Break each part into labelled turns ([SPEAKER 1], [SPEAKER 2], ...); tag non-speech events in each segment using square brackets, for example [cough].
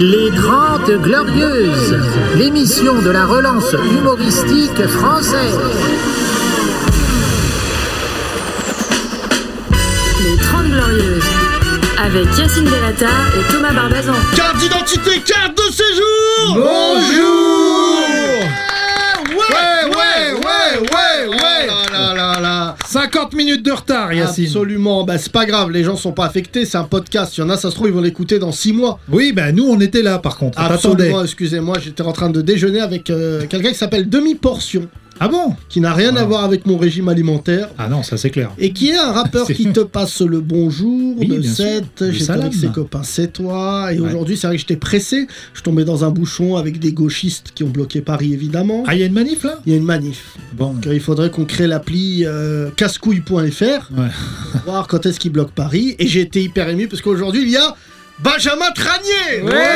[SPEAKER 1] Les 30 Glorieuses, l'émission de la relance humoristique française.
[SPEAKER 2] Les 30 Glorieuses, avec Yacine Delata et Thomas Barbazan.
[SPEAKER 3] Carte d'identité, carte de séjour Ouais, ouais, ouais, ouais, ouais, Oh là là là.
[SPEAKER 4] 50 minutes de retard, Yacine.
[SPEAKER 3] Absolument, bah c'est pas grave, les gens sont pas affectés, c'est un podcast, il y en a, ça se trouve, ils vont l'écouter dans 6 mois.
[SPEAKER 4] Oui, bah nous on était là par contre. On t'attendait.
[SPEAKER 3] Absolument, excusez-moi, j'étais en train de déjeuner avec euh, quelqu'un qui s'appelle Demi-Portion,
[SPEAKER 4] Ah bon
[SPEAKER 3] qui n'a rien à voir avec mon régime alimentaire.
[SPEAKER 4] Ah non, ça c'est clair.
[SPEAKER 3] Et qui est un
[SPEAKER 4] [laughs]
[SPEAKER 3] rappeur
[SPEAKER 4] C'est-
[SPEAKER 3] qui te passe le bonjour
[SPEAKER 4] Oui,
[SPEAKER 3] de
[SPEAKER 4] bien sûr.
[SPEAKER 3] 7,
[SPEAKER 4] Du
[SPEAKER 3] j'étais avec
[SPEAKER 4] salam.
[SPEAKER 3] ses copains, c'est toi. Et
[SPEAKER 4] Ouais.
[SPEAKER 3] aujourd'hui, c'est vrai que j'étais pressé, je tombais dans un bouchon avec des gauchistes qui ont bloqué Paris évidemment.
[SPEAKER 4] Ah, il y a une manif là
[SPEAKER 3] Il y a une manif.
[SPEAKER 4] Bon.
[SPEAKER 3] Donc, euh, il faudrait qu'on crée l'appli euh, cascouille.fr
[SPEAKER 4] Ouais.
[SPEAKER 3] pour voir quand est-ce qu'il bloque Paris. Et j'ai été hyper ému parce qu'aujourd'hui, il y a Benjamin Tranier
[SPEAKER 5] Ouais
[SPEAKER 3] Ouais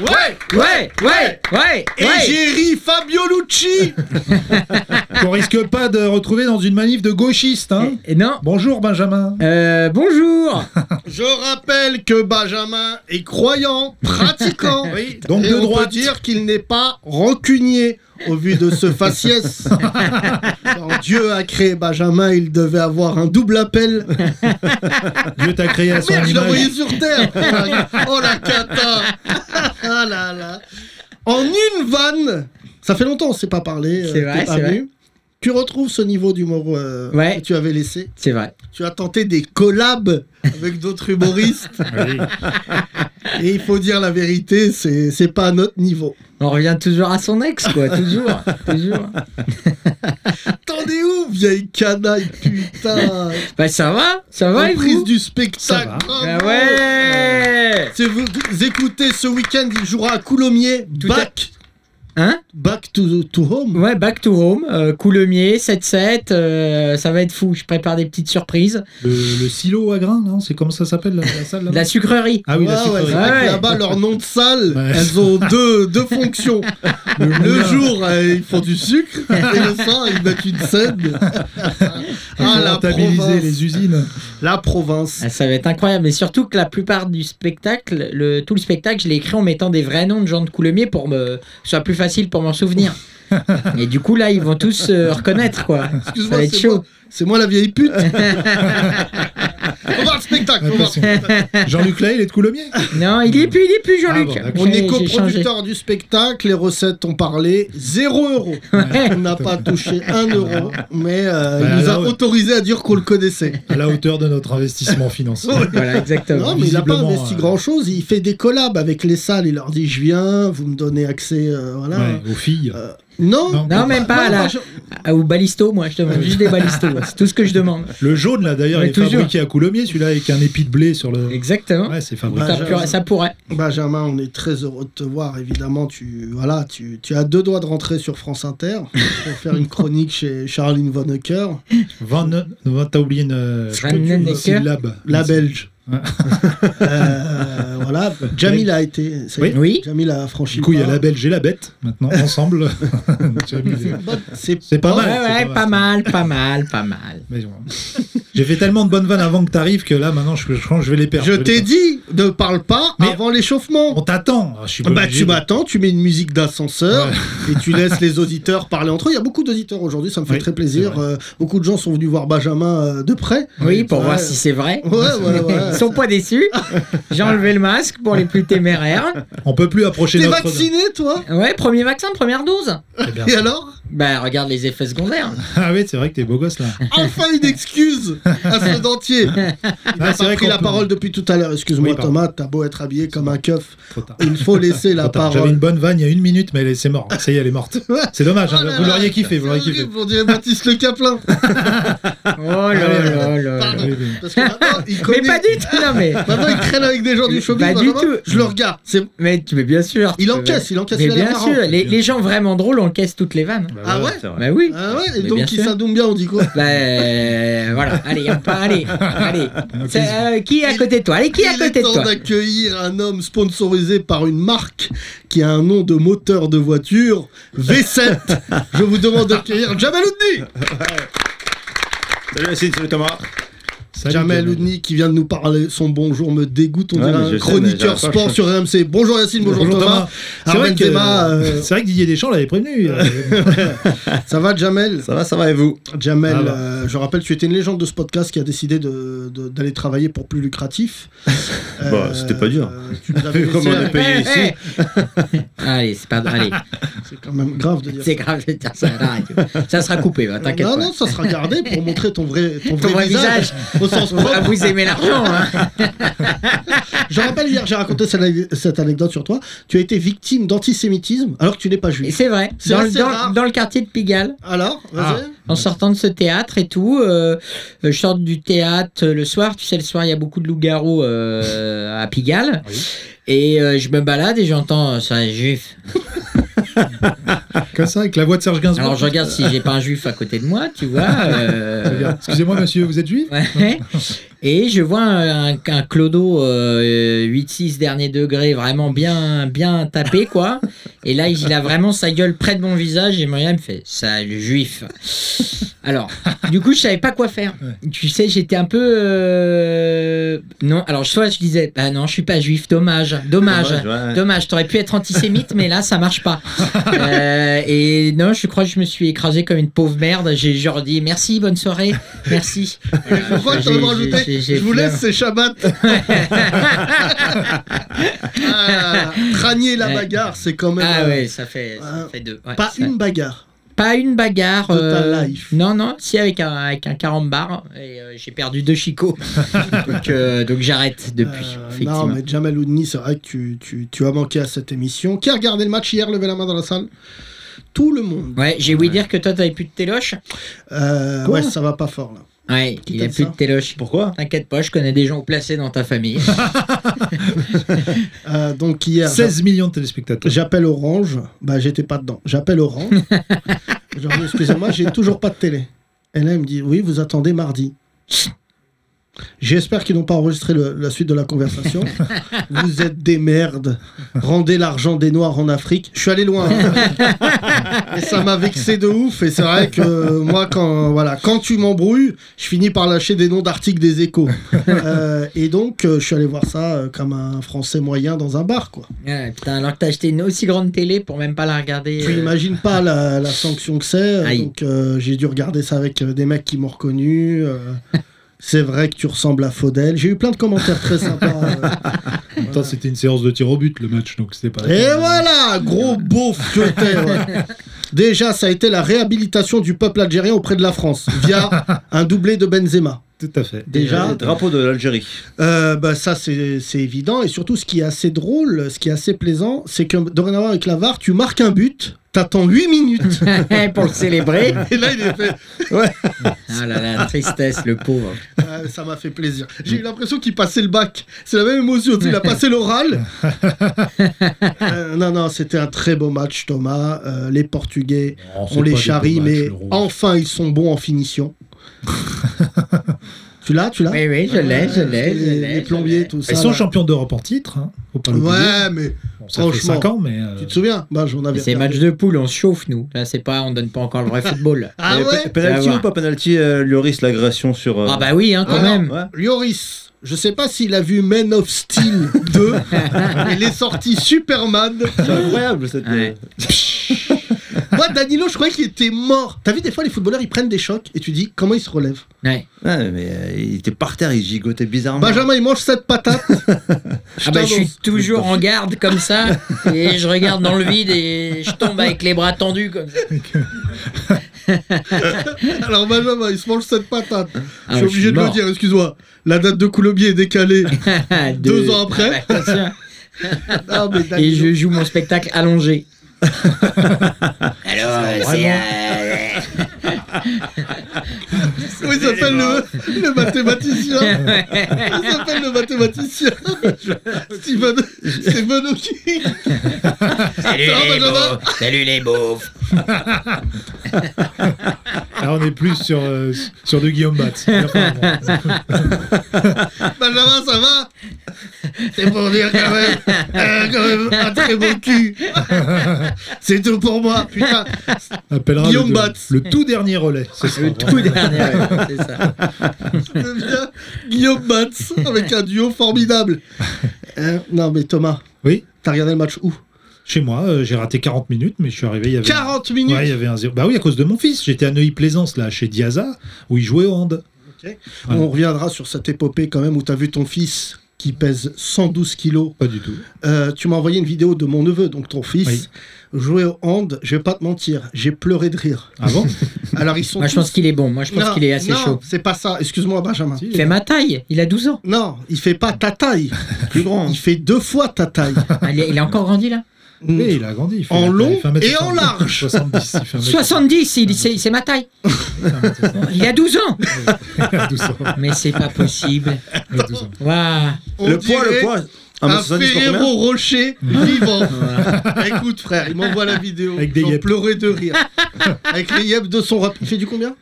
[SPEAKER 5] Ouais, ouais, ouais, ouais,
[SPEAKER 3] Et j'ai ri Fabio Lucci
[SPEAKER 4] Qu'on risque pas de retrouver dans une manif de gauchistes, hein
[SPEAKER 5] Et non.
[SPEAKER 4] Bonjour Benjamin.
[SPEAKER 5] Euh, bonjour.
[SPEAKER 3] Je rappelle que Benjamin est croyant, [laughs] pratiquant,
[SPEAKER 4] donc
[SPEAKER 3] et
[SPEAKER 4] de
[SPEAKER 3] on
[SPEAKER 4] droite.
[SPEAKER 3] peut dire qu'il n'est pas rancunier au vu de ce [laughs] faciès. Quand Dieu a créé Benjamin, il devait avoir un double appel.
[SPEAKER 4] Dieu t'a créé à son
[SPEAKER 3] Merde, je l'ai envoyé
[SPEAKER 4] image.
[SPEAKER 3] sur
[SPEAKER 5] [laughs]
[SPEAKER 3] Terre Oh la cata [laughs] Ah là là En une vanne Ça fait longtemps on s'est pas parlé. euh,
[SPEAKER 5] C'est vrai,
[SPEAKER 3] t'es pas
[SPEAKER 5] c'est
[SPEAKER 3] venu. Tu retrouves ce niveau d'humour euh,
[SPEAKER 5] Ouais.
[SPEAKER 3] que tu avais laissé.
[SPEAKER 5] C'est vrai.
[SPEAKER 3] Tu as tenté des collabs avec d'autres
[SPEAKER 5] [laughs]
[SPEAKER 3] humoristes. Et il faut dire la vérité, c'est c'est pas à notre niveau.
[SPEAKER 5] On revient toujours à son ex,
[SPEAKER 3] [laughs]
[SPEAKER 5] quoi. Toujours, toujours.
[SPEAKER 3] Attendez où, vieille canaille,
[SPEAKER 5] [laughs]
[SPEAKER 3] putain
[SPEAKER 5] Bah ça va, ça va. et
[SPEAKER 3] Reprise
[SPEAKER 5] vous
[SPEAKER 3] du spectacle
[SPEAKER 4] Ça va.
[SPEAKER 3] bravo.
[SPEAKER 5] Bah ouais.
[SPEAKER 3] Si vous écoutez ce week-end, il jouera à Coulommiers,
[SPEAKER 5] à-
[SPEAKER 3] back,
[SPEAKER 5] Hein
[SPEAKER 3] back to, to home.
[SPEAKER 5] Ouais, back to home. Euh, Coulommiers, 7-7. euh, ça va être fou. Je prépare des petites surprises.
[SPEAKER 4] Le, le silo à grains, non C'est comment ça s'appelle la, la salle là
[SPEAKER 5] De la sucrerie.
[SPEAKER 4] Ah oui, la
[SPEAKER 3] Ouais, ouais, c'est
[SPEAKER 4] sucrerie.
[SPEAKER 3] vrai
[SPEAKER 5] Ah
[SPEAKER 3] que
[SPEAKER 5] ouais.
[SPEAKER 3] Là-bas, leur nom de salle,
[SPEAKER 4] Ouais.
[SPEAKER 3] elles ont deux,
[SPEAKER 4] [laughs]
[SPEAKER 3] deux fonctions. Le jour, euh, ils font du sucre, et le soir, ils mettent une
[SPEAKER 4] [laughs]
[SPEAKER 3] scène.
[SPEAKER 4] Il
[SPEAKER 3] ah,
[SPEAKER 4] faut
[SPEAKER 3] la
[SPEAKER 4] rentabiliser
[SPEAKER 3] province.
[SPEAKER 4] les usines.
[SPEAKER 3] La province.
[SPEAKER 5] Ah, ça va être incroyable, mais surtout que la plupart du spectacle, le, tout le spectacle, je l'ai écrit en mettant des vrais noms de gens de Coulommiers pour me que ce soit plus facile pour
[SPEAKER 3] [laughs]
[SPEAKER 5] m'en souvenir. Et du coup là, ils vont tous se reconnaître quoi. Ça va
[SPEAKER 3] Excuse-moi,
[SPEAKER 5] être
[SPEAKER 3] c'est moi,
[SPEAKER 5] chaud.
[SPEAKER 3] c'est moi la vieille
[SPEAKER 4] [laughs]
[SPEAKER 3] pute. on va le spectacle, on va le spectacle. [laughs]
[SPEAKER 4] Jean-Luc Lay, il est de Coulommiers.
[SPEAKER 5] Non, il y est plus, il y est plus Jean-Luc.
[SPEAKER 4] Ah bon,
[SPEAKER 3] On
[SPEAKER 5] J'ai-
[SPEAKER 3] est
[SPEAKER 5] j'ai changé.
[SPEAKER 3] coproducteur du spectacle, les recettes ont parlé, zéro
[SPEAKER 4] [laughs]
[SPEAKER 3] euro.
[SPEAKER 5] Ouais.
[SPEAKER 3] On n'a pas touché un euro, mais euh,
[SPEAKER 4] Bah,
[SPEAKER 3] il nous a
[SPEAKER 4] là, ouais.
[SPEAKER 3] autorisé à dire qu'on le
[SPEAKER 4] [laughs]
[SPEAKER 3] connaissait.
[SPEAKER 4] À la hauteur de notre investissement financier.
[SPEAKER 5] Voilà, exactement.
[SPEAKER 3] Non, mais il n'a pas
[SPEAKER 4] visiblement,
[SPEAKER 3] investi
[SPEAKER 4] euh,
[SPEAKER 3] grand-chose. Il fait des collabs avec les salles. Il leur dit Je viens, vous me donnez accès. euh, voilà.
[SPEAKER 4] Ouais, Hein, aux filles.
[SPEAKER 3] Euh, non,
[SPEAKER 4] Non.
[SPEAKER 5] Non, même pas
[SPEAKER 3] Non,
[SPEAKER 5] là.
[SPEAKER 3] moi, je-
[SPEAKER 5] Ah, Ou balisto, moi, je demande juste des balistos. C'est tout ce que je demande.
[SPEAKER 4] Le jaune là d'ailleurs,
[SPEAKER 5] Mais
[SPEAKER 4] il est
[SPEAKER 5] toujours.
[SPEAKER 4] fabriqué à Coulommiers, celui-là avec un épi de blé sur le.
[SPEAKER 5] Exactement.
[SPEAKER 4] Ouais, c'est
[SPEAKER 3] Bah,
[SPEAKER 4] fabriqué.
[SPEAKER 5] ça, pourrait- ça pourrait.
[SPEAKER 3] Benjamin, on est très heureux de te voir. Évidemment, tu, voilà, tu, tu as deux doigts de rentrer sur France Inter
[SPEAKER 4] [laughs]
[SPEAKER 3] pour faire une chronique chez Charline Vonnecker,
[SPEAKER 4] Van, Van- t'as oublié une, euh,
[SPEAKER 5] Van Nennecker.
[SPEAKER 4] syllabe.
[SPEAKER 3] la Belge.
[SPEAKER 4] Ouais.
[SPEAKER 3] [laughs] Euh, voilà, Jamil a été. ça y est,
[SPEAKER 5] Oui.
[SPEAKER 3] Jamil a franchi.
[SPEAKER 4] Du coup,
[SPEAKER 3] le
[SPEAKER 4] il y a
[SPEAKER 3] pas.
[SPEAKER 4] la Belge et la bête maintenant ensemble.
[SPEAKER 3] [laughs]
[SPEAKER 4] Tu vois, mais-
[SPEAKER 3] C'est
[SPEAKER 4] c'est pas
[SPEAKER 5] Ouais,
[SPEAKER 4] mal. c'est
[SPEAKER 5] ouais, pas
[SPEAKER 4] mal.
[SPEAKER 5] mal, pas mal, pas mal.
[SPEAKER 4] Mais bon. J'ai fait tellement de bonnes vannes avant que t'arrives que là maintenant, je, je pense que je vais les perdre.
[SPEAKER 3] Je
[SPEAKER 4] vais
[SPEAKER 3] t'ai
[SPEAKER 4] les
[SPEAKER 3] dit, ne parle pas
[SPEAKER 4] Mais-
[SPEAKER 3] avant
[SPEAKER 4] perdre.
[SPEAKER 3] l'échauffement.
[SPEAKER 4] On t'attend. Ah, je suis pas
[SPEAKER 3] Bah,
[SPEAKER 4] obligé
[SPEAKER 3] tu
[SPEAKER 4] de-
[SPEAKER 3] m'attends, tu mets une musique d'ascenseur et tu laisses les auditeurs parler entre eux. Il y a beaucoup d'auditeurs aujourd'hui, ça me fait
[SPEAKER 4] Oui,
[SPEAKER 3] très plaisir.
[SPEAKER 4] c'est vrai.
[SPEAKER 3] Euh, beaucoup de gens sont venus voir Benjamin euh, de près.
[SPEAKER 5] Oui, pour
[SPEAKER 3] Ouais.
[SPEAKER 5] voir si c'est vrai.
[SPEAKER 3] Ouais, ouais, ouais.
[SPEAKER 5] Ils sont pas déçus. J'ai enlevé le masque pour les plus téméraires.
[SPEAKER 4] On peut plus approcher
[SPEAKER 3] T'es
[SPEAKER 4] notre.
[SPEAKER 3] vacciné, toi
[SPEAKER 5] Ouais, premier vaccin, première dose.
[SPEAKER 4] Eh bien.
[SPEAKER 3] Et alors
[SPEAKER 5] Bah, regarde les effets secondaires.
[SPEAKER 4] Ah oui, c'est vrai que t'es beau gosse
[SPEAKER 3] [laughs]
[SPEAKER 4] là.
[SPEAKER 3] Enfin une excuse à
[SPEAKER 4] [laughs]
[SPEAKER 3] ce dentier. Il
[SPEAKER 4] Ah,
[SPEAKER 3] a
[SPEAKER 4] c'est
[SPEAKER 3] pas
[SPEAKER 4] vrai
[SPEAKER 3] pris
[SPEAKER 4] qu'on
[SPEAKER 3] la
[SPEAKER 4] peut-
[SPEAKER 3] parole depuis tout à l'heure. Excuse-moi,
[SPEAKER 4] Oui, pardon.
[SPEAKER 3] Thomas, t'as beau être habillé comme un keuf.
[SPEAKER 4] Trop tard.
[SPEAKER 3] Il faut laisser la
[SPEAKER 4] Trop tard. J'avais
[SPEAKER 3] parole.
[SPEAKER 4] une bonne vanne il y a une minute, mais elle est- c'est mort. Ça y est, elle est
[SPEAKER 3] [laughs]
[SPEAKER 4] morte. C'est dommage. hein.
[SPEAKER 3] Oh là
[SPEAKER 4] vous
[SPEAKER 3] là,
[SPEAKER 4] l'auriez kiffé, vous
[SPEAKER 3] C'est
[SPEAKER 4] l'auriez kiffé.
[SPEAKER 3] horrible, on dirait Baptiste Le Caplin.
[SPEAKER 5] Oh là là là là.
[SPEAKER 3] Pardon.
[SPEAKER 4] Oui, oui.
[SPEAKER 3] Parce que maintenant, il
[SPEAKER 5] [laughs] Mais
[SPEAKER 3] connaît-
[SPEAKER 5] pas du tout, non mais.
[SPEAKER 3] Maintenant, il traîne avec des gens du
[SPEAKER 5] Mais
[SPEAKER 3] showbiz.
[SPEAKER 5] pas du
[SPEAKER 3] Benjamin.
[SPEAKER 5] tout.
[SPEAKER 3] Je le regarde. C'est-
[SPEAKER 5] Mais, mais bien sûr.
[SPEAKER 3] Il
[SPEAKER 5] tu-
[SPEAKER 3] encaisse, il encaisse.
[SPEAKER 5] Mais
[SPEAKER 3] il a l'air
[SPEAKER 5] bien
[SPEAKER 3] marrant.
[SPEAKER 5] sûr, les, les gens vraiment drôles encaissent toutes les vannes.
[SPEAKER 4] Bah,
[SPEAKER 3] Ah
[SPEAKER 4] voilà.
[SPEAKER 3] ouais
[SPEAKER 5] Bah oui.
[SPEAKER 3] Ah ouais Et
[SPEAKER 5] Mais bien
[SPEAKER 3] donc, il
[SPEAKER 5] sûr.
[SPEAKER 3] s'adonne bien, on dit quoi
[SPEAKER 5] Bah euh, voilà, allez, on part, allez,
[SPEAKER 6] [laughs]
[SPEAKER 5] allez. C'est, euh, qui est à côté de toi Allez, [laughs] qui est à
[SPEAKER 3] Il est
[SPEAKER 5] côté de
[SPEAKER 3] temps
[SPEAKER 5] toi
[SPEAKER 3] d'accueillir un homme sponsorisé par une marque qui a un nom de moteur de voiture, V7.
[SPEAKER 5] [laughs]
[SPEAKER 3] Je vous demande d'accueillir Jamel Oudni.
[SPEAKER 6] Salut Yacine, salut Thomas.
[SPEAKER 4] Salut,
[SPEAKER 3] Jamel
[SPEAKER 4] Jamel.
[SPEAKER 3] Oudni qui vient de nous parler son bonjour me dégoûte. On
[SPEAKER 6] Ouais, mais
[SPEAKER 3] dirait
[SPEAKER 6] je
[SPEAKER 3] un
[SPEAKER 6] sais,
[SPEAKER 3] chroniqueur
[SPEAKER 6] mais j'arrive pas,
[SPEAKER 3] sport
[SPEAKER 6] je-
[SPEAKER 3] sur RMC. Bonjour Yacine, bonjour, Thomas.
[SPEAKER 4] C'est vrai,
[SPEAKER 3] Arwen
[SPEAKER 4] que,
[SPEAKER 3] Tema, euh,
[SPEAKER 4] c'est vrai que Didier Deschamps l'avait prévenu. euh,
[SPEAKER 3] [laughs] Ça va Jamel
[SPEAKER 6] Ça va, ça va et vous
[SPEAKER 3] Jamel,
[SPEAKER 4] Ah bah.
[SPEAKER 3] euh, je rappelle, tu étais une légende de ce podcast qui a décidé de- de- d'aller travailler pour plus lucratif.
[SPEAKER 6] [laughs] Bah, c'était pas dur.
[SPEAKER 3] euh, tu nous avais
[SPEAKER 6] [laughs] Comme
[SPEAKER 3] laissé-
[SPEAKER 6] on est payé
[SPEAKER 5] Eh,
[SPEAKER 6] ici.
[SPEAKER 5] eh. Allez, c'est pas
[SPEAKER 3] [laughs]
[SPEAKER 5] allez,
[SPEAKER 3] C'est quand même grave de dire
[SPEAKER 5] c'est grave de dire ça à la radio. Ça sera coupé, va,
[SPEAKER 3] ça.
[SPEAKER 5] t'inquiète
[SPEAKER 3] Non,
[SPEAKER 5] pas.
[SPEAKER 3] non, ça sera gardé pour montrer ton vrai, ton
[SPEAKER 5] Ton vrai visage.
[SPEAKER 3] Au sens
[SPEAKER 5] Vous-
[SPEAKER 3] propre.
[SPEAKER 5] Ah, Vous aimez l'argent, hein
[SPEAKER 3] Je rappelle, hier, j'ai raconté cette ane- cette anecdote sur toi. Tu as été victime d'antisémitisme alors que tu n'es pas
[SPEAKER 5] Et
[SPEAKER 3] juif.
[SPEAKER 5] C'est vrai.
[SPEAKER 3] C'est
[SPEAKER 5] Dans, le-
[SPEAKER 3] assez
[SPEAKER 5] dans-
[SPEAKER 3] rare.
[SPEAKER 5] dans le quartier de Pigalle,
[SPEAKER 3] Alors, vas-y.
[SPEAKER 5] en sortant de ce théâtre et tout, euh, je sors du théâtre euh, le soir. Tu sais, le soir, il y a beaucoup de loups-garous euh, à Pigalle. Et euh, je me balade et j'entends euh, c'est un juif.
[SPEAKER 4] comme ça, avec la voix de Serge Gainsbourg.
[SPEAKER 5] Alors je regarde si j'ai pas un juif à côté de moi, tu vois. euh,
[SPEAKER 4] Excusez-moi, monsieur, vous êtes juif
[SPEAKER 5] Ouais. Et je vois un, un clodo euh, 8-6 dernier degré, vraiment bien, bien tapé, quoi. Et là, il a vraiment sa gueule près de mon visage et Myriam fait ça, le juif. Alors, du coup, je savais pas quoi faire. Tu sais, j'étais un peu. euh, Non, alors soit je disais, bah non, je suis pas juif, dommage, dommage.
[SPEAKER 6] Dommage, ouais.
[SPEAKER 5] Dommage, t'aurais pu être antisémite, mais là, ça marche pas. Euh, et non, je crois que je me suis écrasé comme une pauvre merde. J'ai genre dit merci, bonne soirée, merci.
[SPEAKER 3] Je crois que
[SPEAKER 5] J'ai-
[SPEAKER 3] t'en as
[SPEAKER 5] j'ai-
[SPEAKER 3] rajouté.
[SPEAKER 5] j'ai- j'ai
[SPEAKER 3] Je vous
[SPEAKER 5] plein.
[SPEAKER 3] laisse, c'est Shabbat.
[SPEAKER 5] [laughs]
[SPEAKER 3] Ah, Ranier la
[SPEAKER 5] Ouais.
[SPEAKER 3] bagarre, c'est quand même.
[SPEAKER 5] [laughs] Ah
[SPEAKER 3] euh,
[SPEAKER 5] ouais, ça fait, ça
[SPEAKER 3] euh,
[SPEAKER 5] fait deux. Ouais,
[SPEAKER 3] Pas
[SPEAKER 5] ça-
[SPEAKER 3] une bagarre.
[SPEAKER 5] pas une bagarre. euh,
[SPEAKER 3] De ta life.
[SPEAKER 5] Non, non, si avec un, avec un carambar. Et euh, j'ai perdu deux chicots. donc euh, donc j'arrête depuis.
[SPEAKER 3] Euh,
[SPEAKER 5] effectivement.
[SPEAKER 3] non, mais Jamal Oudni, c'est vrai que tu, tu, tu as manqué à cette émission. Qui a regardé le match hier Levez la main dans la salle. Tout le monde.
[SPEAKER 5] Ouais, j'ai ouï dire que toi, t'avais plus de téloche.
[SPEAKER 3] Euh,
[SPEAKER 6] Quoi
[SPEAKER 3] ouais, ça va pas fort là.
[SPEAKER 5] Ouais, il a
[SPEAKER 3] t'aime
[SPEAKER 5] plus
[SPEAKER 3] ça
[SPEAKER 5] de téloche.
[SPEAKER 6] Pourquoi
[SPEAKER 5] T'inquiète pas, je connais des gens placés dans ta famille.
[SPEAKER 3] Euh, donc hier,
[SPEAKER 4] 16 millions de téléspectateurs.
[SPEAKER 3] j'appelle Orange. Bah, j'étais pas dedans. J'appelle Orange. Je leur dis, excusez-moi, j'ai toujours pas de télé. Et là, il me dit, oui, vous attendez mardi. J'espère qu'ils n'ont pas enregistré le- la suite de la conversation. vous êtes des merdes. Rendez l'argent des Noirs en Afrique. Je suis allé loin. hein. et ça m'a vexé de ouf. Et c'est vrai que euh, moi, quand, voilà, quand tu m'embrouilles, je finis par lâcher des noms d'articles des échos. Euh, et donc, euh, je suis allé voir ça euh, comme un Français moyen dans un bar, quoi.
[SPEAKER 5] Ouais, putain, alors que t'as acheté une aussi grande télé pour même pas la regarder.
[SPEAKER 3] Tu
[SPEAKER 5] euh,
[SPEAKER 3] imagines pas la, la sanction que c'est. euh,
[SPEAKER 5] Aïe.
[SPEAKER 3] Donc euh, j'ai dû regarder ça avec euh, des mecs qui m'ont reconnu.
[SPEAKER 5] [laughs]
[SPEAKER 3] euh, c'est vrai que tu ressembles à Faudel. J'ai eu plein de commentaires très sympas. euh.
[SPEAKER 4] En même temps, c'était une séance de tir au but, le match, donc c'était pas.
[SPEAKER 3] Et voilà, gros beauf que t'es.
[SPEAKER 5] [laughs]
[SPEAKER 3] ouais. Déjà, ça a été la réhabilitation du peuple algérien auprès de la France via un doublé de Benzema.
[SPEAKER 4] Tout à fait.
[SPEAKER 3] Déjà,
[SPEAKER 5] euh,
[SPEAKER 6] Le Drapeau de l'Algérie.
[SPEAKER 3] Euh, bah, ça c'est c'est évident. Et surtout, ce qui est assez drôle, ce qui est assez plaisant, c'est que dorénavant avec la VAR, tu marques un but, t'attends 8
[SPEAKER 5] [laughs]
[SPEAKER 3] minutes.
[SPEAKER 5] euh, pour
[SPEAKER 3] [laughs]
[SPEAKER 5] le célébrer.
[SPEAKER 3] Et là, il est fait.
[SPEAKER 5] Ah là là, tristesse, le pauvre.
[SPEAKER 3] Ah, ça m'a fait plaisir. J'ai eu l'impression qu'il passait le bac. C'est la même émotion. Il a passé
[SPEAKER 5] [laughs]
[SPEAKER 3] l'oral. Euh, non, non, c'était un très beau match, Thomas. Euh, les Portugais, on les charrie, mais enfin, ils sont bons
[SPEAKER 4] [laughs]
[SPEAKER 3] en finition. tu l'as, tu l'as
[SPEAKER 5] Oui, oui, je l'ai, je l'ai, je
[SPEAKER 3] les,
[SPEAKER 5] l'ai.
[SPEAKER 3] les
[SPEAKER 5] je
[SPEAKER 3] plombiers,
[SPEAKER 5] l'ai.
[SPEAKER 3] tout ça.
[SPEAKER 4] Ils sont
[SPEAKER 3] là.
[SPEAKER 4] champions d'Europe en titre, hein, faut pas l'oublier.
[SPEAKER 3] Ouais, mais
[SPEAKER 4] Bon, ça fait
[SPEAKER 3] franchement.
[SPEAKER 4] 5 ans, mais. euh,
[SPEAKER 3] tu te souviens bah, j'en avais
[SPEAKER 5] Mais C'est
[SPEAKER 3] regardé.
[SPEAKER 5] match de poule, on se chauffe, nous. Là, c'est pas, on donne pas encore le vrai football.
[SPEAKER 3] Ah [laughs]
[SPEAKER 6] Et
[SPEAKER 3] ouais
[SPEAKER 6] pe- Penalty
[SPEAKER 5] Ça va.
[SPEAKER 6] Euh, ou pas penalty, euh, Lloris, l'agression sur. euh,
[SPEAKER 5] Ah bah oui, hein, quand
[SPEAKER 3] Ah,
[SPEAKER 5] même.
[SPEAKER 6] ouais.
[SPEAKER 3] Lioris, je sais pas s'il a vu Men of Steel
[SPEAKER 5] [laughs]
[SPEAKER 3] 2, mais il est sorti Superman.
[SPEAKER 6] C'est incroyable cette. euh,
[SPEAKER 5] Ouais.
[SPEAKER 3] Moi, Danilo, je croyais qu'il était mort. T'as vu, des fois, les footballeurs, ils prennent des chocs et tu dis comment ils se relèvent.
[SPEAKER 5] Ouais.
[SPEAKER 6] Ouais, mais euh, il était par terre, il gigotait bizarrement.
[SPEAKER 3] Benjamin, il mange cette
[SPEAKER 5] [laughs]
[SPEAKER 3] patate. ben,
[SPEAKER 5] Ah bah, je suis
[SPEAKER 3] t'annonce.
[SPEAKER 5] toujours en garde
[SPEAKER 3] [laughs]
[SPEAKER 5] comme ça, et je regarde dans le vide et je tombe avec les bras tendus comme ça.
[SPEAKER 3] Alors, Benjamin, il se mange cette patate.
[SPEAKER 5] Ah,
[SPEAKER 3] je suis obligé
[SPEAKER 5] je suis
[SPEAKER 3] de le
[SPEAKER 5] mort. [laughs]
[SPEAKER 3] dire, excuse-moi. La date de Coulombier est décalée.
[SPEAKER 5] De-
[SPEAKER 3] Deux ans après.
[SPEAKER 5] Ah bah, bien
[SPEAKER 3] [laughs]
[SPEAKER 5] sûr.
[SPEAKER 3] Ah, mais Danilo.
[SPEAKER 5] et je joue mon spectacle
[SPEAKER 3] [laughs]
[SPEAKER 5] allongé. [laughs] Alors, euh, c'est. euh,
[SPEAKER 3] Comment il s'appelle le, le mathématicien Il s'appelle le
[SPEAKER 5] [laughs]
[SPEAKER 3] mathématicien. Steven. Steven Hawking.
[SPEAKER 5] Salut,
[SPEAKER 6] Eh,
[SPEAKER 3] Ça va,
[SPEAKER 5] les
[SPEAKER 3] Benjamin
[SPEAKER 5] beaufs. Salut les beaufs.
[SPEAKER 4] Là, on est plus sur, euh, sur de Guillaume
[SPEAKER 3] [laughs]
[SPEAKER 4] Batz. Enfin, bon.
[SPEAKER 3] Benjamin, ça va C'est pour dire quand même, euh, quand même un très beau cul. [laughs] C'est tout pour moi, putain.
[SPEAKER 4] Appellera
[SPEAKER 3] Guillaume
[SPEAKER 4] le,
[SPEAKER 3] Batz.
[SPEAKER 4] le tout dernier relais. c'est ça.
[SPEAKER 5] Ah, Le tout dernier, ouais, c'est ça.
[SPEAKER 3] [laughs] Je deviens Guillaume Batz avec un duo formidable. Euh, non, mais Thomas,
[SPEAKER 4] Oui,
[SPEAKER 3] t'as regardé le match où
[SPEAKER 4] chez moi, euh, j'ai raté 40 minutes, mais je suis arrivé. Il y avait...
[SPEAKER 3] 40 minutes
[SPEAKER 4] Ouais, il y avait un zéro. Bah oui, à cause de mon fils. J'étais à Neuilly-Plaisance, là, chez Diaza, où il jouait au hand.
[SPEAKER 3] On reviendra sur cette épopée quand même où t'as vu ton fils qui pèse 112 kilos.
[SPEAKER 4] Pas du tout.
[SPEAKER 3] Euh, tu m'as envoyé une vidéo de mon neveu, donc ton fils,
[SPEAKER 4] Oui.
[SPEAKER 3] jouer au hand. Je vais pas te mentir, j'ai pleuré de rire.
[SPEAKER 4] Ah bon
[SPEAKER 3] [laughs] Alors ils sont.
[SPEAKER 5] Moi, je pense
[SPEAKER 3] tous-
[SPEAKER 5] qu'il est bon. Moi, je pense
[SPEAKER 3] Non,
[SPEAKER 5] qu'il est assez
[SPEAKER 3] non,
[SPEAKER 5] chaud.
[SPEAKER 3] C'est pas ça. Excuse-moi, Benjamin.
[SPEAKER 5] Il fait ma taille. Il a 12
[SPEAKER 3] [laughs]
[SPEAKER 5] ans.
[SPEAKER 3] Non, il fait pas ta taille. Plus grand. Il fait deux fois ta taille.
[SPEAKER 5] Ah, Il est- il a encore grandi, là
[SPEAKER 4] Oui, il a grandi. il fait- il
[SPEAKER 3] En
[SPEAKER 4] fait
[SPEAKER 3] long
[SPEAKER 4] 1m70.
[SPEAKER 3] et en large.
[SPEAKER 4] 70, il fait 1m70.
[SPEAKER 5] 70, il- c'est c'est ma taille. Il a 12 ans.
[SPEAKER 4] Douze ans,
[SPEAKER 5] Mais c'est pas possible.
[SPEAKER 4] douze ans.
[SPEAKER 5] Waouh.
[SPEAKER 3] On
[SPEAKER 6] le poids,
[SPEAKER 3] dirait
[SPEAKER 6] le poids. Ah,
[SPEAKER 3] Un
[SPEAKER 6] 1m70 pour combien
[SPEAKER 3] Ferrero
[SPEAKER 4] [laughs]
[SPEAKER 3] Rocher vivant. Écoute, frère, il m'envoie la vidéo.
[SPEAKER 4] Avec des
[SPEAKER 3] J'en
[SPEAKER 4] yeux.
[SPEAKER 3] pleurais de rire. Avec les yeux de son rap. Il fait du combien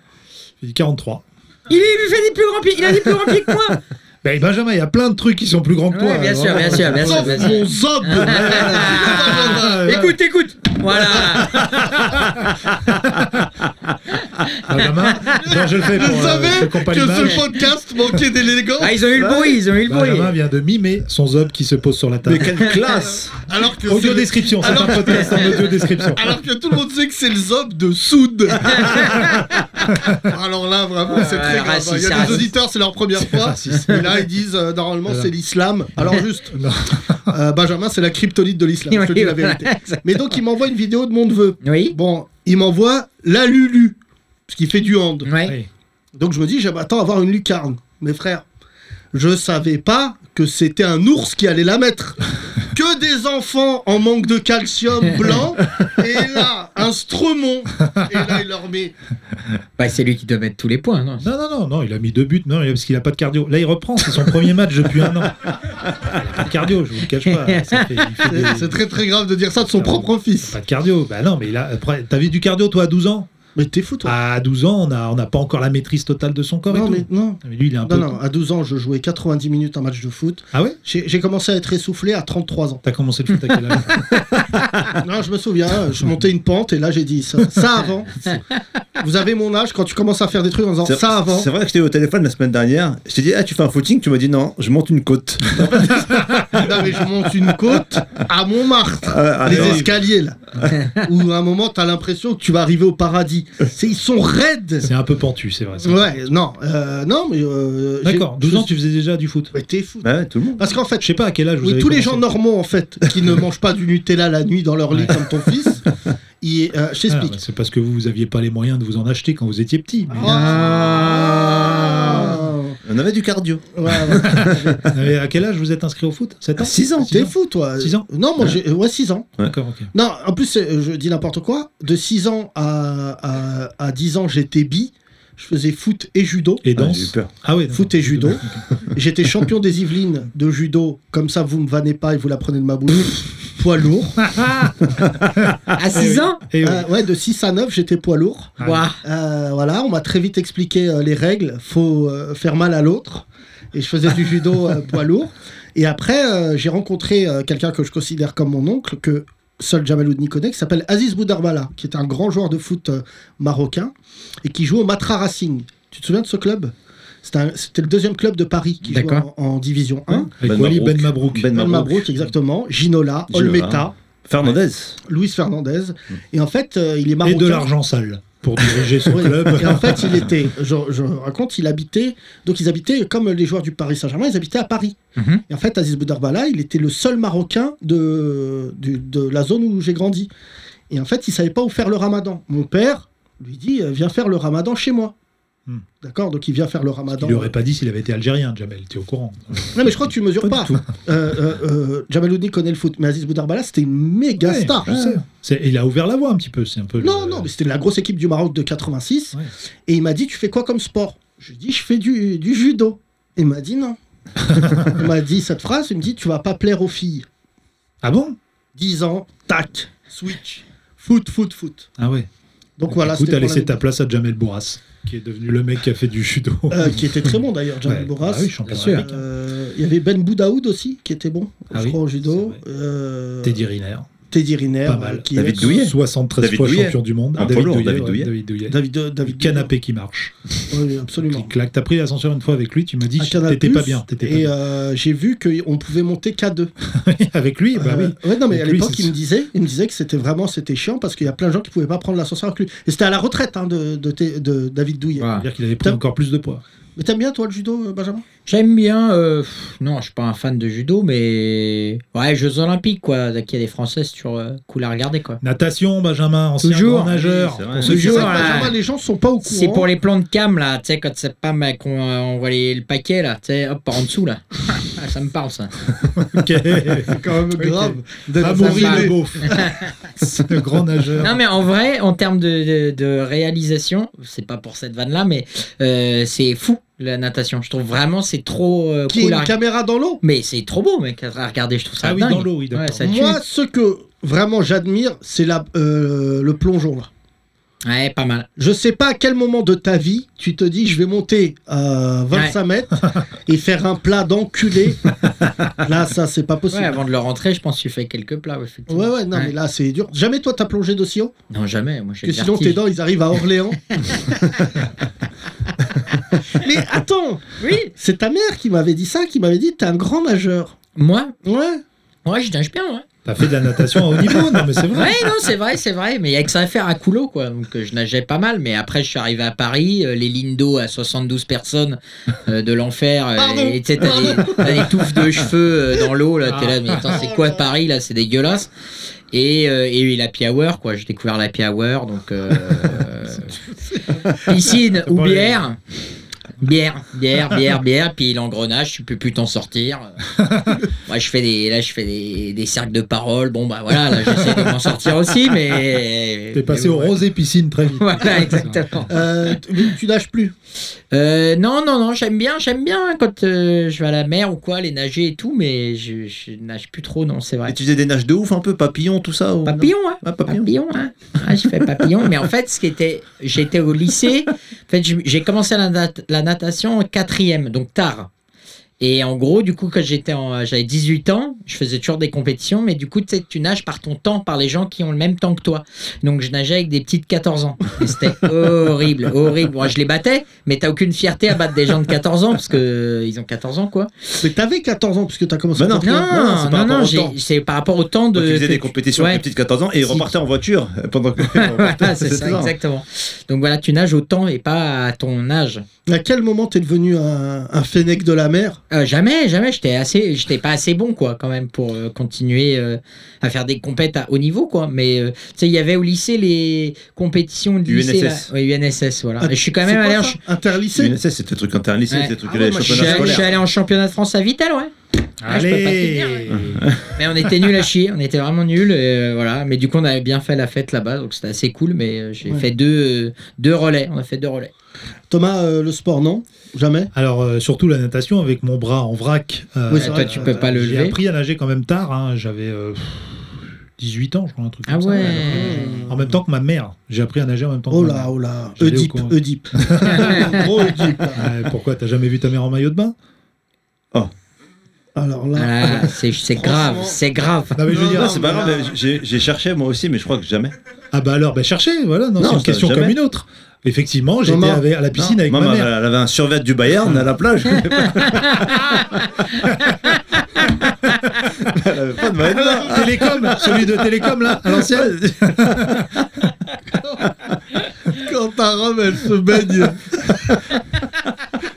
[SPEAKER 4] Il dit 43.
[SPEAKER 5] Il, il lui fait des plus grands pieds. Il a des plus grands pieds que moi.
[SPEAKER 4] Ben, Benjamin, il y a plein de trucs qui sont plus grands que toi.
[SPEAKER 5] Ouais, bien
[SPEAKER 4] alors. hein.
[SPEAKER 5] sûr, bien sûr, bien sûr,
[SPEAKER 3] Sauf
[SPEAKER 5] bien
[SPEAKER 3] mon
[SPEAKER 5] sûr.
[SPEAKER 3] zob
[SPEAKER 4] Ah, ouais.
[SPEAKER 5] [laughs] Écoute, écoute. Voilà.
[SPEAKER 4] Benjamin, ben, je le fais
[SPEAKER 3] Je
[SPEAKER 4] pour euh, ceux
[SPEAKER 3] savais
[SPEAKER 4] qui ont pas
[SPEAKER 3] que
[SPEAKER 4] l'image.
[SPEAKER 3] ce podcast manquait d'élégance
[SPEAKER 5] Ah, ils ont eu le bruit. Ils ont eu le bruit.
[SPEAKER 4] Benjamin vient de mimer son zob qui se pose sur la table.
[SPEAKER 6] Mais quelle classe
[SPEAKER 3] alors que c'est
[SPEAKER 4] Audio
[SPEAKER 3] le-
[SPEAKER 4] description, c'est un
[SPEAKER 3] Alors- [laughs]
[SPEAKER 4] podcast en audio description.
[SPEAKER 3] alors que tout le monde sait que c'est le zob de Soud. [laughs] Alors là, vraiment, c'est
[SPEAKER 5] Ouais,
[SPEAKER 3] très grave.
[SPEAKER 5] Ah,
[SPEAKER 3] il
[SPEAKER 5] raciste,
[SPEAKER 3] y a
[SPEAKER 5] c'est
[SPEAKER 3] des
[SPEAKER 5] raciste.
[SPEAKER 3] auditeurs, c'est leur première fois.
[SPEAKER 4] raciste.
[SPEAKER 3] Et là, ils disent, euh, normalement,
[SPEAKER 4] Voilà.
[SPEAKER 3] c'est l'islam. Alors juste,
[SPEAKER 4] Non.
[SPEAKER 3] euh, Benjamin, c'est la kryptonite de l'islam. Je te dis la vérité. Mais donc, il m'envoie une vidéo de mon neveu.
[SPEAKER 5] [laughs] Oui.
[SPEAKER 3] Bon, il m'envoie la Lulu, parce qu'il fait du hand.
[SPEAKER 5] Ouais.
[SPEAKER 3] Donc je me dis, j'attends avoir une lucarne. Mes frères, je savais pas que c'était un ours qui allait la mettre. Que des enfants en manque de calcium blanc, et là, un stromon. Et là, il leur met.
[SPEAKER 5] Bah, c'est lui qui doit mettre tous les points. Non
[SPEAKER 4] Non, non, non, non, il a mis deux buts, non, parce qu'il a pas de cardio. Là, il reprend, c'est son premier match depuis un an. Il a pas de cardio, je vous le cache pas. Ça fait- il fait
[SPEAKER 3] euh, C'est
[SPEAKER 4] des-
[SPEAKER 3] c'est très très grave de dire ça de son
[SPEAKER 4] Non.
[SPEAKER 3] propre fils.
[SPEAKER 4] Pas de cardio. Bah non, mais là, après, t'avais du cardio, toi, à 12 ans
[SPEAKER 3] Mais t'es fou, toi.
[SPEAKER 4] À 12 ans, on n'a on a pas encore la maîtrise totale de son corps et
[SPEAKER 3] non,
[SPEAKER 4] tout.
[SPEAKER 3] mais non.
[SPEAKER 4] Mais lui, il est un
[SPEAKER 3] Non,
[SPEAKER 4] peu.
[SPEAKER 3] non, à 12 ans, je jouais 90 minutes un match de foot.
[SPEAKER 4] Ah ouais
[SPEAKER 3] J'ai j'ai commencé à être essoufflé à 33 ans.
[SPEAKER 4] T'as commencé le foot à quel âge
[SPEAKER 3] Non, je me souviens, je montais une pente et là j'ai dit ça, ça avant. Vous avez mon âge quand tu commences à faire des trucs en disant
[SPEAKER 6] C'est-
[SPEAKER 3] ça [laughs] avant.
[SPEAKER 6] C'est vrai que j'étais au téléphone la semaine dernière. Je t'ai dit, ah, tu fais un footing Tu m'as dit, non, je monte une côte.
[SPEAKER 3] [laughs] Non, mais je monte une côte à Montmartre,
[SPEAKER 6] Ah, ah,
[SPEAKER 3] les
[SPEAKER 6] non.
[SPEAKER 3] escaliers là. Où à un moment t'as l'impression que tu vas arriver au paradis. C'est- Ils sont raides.
[SPEAKER 4] C'est un peu pentu, c'est vrai. ça.
[SPEAKER 3] Ouais, non, euh, non, mais. euh, j'ai-
[SPEAKER 4] D'accord, 12 ans, tu faisais déjà du foot.
[SPEAKER 3] Mais t'es fou.
[SPEAKER 6] Bah ouais, tout le monde.
[SPEAKER 3] Parce qu'en fait,
[SPEAKER 4] Je sais pas à quel âge vous
[SPEAKER 3] Oui,
[SPEAKER 4] avez
[SPEAKER 3] tous les
[SPEAKER 4] commencé.
[SPEAKER 3] gens normaux en fait qui ne mangent pas du Nutella la nuit dans leur lit
[SPEAKER 4] Ouais.
[SPEAKER 3] comme ton fils. ils- euh, je
[SPEAKER 4] Voilà,
[SPEAKER 3] t'explique.
[SPEAKER 4] bah, c'est parce que vous, vous aviez pas les moyens de vous en acheter quand vous étiez petit. Mais-
[SPEAKER 3] Ah.
[SPEAKER 6] On avait du cardio.
[SPEAKER 3] Ouais, ouais. Ah.
[SPEAKER 4] Mais à quel âge vous êtes inscrit au foot 7 ans
[SPEAKER 6] 6 ans.
[SPEAKER 3] T'es fou toi.
[SPEAKER 4] Ah, Six ans
[SPEAKER 3] Non, moi j'ai ouais 6 ans.
[SPEAKER 4] D'accord, ok.
[SPEAKER 3] Non, en plus euh, je dis n'importe quoi. De 6 ans à, à, à 10 ans, j'étais bi. Je faisais foot et judo.
[SPEAKER 4] Et
[SPEAKER 6] Ah,
[SPEAKER 4] danse
[SPEAKER 6] J'ai eu peur.
[SPEAKER 4] Ah ouais, d'accord.
[SPEAKER 3] Foot
[SPEAKER 4] [laughs]
[SPEAKER 3] et judo. J'étais champion des Yvelines de judo. Comme ça, vous me vannez pas et vous la prenez de ma bouche.
[SPEAKER 4] [laughs]
[SPEAKER 3] poids lourd.
[SPEAKER 5] Ah. À 6 ans
[SPEAKER 4] Et oui.
[SPEAKER 3] Euh, ouais, de 6 à 9, j'étais poids lourd.
[SPEAKER 4] Ah,
[SPEAKER 5] Waouh.
[SPEAKER 3] Euh, voilà, on m'a très vite expliqué euh, les règles. Faut euh, faire mal à l'autre. Et je faisais du judo
[SPEAKER 4] [laughs]
[SPEAKER 3] euh, poids lourd. Et après, euh, j'ai rencontré euh, quelqu'un que je considère comme mon oncle, que seul Jamaloudni connaît, qui s'appelle Aziz Boudarbala, qui est un grand joueur de foot euh, marocain et qui joue au Matra Racing. Tu te souviens de ce club C'était un- C'était le deuxième club de Paris qui jouait en,
[SPEAKER 5] D'accord.
[SPEAKER 3] en Division 1.
[SPEAKER 4] Avec
[SPEAKER 6] Ben
[SPEAKER 4] Wally
[SPEAKER 6] Mabrouk.
[SPEAKER 4] Ben Mabrouk.
[SPEAKER 6] Ben
[SPEAKER 3] Elma
[SPEAKER 6] Mabrouk.
[SPEAKER 3] Brook, exactement. Ginola,
[SPEAKER 6] Ginola.
[SPEAKER 3] Olmeta,
[SPEAKER 6] Fernandez.
[SPEAKER 3] Luis Fernandez. Et en fait, euh, il
[SPEAKER 4] Mm. Et
[SPEAKER 3] est marocain.
[SPEAKER 4] de l'argent sale pour diriger son
[SPEAKER 3] [laughs] Oui.
[SPEAKER 4] club.
[SPEAKER 3] Et en fait, il était, je, je raconte, il habitait, donc ils habitaient, comme les joueurs du Paris Saint-Germain, ils habitaient à Paris.
[SPEAKER 5] Mhm.
[SPEAKER 3] Et en fait, Aziz Boudarbala, il était le seul Marocain de, du- de la zone où j'ai grandi. Et en fait, il savait pas où faire le ramadan. Mon père lui dit, euh, viens faire le ramadan chez moi.
[SPEAKER 4] Hmm.
[SPEAKER 3] D'accord Donc il vient faire le ramadan.
[SPEAKER 4] Il lui aurait pas dit s'il avait été algérien, Jamel, t'es au courant.
[SPEAKER 3] Non, mais je crois que tu mesures pas. Euh, euh, euh, Jamaloudni connaît le foot, mais Aziz Boudarbala, c'était une méga
[SPEAKER 4] Ouais,
[SPEAKER 3] star.
[SPEAKER 4] je sais. C'est- Il a ouvert la voie un petit peu, c'est un peu. le-
[SPEAKER 3] Non, non, mais c'était la grosse équipe du Maroc de 86.
[SPEAKER 4] Ouais.
[SPEAKER 3] Et il m'a dit, tu fais quoi comme sport Je lui ai dit, je fais du, du judo. Il m'a
[SPEAKER 4] [laughs]
[SPEAKER 3] dit non. il m'a dit cette phrase, il me dit, tu vas pas plaire aux filles.
[SPEAKER 4] Ah bon
[SPEAKER 3] 10 ans, tac, switch, foot, foot, foot.
[SPEAKER 4] Ah ouais.
[SPEAKER 3] Donc voilà,
[SPEAKER 4] Écoute,
[SPEAKER 3] c'était
[SPEAKER 4] t'as
[SPEAKER 3] pour
[SPEAKER 4] laissé
[SPEAKER 3] la-
[SPEAKER 4] ta place à Jamel Bourras, qui est devenu le mec qui a fait du judo.
[SPEAKER 3] Euh, qui était très bon d'ailleurs, Jamel
[SPEAKER 4] Ouais.
[SPEAKER 3] Bourras.
[SPEAKER 4] Ah oui, champion
[SPEAKER 5] Bien sûr.
[SPEAKER 4] olympique.
[SPEAKER 3] Euh, il y avait Ben Boudaoud aussi, qui était bon,
[SPEAKER 4] Ah
[SPEAKER 3] je
[SPEAKER 4] oui,
[SPEAKER 3] crois, au judo.
[SPEAKER 4] c'est [laughs]
[SPEAKER 3] Euh,
[SPEAKER 4] Teddy Riner.
[SPEAKER 3] Teddy Riner,
[SPEAKER 4] Pas mal.
[SPEAKER 3] euh, qui
[SPEAKER 6] David
[SPEAKER 3] est
[SPEAKER 6] Douillet.
[SPEAKER 4] 73
[SPEAKER 6] David
[SPEAKER 4] fois
[SPEAKER 6] Douillet.
[SPEAKER 4] champion du monde.
[SPEAKER 6] Un
[SPEAKER 4] David
[SPEAKER 6] polo,
[SPEAKER 4] Douillet.
[SPEAKER 6] David
[SPEAKER 4] ouais,
[SPEAKER 6] Douillet.
[SPEAKER 4] David Douillet.
[SPEAKER 3] David, euh,
[SPEAKER 4] Du
[SPEAKER 3] David
[SPEAKER 4] canapé qui marche.
[SPEAKER 3] Oui, absolument.
[SPEAKER 4] Qui claque. T'as pris l'ascenseur une fois avec lui, tu m'as dit
[SPEAKER 3] Un
[SPEAKER 4] que
[SPEAKER 3] canal
[SPEAKER 4] t'étais pas
[SPEAKER 3] plus,
[SPEAKER 4] bien. t'étais pas
[SPEAKER 3] Et euh, j'ai vu qu'on pouvait monter K2.
[SPEAKER 4] bien. [laughs] avec
[SPEAKER 5] Eh
[SPEAKER 4] lui,
[SPEAKER 5] ben
[SPEAKER 4] bah oui.
[SPEAKER 3] Euh, ouais, non, mais
[SPEAKER 4] Donc
[SPEAKER 3] à
[SPEAKER 4] lui,
[SPEAKER 3] l'époque,
[SPEAKER 4] c'est-
[SPEAKER 3] il me disait, il me disait que c'était vraiment c'était chiant parce qu'il y a plein de gens qui pouvaient pas prendre l'ascenseur avec lui. Et c'était à la retraite hein, de, de, T- de David Douillet.
[SPEAKER 5] Voilà.
[SPEAKER 4] C'est-à-dire qu'il avait pris
[SPEAKER 3] Top.
[SPEAKER 4] encore plus de poids.
[SPEAKER 3] Mais t'aimes bien, toi, le judo, euh, Benjamin
[SPEAKER 5] J'aime bien. euh, pff, non, je suis pas un fan de judo, mais ouais, Jeux Olympiques quoi. Dès qu'il y a des Français, c'est toujours euh, cool à regarder quoi.
[SPEAKER 4] Natation, Benjamin, ancien
[SPEAKER 5] Toujours.
[SPEAKER 4] grand nageur.
[SPEAKER 6] Oui, c'est vrai.
[SPEAKER 4] Pour
[SPEAKER 3] Parce que
[SPEAKER 4] ceux qui
[SPEAKER 3] c'est
[SPEAKER 5] judo,
[SPEAKER 3] vrai
[SPEAKER 4] savent-
[SPEAKER 3] que,
[SPEAKER 5] là.
[SPEAKER 3] Benjamin, les gens sont pas au courant.
[SPEAKER 5] C'est pour les plans de cam là, tu sais quand c'est pas mal qu'on euh, on voit les- le paquet là, tu sais hop par en
[SPEAKER 4] [laughs]
[SPEAKER 5] dessous là. Ah, ça me parle ça.
[SPEAKER 4] Ok.
[SPEAKER 3] [laughs] C'est quand même grave
[SPEAKER 4] Ah,
[SPEAKER 3] d'être
[SPEAKER 4] bon,
[SPEAKER 5] ça
[SPEAKER 4] il est
[SPEAKER 3] bourrilé.
[SPEAKER 4] beau. C'est le grand nageur.
[SPEAKER 5] Non mais en vrai, en termes de, de- de réalisation, c'est pas pour cette vanne là, mais euh, c'est fou la natation. Je trouve vraiment c'est trop euh,
[SPEAKER 3] Qui est
[SPEAKER 5] cool. à
[SPEAKER 3] une
[SPEAKER 5] re-
[SPEAKER 3] caméra dans l'eau
[SPEAKER 5] Mais c'est trop beau mec à regarder, je trouve ça
[SPEAKER 4] Ah oui,
[SPEAKER 5] dingue.
[SPEAKER 4] dans l'eau, oui, d'accord.
[SPEAKER 5] Ouais, ça tue.
[SPEAKER 3] Moi, ce que vraiment j'admire, c'est la- euh, le plongeon. Là.
[SPEAKER 5] Ouais, pas mal.
[SPEAKER 3] Je sais pas à quel moment de ta vie tu te dis je vais monter à 25 mètres et faire un plat
[SPEAKER 5] [laughs]
[SPEAKER 3] d'enculé. là, ça, c'est pas
[SPEAKER 5] Ouais,
[SPEAKER 3] possible.
[SPEAKER 5] avant de le rentrer, je pense que tu fais quelques plats. ouais,
[SPEAKER 3] Ouais,
[SPEAKER 5] effectivement.
[SPEAKER 3] ouais, non, mais là, c'est dur. Jamais toi, t'as plongé de si haut
[SPEAKER 5] Non, jamais. Moi, j'ai
[SPEAKER 3] que
[SPEAKER 5] le
[SPEAKER 3] sinon
[SPEAKER 5] vertige.
[SPEAKER 3] tes dents, ils arrivent à Orléans. mais attends,
[SPEAKER 5] Oui.
[SPEAKER 3] c'est ta mère qui m'avait dit ça, qui m'avait dit t'es un grand nageur.
[SPEAKER 5] Moi,
[SPEAKER 3] Ouais.
[SPEAKER 5] ouais, je nage bien. Ouais,
[SPEAKER 4] T'as fait de la natation à haut niveau, non mais c'est vrai.
[SPEAKER 5] ouais non, c'est vrai, c'est vrai. Mais il y a que ça à faire à Coulot, quoi. Donc, euh, je nageais pas mal. Mais après, je suis arrivé à Paris, euh, les lignes d'eau à 72 personnes euh, de l'enfer. euh,
[SPEAKER 3] Pardon.
[SPEAKER 5] et tu sais, t'as des, t'as des touffes de cheveux euh, dans l'eau. Là, t'es là, mais attends, c'est quoi Paris là C'est dégueulasse. Et, euh, et l'happy hour, quoi. J'ai découvert l'happy hour,
[SPEAKER 3] [laughs]
[SPEAKER 5] donc euh, piscine ou
[SPEAKER 4] Bon, les-
[SPEAKER 5] bière. Bière, bière, bière, bière, puis l'engrenage, tu peux plus t'en sortir. Moi, je fais des, là, je fais des, des cercles de parole. Bon, bah voilà, là, j'essaie de m'en sortir aussi, mais.
[SPEAKER 4] [laughs] T'es passé
[SPEAKER 5] mais
[SPEAKER 4] au
[SPEAKER 5] ouais. [laughs]
[SPEAKER 4] rosé piscine très vite.
[SPEAKER 5] Voilà, exactement.
[SPEAKER 3] Euh, t- mais tu nages plus.
[SPEAKER 5] Euh, non, non, non, j'aime bien, j'aime bien quand euh, je vais à la mer ou quoi, les nager et tout, mais je, je nage plus trop, non, c'est
[SPEAKER 6] Et
[SPEAKER 5] vrai.
[SPEAKER 6] tu faisais des nages de ouf un peu, papillon, tout ça ou-
[SPEAKER 5] Papillon, hein
[SPEAKER 6] Ah, papillon.
[SPEAKER 5] Papillon, hein Ah, je fais papillon. Mais en fait, ce qui était, j'étais au lycée. En fait, je- j'ai commencé la, nat- la natation en quatrième, donc tard. Et en gros, du coup, quand j'étais, en- j'avais 18 ans, je faisais toujours des compétitions, mais du coup, tu sais, tu nages par ton temps, par les gens qui ont le même temps que toi. Donc, je nageais avec des petites 14 ans. Et C'était horrible, horrible. Moi, je les battais, mais t'as aucune fierté à battre des gens de 14 ans parce que euh, ils ont 14 ans, quoi.
[SPEAKER 3] Mais t'avais 14 ans puisque t'as commencé.
[SPEAKER 6] Bah non.
[SPEAKER 3] à
[SPEAKER 5] Non,
[SPEAKER 6] c'est par
[SPEAKER 5] non,
[SPEAKER 6] rapport
[SPEAKER 5] non,
[SPEAKER 6] au
[SPEAKER 5] j'ai-
[SPEAKER 6] temps.
[SPEAKER 5] c'est par rapport au temps de.
[SPEAKER 6] Quand tu faisais
[SPEAKER 5] que
[SPEAKER 6] des
[SPEAKER 5] tu-
[SPEAKER 6] compétitions
[SPEAKER 5] Ouais.
[SPEAKER 6] avec les petits de 14 ans et ils
[SPEAKER 5] Si.
[SPEAKER 6] repartaient en voiture euh, pendant que. [laughs] ils
[SPEAKER 5] Voilà,
[SPEAKER 3] Ah,
[SPEAKER 6] repartaient,
[SPEAKER 5] c'est ça, exactement. Donc voilà, tu nages au temps et pas à ton âge.
[SPEAKER 3] À quel moment t'es devenu un, un fennec de la mer
[SPEAKER 5] Euh, jamais, jamais, j'étais assez, j'étais pas assez bon quoi, quand même, pour euh, continuer euh, à faire des compètes à haut niveau quoi. Mais euh, tu sais, il y avait au lycée les compétitions du lycée,
[SPEAKER 6] UNSS.
[SPEAKER 5] là. Ouais, UNSS, voilà.
[SPEAKER 3] Ah,
[SPEAKER 5] Et je suis quand même
[SPEAKER 3] C'est
[SPEAKER 5] allé,
[SPEAKER 3] quoi
[SPEAKER 5] en
[SPEAKER 3] ça
[SPEAKER 5] ch-
[SPEAKER 3] Interlycée
[SPEAKER 6] UNSS, c'était des trucs interlycées,
[SPEAKER 5] Ouais.
[SPEAKER 6] c'était des trucs
[SPEAKER 3] Ah
[SPEAKER 6] les
[SPEAKER 3] ouais, moi,
[SPEAKER 5] je suis
[SPEAKER 6] championnats
[SPEAKER 5] allé- je suis
[SPEAKER 6] scolaires.
[SPEAKER 5] allé en championnat de France à Vitel, ouais. Ah, je peux pas te
[SPEAKER 4] Allez
[SPEAKER 5] Mais on était nuls à chier, on était vraiment nuls, et, euh, voilà. Mais du coup, on avait bien fait la fête là-bas, donc c'était assez cool. Mais euh, j'ai
[SPEAKER 3] Ouais.
[SPEAKER 5] fait deux, euh, deux relais, on a fait deux relais.
[SPEAKER 3] Thomas, euh, le sport, non Jamais
[SPEAKER 4] [laughs] Alors euh, surtout la natation avec mon bras en vrac. euh,
[SPEAKER 3] Oui,
[SPEAKER 5] Et
[SPEAKER 3] c'est
[SPEAKER 5] toi,
[SPEAKER 3] vrai,
[SPEAKER 5] tu
[SPEAKER 3] euh,
[SPEAKER 5] peux pas le
[SPEAKER 4] J'ai
[SPEAKER 5] lever.
[SPEAKER 4] appris à nager quand même tard. hein. J'avais euh, 18 ans, je crois, un truc
[SPEAKER 5] Ah
[SPEAKER 4] comme ça.
[SPEAKER 5] ouais.
[SPEAKER 4] En même temps que ma mère. J'ai appris à nager en même temps
[SPEAKER 3] Oh
[SPEAKER 4] que ma mère.
[SPEAKER 3] là, oh là.
[SPEAKER 4] J'allais au
[SPEAKER 3] Oedipe,
[SPEAKER 4] coin.
[SPEAKER 3] Oedipe.
[SPEAKER 5] [laughs]
[SPEAKER 3] Un
[SPEAKER 4] [laughs]
[SPEAKER 3] Gros Oedipe.
[SPEAKER 4] Ouais, pourquoi T'as jamais vu ta mère en maillot de bain
[SPEAKER 3] Alors là.
[SPEAKER 5] Ah, c'est c'est grave,
[SPEAKER 4] [laughs]
[SPEAKER 5] c'est grave.
[SPEAKER 4] Non mais je veux dire.
[SPEAKER 6] Non, c'est pas grave, j'ai j'ai cherché moi aussi, mais je crois que jamais.
[SPEAKER 4] Ah bah alors, bah cherchez, voilà, non,
[SPEAKER 6] Non,
[SPEAKER 4] c'est une
[SPEAKER 6] ça,
[SPEAKER 4] question
[SPEAKER 6] jamais.
[SPEAKER 4] comme une autre. Effectivement, j'étais
[SPEAKER 3] Maman.
[SPEAKER 4] avec- à la piscine
[SPEAKER 6] Non,
[SPEAKER 4] avec
[SPEAKER 6] moi,
[SPEAKER 4] ma
[SPEAKER 6] ma-
[SPEAKER 4] mère.
[SPEAKER 6] Elle avait un survêt du Bayern à la plage. elle avait pas de maillot de
[SPEAKER 3] bah,
[SPEAKER 4] [laughs]
[SPEAKER 6] bain.
[SPEAKER 4] Télécom, celui de Télécom là, à l'ancienne.
[SPEAKER 3] Quand ta robe, elle se baigne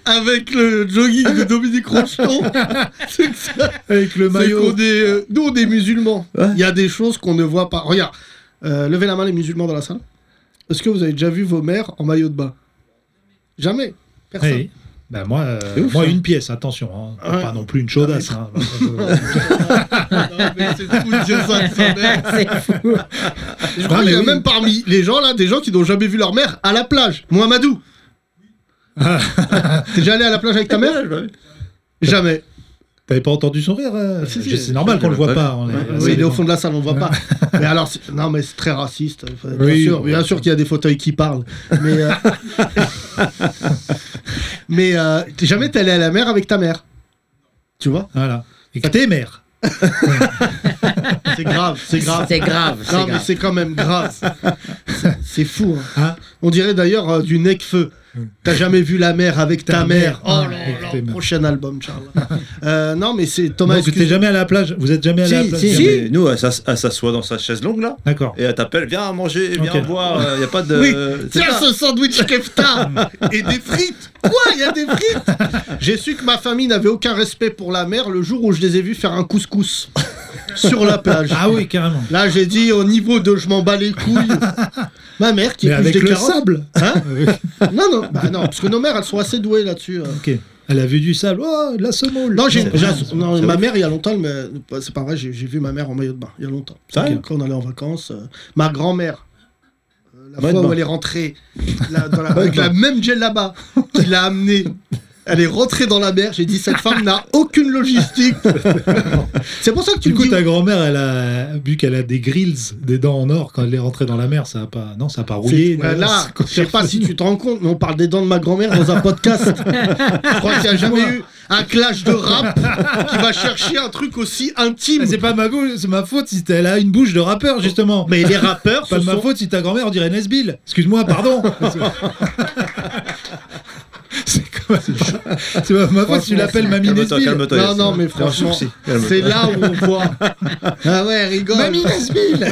[SPEAKER 3] avec le jogging de Dominique Rocheton, c'est que ça.
[SPEAKER 4] Avec le
[SPEAKER 3] c'est
[SPEAKER 4] maillot.
[SPEAKER 3] qu'on est, euh, nous, on est musulmans. Il
[SPEAKER 6] Ouais.
[SPEAKER 3] y a des choses qu'on ne voit pas. Regarde, euh, levez la main les musulmans dans la salle. Est-ce que vous avez déjà vu vos mères en maillot de bain Jamais. Personne.
[SPEAKER 4] Oui. Bah moi, euh,
[SPEAKER 6] C'est ouf,
[SPEAKER 4] moi
[SPEAKER 6] ça.
[SPEAKER 4] une pièce, attention. hein.
[SPEAKER 3] Ouais.
[SPEAKER 4] Pas non plus une chaudasse. hein.
[SPEAKER 3] [laughs] [laughs] Non, mais c'est fou de dire ça de sa mère.
[SPEAKER 5] C'est fou.
[SPEAKER 3] Je
[SPEAKER 4] Ah,
[SPEAKER 3] crois
[SPEAKER 4] mais
[SPEAKER 3] qu'il y a
[SPEAKER 4] oui.
[SPEAKER 3] même parmi les gens là, des gens qui n'ont jamais vu leur mère à la plage. Mohamedou. T'es déjà allé à la plage avec ta mère Jamais.
[SPEAKER 4] T'avais pas entendu son rire euh
[SPEAKER 3] Si, si.
[SPEAKER 4] J'ai- C'est normal
[SPEAKER 6] Je
[SPEAKER 4] qu'on le voit
[SPEAKER 6] l'avais
[SPEAKER 4] pas.
[SPEAKER 6] pas
[SPEAKER 4] on est-
[SPEAKER 3] Oui,
[SPEAKER 4] ça
[SPEAKER 3] il est au
[SPEAKER 4] dépend.
[SPEAKER 3] fond de la salle, on le
[SPEAKER 4] [laughs]
[SPEAKER 3] voit pas. Mais alors, c'est- non, mais c'est très raciste. Bien
[SPEAKER 4] Oui,
[SPEAKER 3] sûr,
[SPEAKER 4] bon.
[SPEAKER 3] bien sûr qu'il y a des fauteuils qui parlent. Mais, euh, [laughs] mais euh, t'es jamais t'es allé à la mer avec ta mère. Tu vois
[SPEAKER 4] Voilà. Et que t'es mère.
[SPEAKER 3] C'est grave, c'est grave.
[SPEAKER 5] C'est grave, c'est
[SPEAKER 3] Non, mais
[SPEAKER 5] grave.
[SPEAKER 3] c'est quand même grave. C'est- C'est fou. hein.
[SPEAKER 4] Hein
[SPEAKER 3] On dirait d'ailleurs euh, du Necfeu. T'as jamais vu la mer avec ta,
[SPEAKER 4] Ta
[SPEAKER 3] mère.
[SPEAKER 4] mère. Ah,
[SPEAKER 3] Oh
[SPEAKER 4] Avec
[SPEAKER 3] là
[SPEAKER 4] tes
[SPEAKER 3] là,
[SPEAKER 4] mères.
[SPEAKER 3] prochain
[SPEAKER 4] [laughs]
[SPEAKER 3] album, Charles. Euh, non, mais c'est Thomas.
[SPEAKER 4] Donc, t'es
[SPEAKER 3] excuse-
[SPEAKER 4] jamais allé à la plage Vous êtes jamais allé à la
[SPEAKER 5] Si,
[SPEAKER 4] plage
[SPEAKER 5] si,
[SPEAKER 4] jamais-
[SPEAKER 6] Mais nous, elle s'as- elle s'assoit dans sa chaise longue là.
[SPEAKER 4] D'accord.
[SPEAKER 6] Et elle t'appelle, viens manger, viens
[SPEAKER 4] Ok.
[SPEAKER 6] boire. Il n'y a pas de.
[SPEAKER 3] Oui,
[SPEAKER 6] c'est
[SPEAKER 3] Tiens
[SPEAKER 6] ça.
[SPEAKER 3] ce sandwich kefta et des frites. Quoi Il y a des frites J'ai su que ma famille n'avait aucun respect pour la mer le jour où je les ai vus faire un couscous sur la plage.
[SPEAKER 4] Ah oui,
[SPEAKER 3] [laughs]
[SPEAKER 4] carrément.
[SPEAKER 3] Là, j'ai dit au niveau de je m'en bats les couilles. ma mère qui
[SPEAKER 4] Mais
[SPEAKER 3] épluche
[SPEAKER 4] avec
[SPEAKER 3] des
[SPEAKER 4] le
[SPEAKER 3] carottes.
[SPEAKER 4] sable.
[SPEAKER 3] Hein non, non, bah non, parce que nos mères, elles sont assez douées là-dessus. euh.
[SPEAKER 4] Ok. Elle a vu du sable. Oh, de la semoule.
[SPEAKER 3] Non, j'ai,
[SPEAKER 4] C'est-
[SPEAKER 3] j'ai-
[SPEAKER 4] Ah,
[SPEAKER 3] non,
[SPEAKER 6] c'est
[SPEAKER 3] ma
[SPEAKER 6] ouf.
[SPEAKER 3] mère, il y a longtemps, mais c'est pas vrai, j'ai, j'ai vu ma mère en maillot de bain, il y a longtemps.
[SPEAKER 6] Ça
[SPEAKER 3] Quand-
[SPEAKER 6] va
[SPEAKER 3] Quand on allait en vacances, euh, ma grand-mère, euh, la fois
[SPEAKER 6] Maillot de
[SPEAKER 3] où
[SPEAKER 6] bain.
[SPEAKER 3] elle est rentrée là, dans
[SPEAKER 4] [laughs]
[SPEAKER 3] la- avec la même gel là-bas qui l'a amenée, elle est rentrée dans la mer, j'ai dit, cette femme n'a
[SPEAKER 4] [laughs]
[SPEAKER 3] aucune logistique. c'est pour ça que tu
[SPEAKER 4] Du
[SPEAKER 3] me
[SPEAKER 4] coup,
[SPEAKER 3] dis...
[SPEAKER 4] ta grand-mère, elle a vu qu'elle a des grills, des dents en or quand elle est rentrée dans la mer. Ça a pas, non, ça a pas rouillé.
[SPEAKER 3] C'est- ouais,
[SPEAKER 4] non, [laughs]
[SPEAKER 3] là,
[SPEAKER 4] c'est-
[SPEAKER 3] je sais pas si tu te rends compte, mais on parle des dents de ma grand-mère dans un podcast. je crois qu'il n'y a jamais eu un clash de rap qui va chercher un truc aussi intime.
[SPEAKER 4] Mais C'est pas ma, gauche, c'est ma faute si t'as- elle a une bouche de rappeur justement.
[SPEAKER 3] Oh, Mais les rappeurs,
[SPEAKER 4] Pas
[SPEAKER 3] ce
[SPEAKER 4] de ma
[SPEAKER 3] sont-
[SPEAKER 4] faute si ta grand-mère dirait Nesbill. Excuse-moi,
[SPEAKER 3] [laughs]
[SPEAKER 4] pardon. [laughs] c'est comme- c'est pas, c'est pas ma faute si tu l'appelles Mamie
[SPEAKER 6] Calme-toi,
[SPEAKER 4] Nesbill.
[SPEAKER 6] calme-toi.
[SPEAKER 3] Non, non, mais
[SPEAKER 6] T'es en
[SPEAKER 3] franchement,
[SPEAKER 6] sursis. Calme-toi.
[SPEAKER 3] c'est là où on voit.
[SPEAKER 4] [laughs]
[SPEAKER 3] Ah ouais, rigole.
[SPEAKER 4] Mamie Nesbill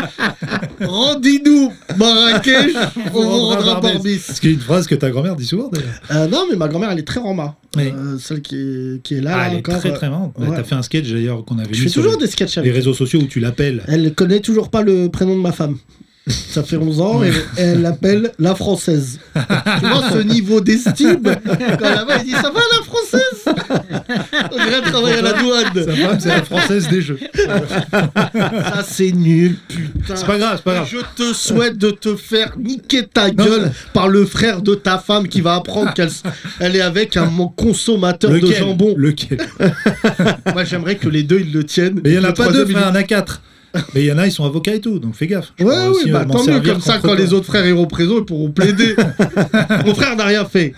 [SPEAKER 3] [laughs] Rendez-nous,
[SPEAKER 4] [laughs]
[SPEAKER 3] Marrakech, on vous rendra Barbès.
[SPEAKER 4] Ce qui est une phrase que ta grand-mère dit souvent d'ailleurs.
[SPEAKER 3] Euh, non, mais ma grand-mère, elle est très rama.
[SPEAKER 4] Oui.
[SPEAKER 3] Euh, celle qui est, qui est là,
[SPEAKER 4] Ah,
[SPEAKER 3] là,
[SPEAKER 4] elle est
[SPEAKER 3] encore.
[SPEAKER 4] très très marrante. Bah,
[SPEAKER 3] ouais.
[SPEAKER 4] T'as fait un sketch d'ailleurs qu'on avait
[SPEAKER 3] Je
[SPEAKER 4] mis
[SPEAKER 3] fais
[SPEAKER 4] sur
[SPEAKER 3] toujours
[SPEAKER 4] les,
[SPEAKER 3] des sketchs
[SPEAKER 4] les
[SPEAKER 3] avec
[SPEAKER 4] réseaux sociaux où tu
[SPEAKER 3] [laughs]
[SPEAKER 4] l'appelles.
[SPEAKER 3] Elle connaît toujours pas le prénom de ma femme.
[SPEAKER 4] [laughs]
[SPEAKER 3] Ça fait 11 ans et elle l'appelle la française. tu vois ce
[SPEAKER 4] [laughs]
[SPEAKER 3] niveau d'estime Quand là-bas, il dit Ça va la française On dirait travailler à la douane.
[SPEAKER 4] Sa femme, c'est la française des jeux.
[SPEAKER 3] Ça, Ah, c'est nul, putain.
[SPEAKER 4] C'est pas grave, c'est pas grave.
[SPEAKER 3] Je te souhaite de te faire niquer ta gueule par le frère de ta femme qui va apprendre qu'elle s- elle est avec un mon- consommateur de jambon.
[SPEAKER 4] Lequel
[SPEAKER 3] Moi, j'aimerais que les deux, ils le tiennent.
[SPEAKER 4] [laughs] Mais il y en
[SPEAKER 3] Le
[SPEAKER 4] a pas deux,
[SPEAKER 3] troisième,
[SPEAKER 4] mais
[SPEAKER 3] il-
[SPEAKER 4] il y en a quatre. Mais il y en a, ils sont avocats et tout, donc fais gaffe. Je
[SPEAKER 3] Ouais,
[SPEAKER 4] pourrais aussi,
[SPEAKER 3] oui,
[SPEAKER 4] euh,
[SPEAKER 3] bah
[SPEAKER 4] m'en
[SPEAKER 3] tant mieux,
[SPEAKER 4] servir
[SPEAKER 3] comme ça,
[SPEAKER 4] contre
[SPEAKER 3] quand
[SPEAKER 4] toi.
[SPEAKER 3] les autres frères iront au prison, ils
[SPEAKER 4] [laughs]
[SPEAKER 3] pourront plaider. Mon frère n'a rien fait.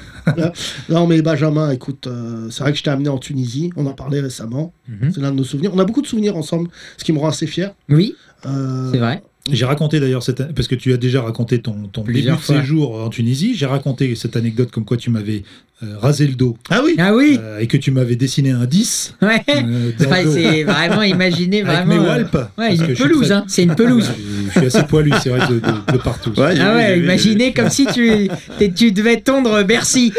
[SPEAKER 3] Non, mais Benjamin, écoute, euh, c'est vrai que je t'ai amené en Tunisie, on en parlait récemment,
[SPEAKER 5] Mhm.
[SPEAKER 4] Hmm.
[SPEAKER 3] c'est l'un de nos souvenirs. On a beaucoup de souvenirs ensemble, ce qui me rend assez fier.
[SPEAKER 5] Oui,
[SPEAKER 3] Euh,
[SPEAKER 5] c'est vrai.
[SPEAKER 4] J'ai raconté d'ailleurs cette parce que tu as déjà raconté ton, ton début
[SPEAKER 5] Plusieurs
[SPEAKER 4] de
[SPEAKER 5] fois.
[SPEAKER 4] séjour en Tunisie. J'ai raconté cette anecdote comme quoi tu m'avais euh, rasé le dos
[SPEAKER 3] Ah oui
[SPEAKER 5] Ah oui,
[SPEAKER 4] euh, et que tu m'avais dessiné un 10
[SPEAKER 5] ouais.
[SPEAKER 4] euh, dans
[SPEAKER 5] Enfin,
[SPEAKER 4] le dos.
[SPEAKER 5] c'est vraiment imaginer
[SPEAKER 4] avec
[SPEAKER 5] vraiment.
[SPEAKER 4] mes
[SPEAKER 5] euh,
[SPEAKER 4] walpes.
[SPEAKER 5] Ouais,
[SPEAKER 4] Parce que
[SPEAKER 5] une
[SPEAKER 4] je suis
[SPEAKER 5] pelouse,
[SPEAKER 4] très-
[SPEAKER 5] hein. C'est
[SPEAKER 4] [laughs]
[SPEAKER 5] une pelouse.
[SPEAKER 4] Je suis assez poilu, c'est vrai, de, de- de partout.
[SPEAKER 6] Ouais, j'ai
[SPEAKER 5] Ah
[SPEAKER 6] vu, j'ai
[SPEAKER 5] ouais,
[SPEAKER 6] vu, j'ai
[SPEAKER 5] imaginez comme si tu, t'es- tu devais
[SPEAKER 4] [laughs]
[SPEAKER 5] tondre Bercy.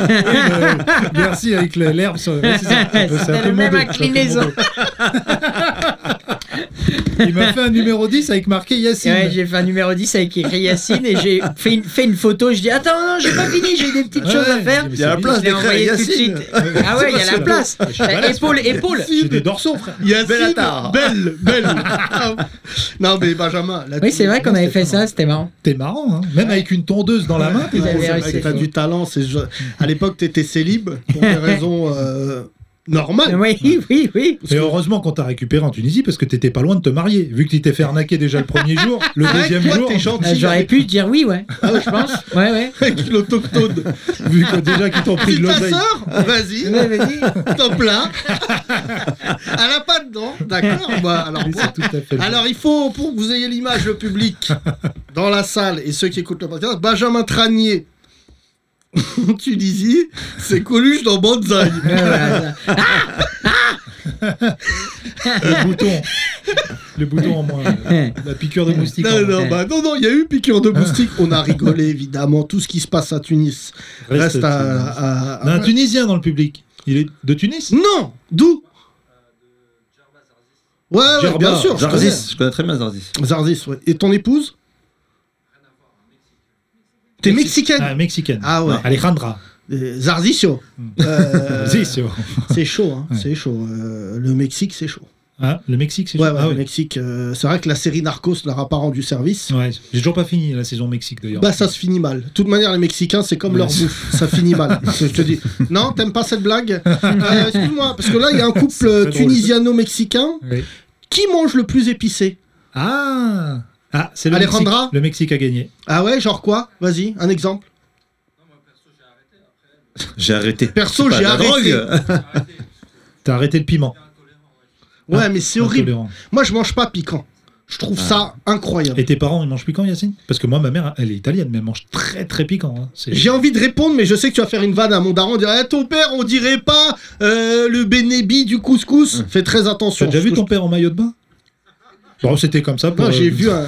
[SPEAKER 4] Euh, merci avec le- l'herbe. sur- ouais, c'est ça.
[SPEAKER 5] C'était
[SPEAKER 4] C'est un peu
[SPEAKER 5] la
[SPEAKER 4] mon
[SPEAKER 5] même
[SPEAKER 4] dos, c'est un peu
[SPEAKER 5] inclinaison.
[SPEAKER 4] mon dos. Il m'a fait un numéro 10 avec marqué Yacine.
[SPEAKER 5] Ouais, j'ai fait un numéro 10 avec écrit Yacine et j'ai fait une, fait une photo. Je dis Attends, non, j'ai pas fini, j'ai des petites
[SPEAKER 4] Ouais,
[SPEAKER 5] choses à
[SPEAKER 4] ouais,
[SPEAKER 5] faire.
[SPEAKER 4] mais
[SPEAKER 6] Il y a la
[SPEAKER 4] c'est
[SPEAKER 5] Je
[SPEAKER 6] place
[SPEAKER 5] l'ai
[SPEAKER 6] d'écrire
[SPEAKER 5] envoyé tout de
[SPEAKER 6] Yacine.
[SPEAKER 5] suite. Ah ouais, il y a la
[SPEAKER 4] facile.
[SPEAKER 5] place.
[SPEAKER 4] Je suis
[SPEAKER 5] Eh,
[SPEAKER 4] balèze,
[SPEAKER 5] Épaule, épaule.
[SPEAKER 4] J'ai des dorsaux, frère.
[SPEAKER 3] Yacine,
[SPEAKER 6] Bel attard.
[SPEAKER 3] Belle, belle. Ah, non, mais Benjamin, la
[SPEAKER 5] Oui, c'est vrai qu'on avait fait ça, c'était marrant.
[SPEAKER 4] [laughs] T'es marrant, hein. même avec une tondeuse dans la main. t'es
[SPEAKER 5] Vous avez
[SPEAKER 4] drôle.
[SPEAKER 3] Ouais, c'est vrai
[SPEAKER 5] réussi,
[SPEAKER 3] que T'as
[SPEAKER 5] quoi.
[SPEAKER 3] du talent. c'est ju- À l'époque, t'étais célib pour des raisons euh, normales.
[SPEAKER 5] Oui, oui, oui.
[SPEAKER 4] Mais heureusement qu'on t'a récupéré en Tunisie parce que t'étais pas loin de te marier. Vu que tu t'es fait arnaquer déjà le
[SPEAKER 3] [laughs]
[SPEAKER 4] premier jour, le
[SPEAKER 3] C'est vrai que
[SPEAKER 4] deuxième
[SPEAKER 3] toi,
[SPEAKER 4] jour, [laughs]
[SPEAKER 3] t'es gentil.
[SPEAKER 5] Euh, J'aurais
[SPEAKER 3] avec- Ah
[SPEAKER 5] pu dire oui, ouais. Je pense. Ouais, ouais.
[SPEAKER 3] avec
[SPEAKER 4] [laughs]
[SPEAKER 3] l'autochtone.
[SPEAKER 4] vu que déjà qu'ils t'ont pris
[SPEAKER 3] C'est
[SPEAKER 4] de
[SPEAKER 3] ta
[SPEAKER 4] l'oseille.
[SPEAKER 3] sœur Vas-y.
[SPEAKER 5] Ouais, vas-y.
[SPEAKER 3] Top là [laughs] Elle a pas de dents, d'accord bah, alors,
[SPEAKER 4] Oui, c'est tout à fait le-
[SPEAKER 3] alors il faut, pour que vous ayez l'image, le public dans la salle et ceux qui écoutent le podcast, Benjamin Tranier [laughs] en Tunisie, c'est Coluche dans Banzai.
[SPEAKER 5] Ouais, voilà, ça.
[SPEAKER 4] le bouton. Le bouton en moins. euh, La piqûre de moustique. en
[SPEAKER 3] Non,
[SPEAKER 4] moins.
[SPEAKER 3] non, bah, non, non, il y a eu piqûre de moustique. On a rigolé, évidemment. Tout ce qui se passe à Tunis reste, à...
[SPEAKER 4] euh,
[SPEAKER 3] à-
[SPEAKER 4] On a
[SPEAKER 3] à-
[SPEAKER 4] un Tunisien dans le public. Il est de Tunis
[SPEAKER 3] Non D'où Ouais, ouais,
[SPEAKER 4] Djerba.
[SPEAKER 3] bien sûr.
[SPEAKER 6] vu.
[SPEAKER 3] je
[SPEAKER 6] Zarzis, je connais très bien Zarzis.
[SPEAKER 3] connais. Zarzis, ouais. Et ton épouse T'es mexicaine
[SPEAKER 4] Ah, mexicaine.
[SPEAKER 3] Ah ouais.
[SPEAKER 4] Alejandra.
[SPEAKER 3] Euh, Zarzicio. [laughs] Euh,
[SPEAKER 4] Si, c'est-
[SPEAKER 3] c'est chaud, hein,
[SPEAKER 4] Ouais.
[SPEAKER 3] c'est chaud. Euh, le Mexique, c'est chaud.
[SPEAKER 4] Ah, le Mexique, c'est
[SPEAKER 3] Ouais,
[SPEAKER 4] chaud.
[SPEAKER 3] ouais,
[SPEAKER 4] Ah
[SPEAKER 3] le
[SPEAKER 4] ouais.
[SPEAKER 3] Mexique. euh, c'est vrai que la série Narcos n'aura pas rendu service.
[SPEAKER 4] Ouais, J'ai toujours pas fini la saison Mexique d'ailleurs.
[SPEAKER 3] Bah, ça se finit mal. De toute manière, les Mexicains, c'est comme
[SPEAKER 4] Ouais.
[SPEAKER 3] leur bouffe. Ça
[SPEAKER 4] [laughs]
[SPEAKER 3] finit mal. Je te dis. Non, t'aimes pas cette blague Euh, Excuse-moi, parce que là, il y a un
[SPEAKER 4] C'est
[SPEAKER 3] couple euh,
[SPEAKER 4] très
[SPEAKER 3] tunisiano-mexicain.
[SPEAKER 4] Oui.
[SPEAKER 3] Qui mange le plus épicé
[SPEAKER 4] Ah Ah, c'est le Mexique.
[SPEAKER 3] Alejandra
[SPEAKER 4] Le Mexique a gagné.
[SPEAKER 3] Ah ouais, genre quoi Vas-y, un exemple.
[SPEAKER 6] J'ai arrêté.
[SPEAKER 3] Perso,
[SPEAKER 6] C'est pas
[SPEAKER 3] j'ai
[SPEAKER 6] la
[SPEAKER 3] arrêté.
[SPEAKER 6] drogue.
[SPEAKER 4] T'as arrêté le piment.
[SPEAKER 3] Ouais, mais
[SPEAKER 4] Ah,
[SPEAKER 3] c'est horrible.
[SPEAKER 4] Intolérant.
[SPEAKER 3] Moi, je mange pas piquant. Je trouve ça incroyable.
[SPEAKER 4] Ah. Et tes parents, ils mangent piquant, Yacine Parce que moi, ma mère, elle est italienne, mais elle mange très très piquant. hein. C'est-
[SPEAKER 3] J'ai envie de répondre, mais je sais que tu vas faire une vanne à mon daron. Dire, Eh, ton père, on dirait pas euh, le bénébi du couscous. Fais très
[SPEAKER 4] Hum. T'as
[SPEAKER 3] attention.
[SPEAKER 4] déjà vu
[SPEAKER 3] parce
[SPEAKER 4] ton père en maillot de bain Bon, c'était comme ça.
[SPEAKER 3] que je-
[SPEAKER 4] pour,
[SPEAKER 3] Non,
[SPEAKER 4] euh,
[SPEAKER 3] j'ai vu un,